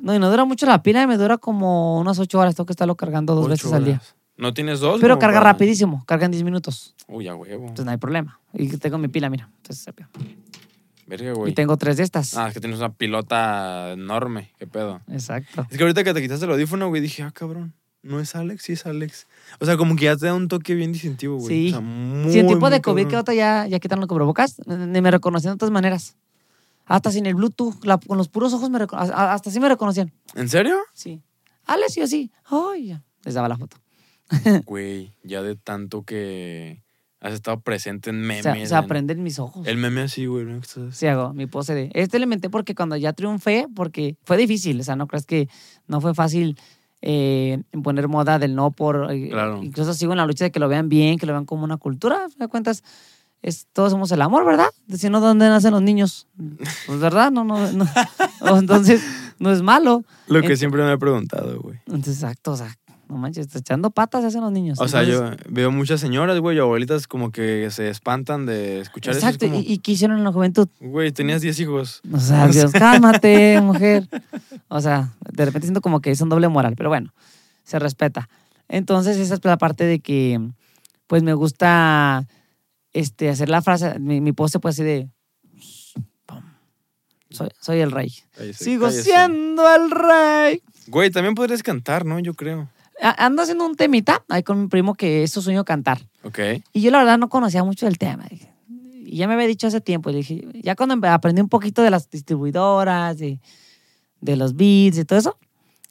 No, y no dura mucho la pila, me dura como unas 8 horas. Tengo que estarlo cargando dos
Ocho
veces al día.
horas. ¿No tienes dos?
Pero
como
carga
para-
rapidísimo, carga en 10 minutos.
Uy, a huevo.
Entonces no hay problema. Y tengo mi pila, mira. Entonces, rápido.
Verga,
y
güey.
tengo tres de estas.
Ah, es que tienes una pilota enorme. ¿Qué pedo?
Exacto.
Es que ahorita que te quitaste el audífono, güey, dije, ah, cabrón. no es Alex, sí es Alex. O sea, como que ya te da un toque bien distintivo, güey.
Sí.
O sea, muy,
Si en tipo
muy
de COVID que
cabrón.
ahorita ya, ya quitaron los cubrebocas, ni me reconocían de otras maneras. Hasta sin el Bluetooth, la- con los puros ojos, me recono- a- hasta así me reconocían.
¿En
[laughs]
serio?
Sí. Alex, yo sí. Ay, ya. Les daba la foto.
Güey, ya de tanto que has estado presente en
O
memes.
sea, o sea,
en-
aprenden mis ojos.
El meme así, güey. ¿no? Estás-
Sí, hago mi pose de. Este le menté porque cuando ya triunfé, porque fue difícil, o sea, no creas que no fue fácil eh, poner moda del no por. eh,
Claro.
Incluso sigo en la lucha de que lo vean bien, que lo vean como una cultura. A fin de cuentas, es, todos somos el amor, ¿verdad? Si no, ¿dónde nacen los niños? Pues, ¿verdad? No, no, no. [laughs] O Entonces, no es malo.
Lo que
Ent-
siempre me he preguntado, güey.
Entonces, exacto, o sea, no manches, está echando patas hacen los niños.
O sea,
Entonces,
yo veo muchas señoras, güey, o abuelitas como que se espantan de escuchar
Exacto,
eso. Es
y, y ¿qué hicieron en la juventud?
como, Güey, tenías 10 hijos.
[laughs] O sea, Dios, cálmate, mujer. O sea, de repente siento como que es un doble moral, pero bueno, se respeta. Entonces, esa es la parte de que, pues, me gusta este, hacer la frase, mi, mi pose, pues, así de. pum, Soy, soy el rey.
Cállese,
Sigo
cállese.
siendo el rey.
Güey, también podrías cantar, ¿no? Yo creo.
A- Ando haciendo un temita ahí con mi primo que es su sueño cantar.
Ok.
Y yo la verdad no conocía mucho del tema. dije. Y ya me había dicho hace tiempo. Y le dije, ya cuando empe- aprendí un poquito de las distribuidoras, de, de los beats y todo eso,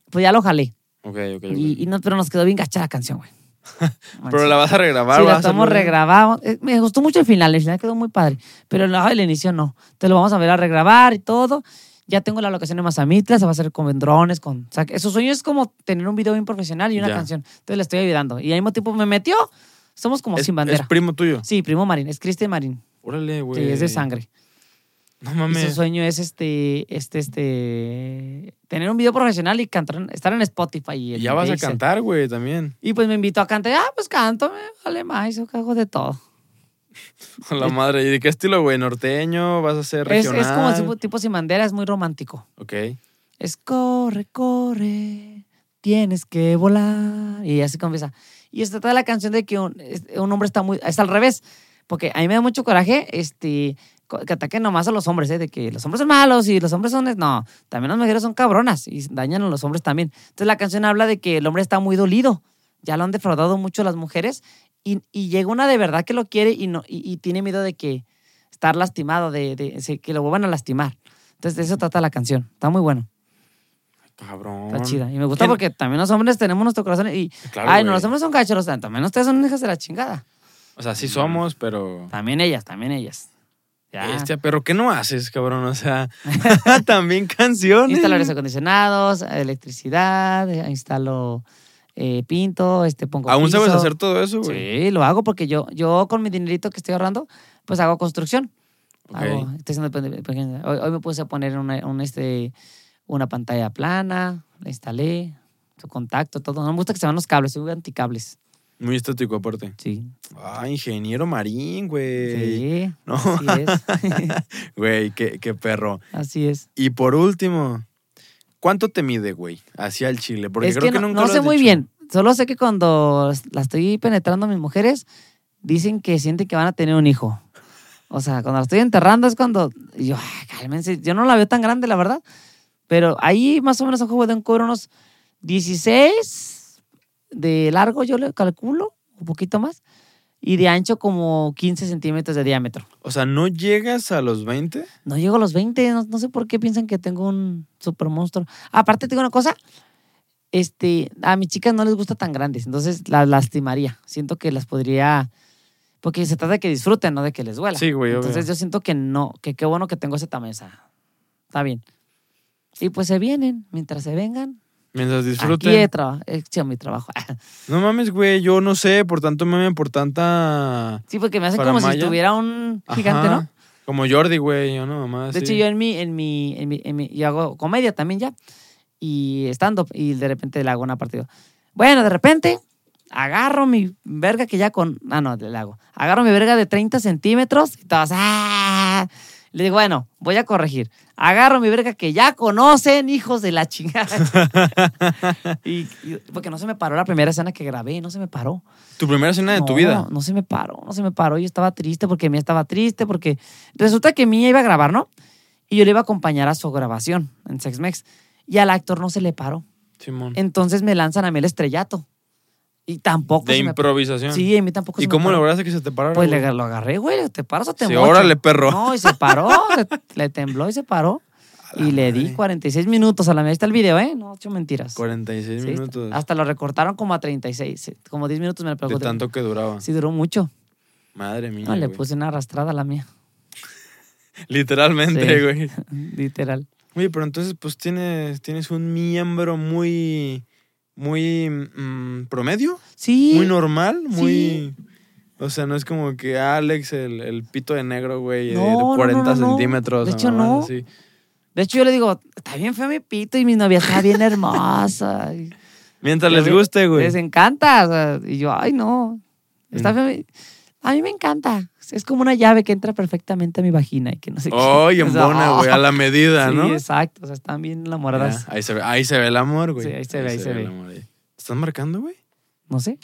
pues ya lo jalé.
Ok, ok. ok.
Y, y no, pero nos quedó bien gachada la canción, güey.
este, [laughs] Pero la vas a regrabar,
Sí,
vas a
la
hacer
estamos
una-
regrabado. Me gustó mucho el final, el final quedó muy padre. Pero el, el inicio no. Entonces lo vamos a ver a regrabar y todo. Ya tengo la locación en Mazamitla, se va a hacer con drones, con... O sea, que su sueño es como tener un video bien profesional y una
Ya.
canción. Entonces le estoy ayudando. Y al mismo tiempo me metió. Somos como
Es,
sin bandera.
es primo tuyo.
Sí, primo Marín, es Cristian Marín.
Órale, güey.
Sí, es de sangre.
No
Y su
mames.
sueño es este, este, este, tener un video profesional y cantar, estar en Spotify. Y
Y
en
ya vas a
Deezer.
cantar, güey, también.
Y pues me invitó a cantar. Ah, pues canto, me vale más, yo cago de todo.
[laughs] A la madre. ¿Y de qué estilo, güey? ¿Norteño? ¿Vas a ser
Es,
regional?
es como tipo, tipo sin bandera, es muy romántico.
Ok.
Es corre, corre, tienes que volar. Y así comienza. Y se trata de la canción de que un, es- un hombre está muy. Es al revés. Porque a mí me da mucho coraje este, co- que ataquen nomás a los hombres, ¿eh? de que los hombres son malos y los hombres son. No, también las mujeres son cabronas y dañan a los hombres también. Entonces la canción habla de que el hombre está muy dolido. Ya lo han defraudado mucho las mujeres y, y llega una de verdad que lo quiere y, no, y, y tiene miedo de que estar lastimado, de, de- se- que lo vuelvan a lastimar. Entonces de eso trata la canción. Está muy bueno.
Cabrón.
Está chida. Y me gusta
¿Quién?
porque también los hombres tenemos nuestro corazón. Y,
Claro,
ay, no,
güey.
los hombres son cacheros. También ustedes son hijas de la chingada.
O sea, sí somos, pero...
También ellas, también ellas. Ya.
Este, pero ¿qué no haces, cabrón? O
[laughs]
sea, [laughs] también canciones.
Instalo aires acondicionados, electricidad, eh, instalo eh, pinto, este pongo
¿Aún sabes
piso.
hacer todo eso, güey?
Sí, lo hago porque yo, yo con mi dinerito que estoy ahorrando, pues hago construcción.
Ok.
Hago- estoy haciendo pende- pequeña- hoy, hoy me puse a poner una, un, este, una pantalla plana, la instalé, su contacto, todo. No me gusta que se vean los cables, soy anticables.
Muy estético, aparte.
Sí.
Ah, ingeniero marín, güey.
Sí,
No. [laughs]
así es.
Güey, qué, qué perro.
así es.
Y por último, ¿cuánto te mide, güey? Hacia el chile. Porque
es
creo que,
que no,
nunca
no
lo has
sé muy
dicho.
bien. Solo sé que cuando la estoy penetrando a mis mujeres, dicen que sienten que van a tener un hijo. O sea, cuando la estoy enterrando es cuando. y yo, "Ay, cálmense. Yo no la veo tan grande, la verdad. Pero ahí más o menos a juego de un cobro unos 16 de largo, yo le calculo, un poquito más. Y de ancho como 15 centímetros de diámetro.
O sea, ¿no llegas a los 20?
No llego a los 20, no, no sé por qué piensan que tengo un super monstruo. Aparte, te digo una cosa. Este, a mis chicas no les gusta tan grandes, entonces las lastimaría. Siento que las podría. Porque se trata de que disfruten, no de que les duela.
Sí, güey, obvio.
Entonces yo siento que no, que qué bueno que tengo ese tamaño. o sea, está bien. Y pues se vienen, mientras se vengan.
Mientras
Aquí he
disfruten.
traba- he hecho mi trabajo. [laughs]
No mames, güey. Yo no sé, por tanto meme, por tanta.
sí, porque me hacen
Para
como si
Maya.
estuviera un gigante,
Ajá.
¿no?
Como Jordi, güey. Yo no, mamá.
De hecho, yo en mi, en mi, en mi, en mi- yo hago comedia también ya. Y stand-up. Y de repente le hago una partida. Bueno, de repente agarro mi verga que ya con. Ah, no, le hago. Agarro mi verga de 30 centímetros y todos. ¡ah! Le digo, bueno, voy a corregir. Agarro mi verga que ya conocen, hijos de la chingada. y, y- porque no se me paró la primera escena que grabé, no se me paró.
Tu primera escena de tu
No,
vida.
No se me paró, no se me paró. Yo estaba triste porque Mía estaba triste porque resulta que Mía iba a grabar, ¿no? Y yo le iba a acompañar a su grabación en Sex Mex. Y al actor no se le paró.
Simón.
Entonces me lanzan a mí el estrellato. Y tampoco.
De
se me-
improvisación.
Sí, a mí tampoco.
¿Y
se me
cómo
paró.
lograste que se te parara?
Pues
güey?
le, lo agarré, güey. ¿Te paras o te
Sí,
mocho?
órale, perro.
No, y se paró. se- le tembló y
[laughs]
se paró. Y le di
madre.
46 minutos a la media. Ahí está el video, ¿eh? No, he hecho mentiras.
46
Sí, está-
minutos.
Hasta lo recortaron como a 36. sí, Como 10 minutos me lo
De
pregunté.
tanto que duraba.
Sí, duró mucho.
Madre mía.
No, Ah, le
güey.
puse una arrastrada a la mía. [laughs]
Literalmente,
Sí.
güey.
Literal.
Oye, pero entonces, pues tienes, tienes un miembro muy. Muy mm, promedio,
Sí.
muy normal,
Sí.
muy. O sea, no es como que "Ah, Alex, el, el pito de negro, güey,
No, no,
de 40
no, no, no.
centímetros.
De
o
hecho,
mamás
no.
así.
De hecho, yo le digo, está bien feo mi pito y mi novia está
[laughs]
bien hermosa. Y-
Mientras
Ya
les
ve-
guste, güey.
Les encanta. o sea, y yo, ay, no. Está
Mm.
feo mi- A mí me encanta. Es como una llave que entra perfectamente a mi vagina y que no sé
Ay,
qué. [laughs] O
en
sea,
bona, güey, a la medida,
[laughs] sí,
¿no?
exacto. O sea, están bien enamoradas.
Mira, ahí, se ve, ahí se ve el amor, güey.
Sí, ahí se ve, ahí se
el
ve.
amor ahí. ¿Estás marcando, güey?
No sé.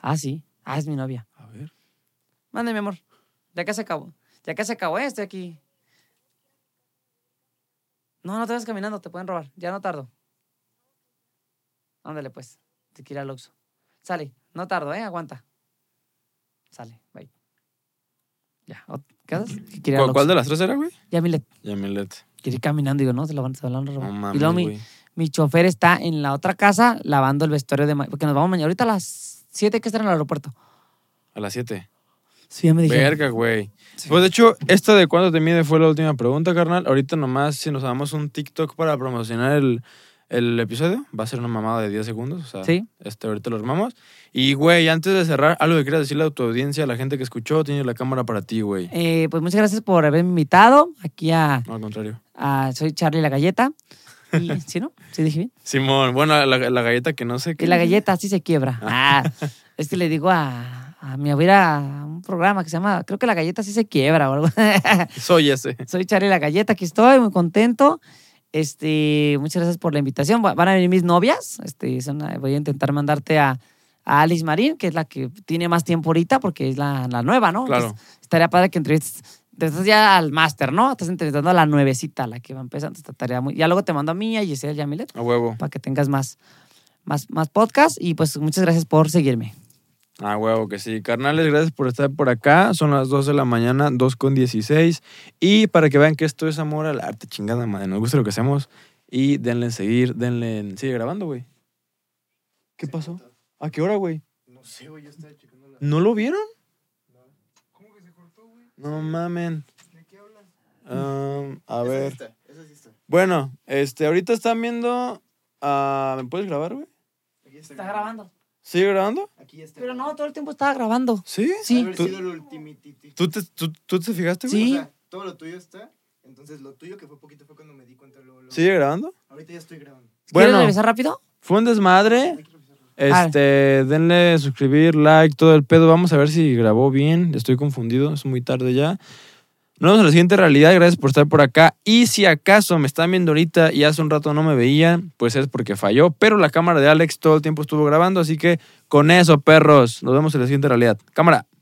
Ah, sí. Ah, es mi novia.
A ver.
Mande, mi amor. Ya que se acabó. Ya que se acabó, eh, estoy aquí. No, no te vas caminando, te pueden robar. Ya no tardo. Ándale, pues. Te quiero al Oxxo. Sale. No tardo, eh. Aguanta. Sale. Bye. Ya. ot- ¿Qué haces? Que quiere ir al
¿Cuál, cuál
Oxxo.
de las tres era, güey?
Ya, mi le
Yamilet.
quiere ir caminando. Digo, no, se lo van, se lo van a robar.
No
y
mames,
luego mi,
güey.
mi chofer está en la otra casa lavando el vestuario de... ma- Porque nos vamos mañana. Ahorita a las 7 hay que estar en el aeropuerto.
A las siete.
Sí, ya me dijeron.
Verga, güey. Pues de hecho, esta de cuándo te mide fue la última pregunta, carnal. Ahorita nomás, si nos damos un TikTok para promocionar el, el episodio, va a ser una mamada de 10 segundos. O sea,
Sí.
este, ahorita lo armamos. Y, güey, antes de cerrar, algo que quieras decirle a tu audiencia, a la gente que escuchó, tiene la cámara para ti, güey.
Eh, pues muchas gracias por haberme invitado aquí a,
No, al contrario.
a- Soy Charlie La Galleta. Y, ¿Sí, no? ¿Sí dije bien?
Simón, bueno, la, la galleta que no sé qué.
Y la galleta sí se quiebra. Ah, es que le digo a, a mi abuela a un programa que se llama, creo que La Galleta sí se quiebra o algo.
[laughs]
[laughs]
Soy ese.
Soy Charlie La Galleta, aquí estoy, muy contento. Este, muchas gracias por la invitación. Va- Van a venir mis novias. Este, son- voy a intentar mandarte a, a Alice Marín, que es la que tiene más tiempo ahorita porque es la, la nueva, ¿no? pues
Claro.
Entonces, estaría padre que entrevistes. Te estás ya al máster, ¿no? Estás entrevistando a la nuevecita, la que va empezando esta tarea. Muy, ya luego te mando a mí y a Giselle Yamilet
A huevo.
para que tengas más, más, más podcast. Y pues muchas gracias por seguirme.
Ah, huevo que sí. Carnales, gracias por estar por acá. Son las 2 de la mañana, 2 con 16. Y para que vean que esto es amor al arte, chingada madre. Nos gusta lo que hacemos. Y denle en seguir, denle en... Sigue grabando, güey. ¿Qué pasó? ¿A qué hora, güey?
No sé, güey, yo estaba checando la.
¿No lo vieron?
¿Cómo que se cortó, güey?
No mamen.
¿De qué hablas?
Um, a
Esa sí
ver.
está, esa sí está.
Bueno, este, ahorita están viendo... ah, ¿Me puedes grabar, güey?
Aquí
Está grabando.
¿Sigue grabando?
Aquí está.
Pero no, todo el tiempo estaba grabando.
¿Sí?
Sí.
Sí.
Haber
Tú-
sido el ultimititito.
¿Tú te, tú, tú te fijaste, güey?
Sí.
O sea, todo lo tuyo está. Entonces lo tuyo que fue poquito fue cuando me di cuenta luego. luego.
¿Sigue grabando?
Ahorita ya estoy grabando.
¿Quieres
Bueno.
regresar Ah. rápido?
Fue un desmadre.
Hay que revisarlo.
Este, denle suscribir, like, todo el pedo. Vamos a ver si grabó bien. Estoy confundido, es muy tarde ya. Nos vemos en la siguiente realidad. Gracias por estar por acá. Y si acaso me están viendo ahorita y hace un rato no me veían, pues es porque falló. Pero la cámara de Alex todo el tiempo estuvo grabando. Así que con eso, perros, nos vemos en la siguiente realidad. Cámara.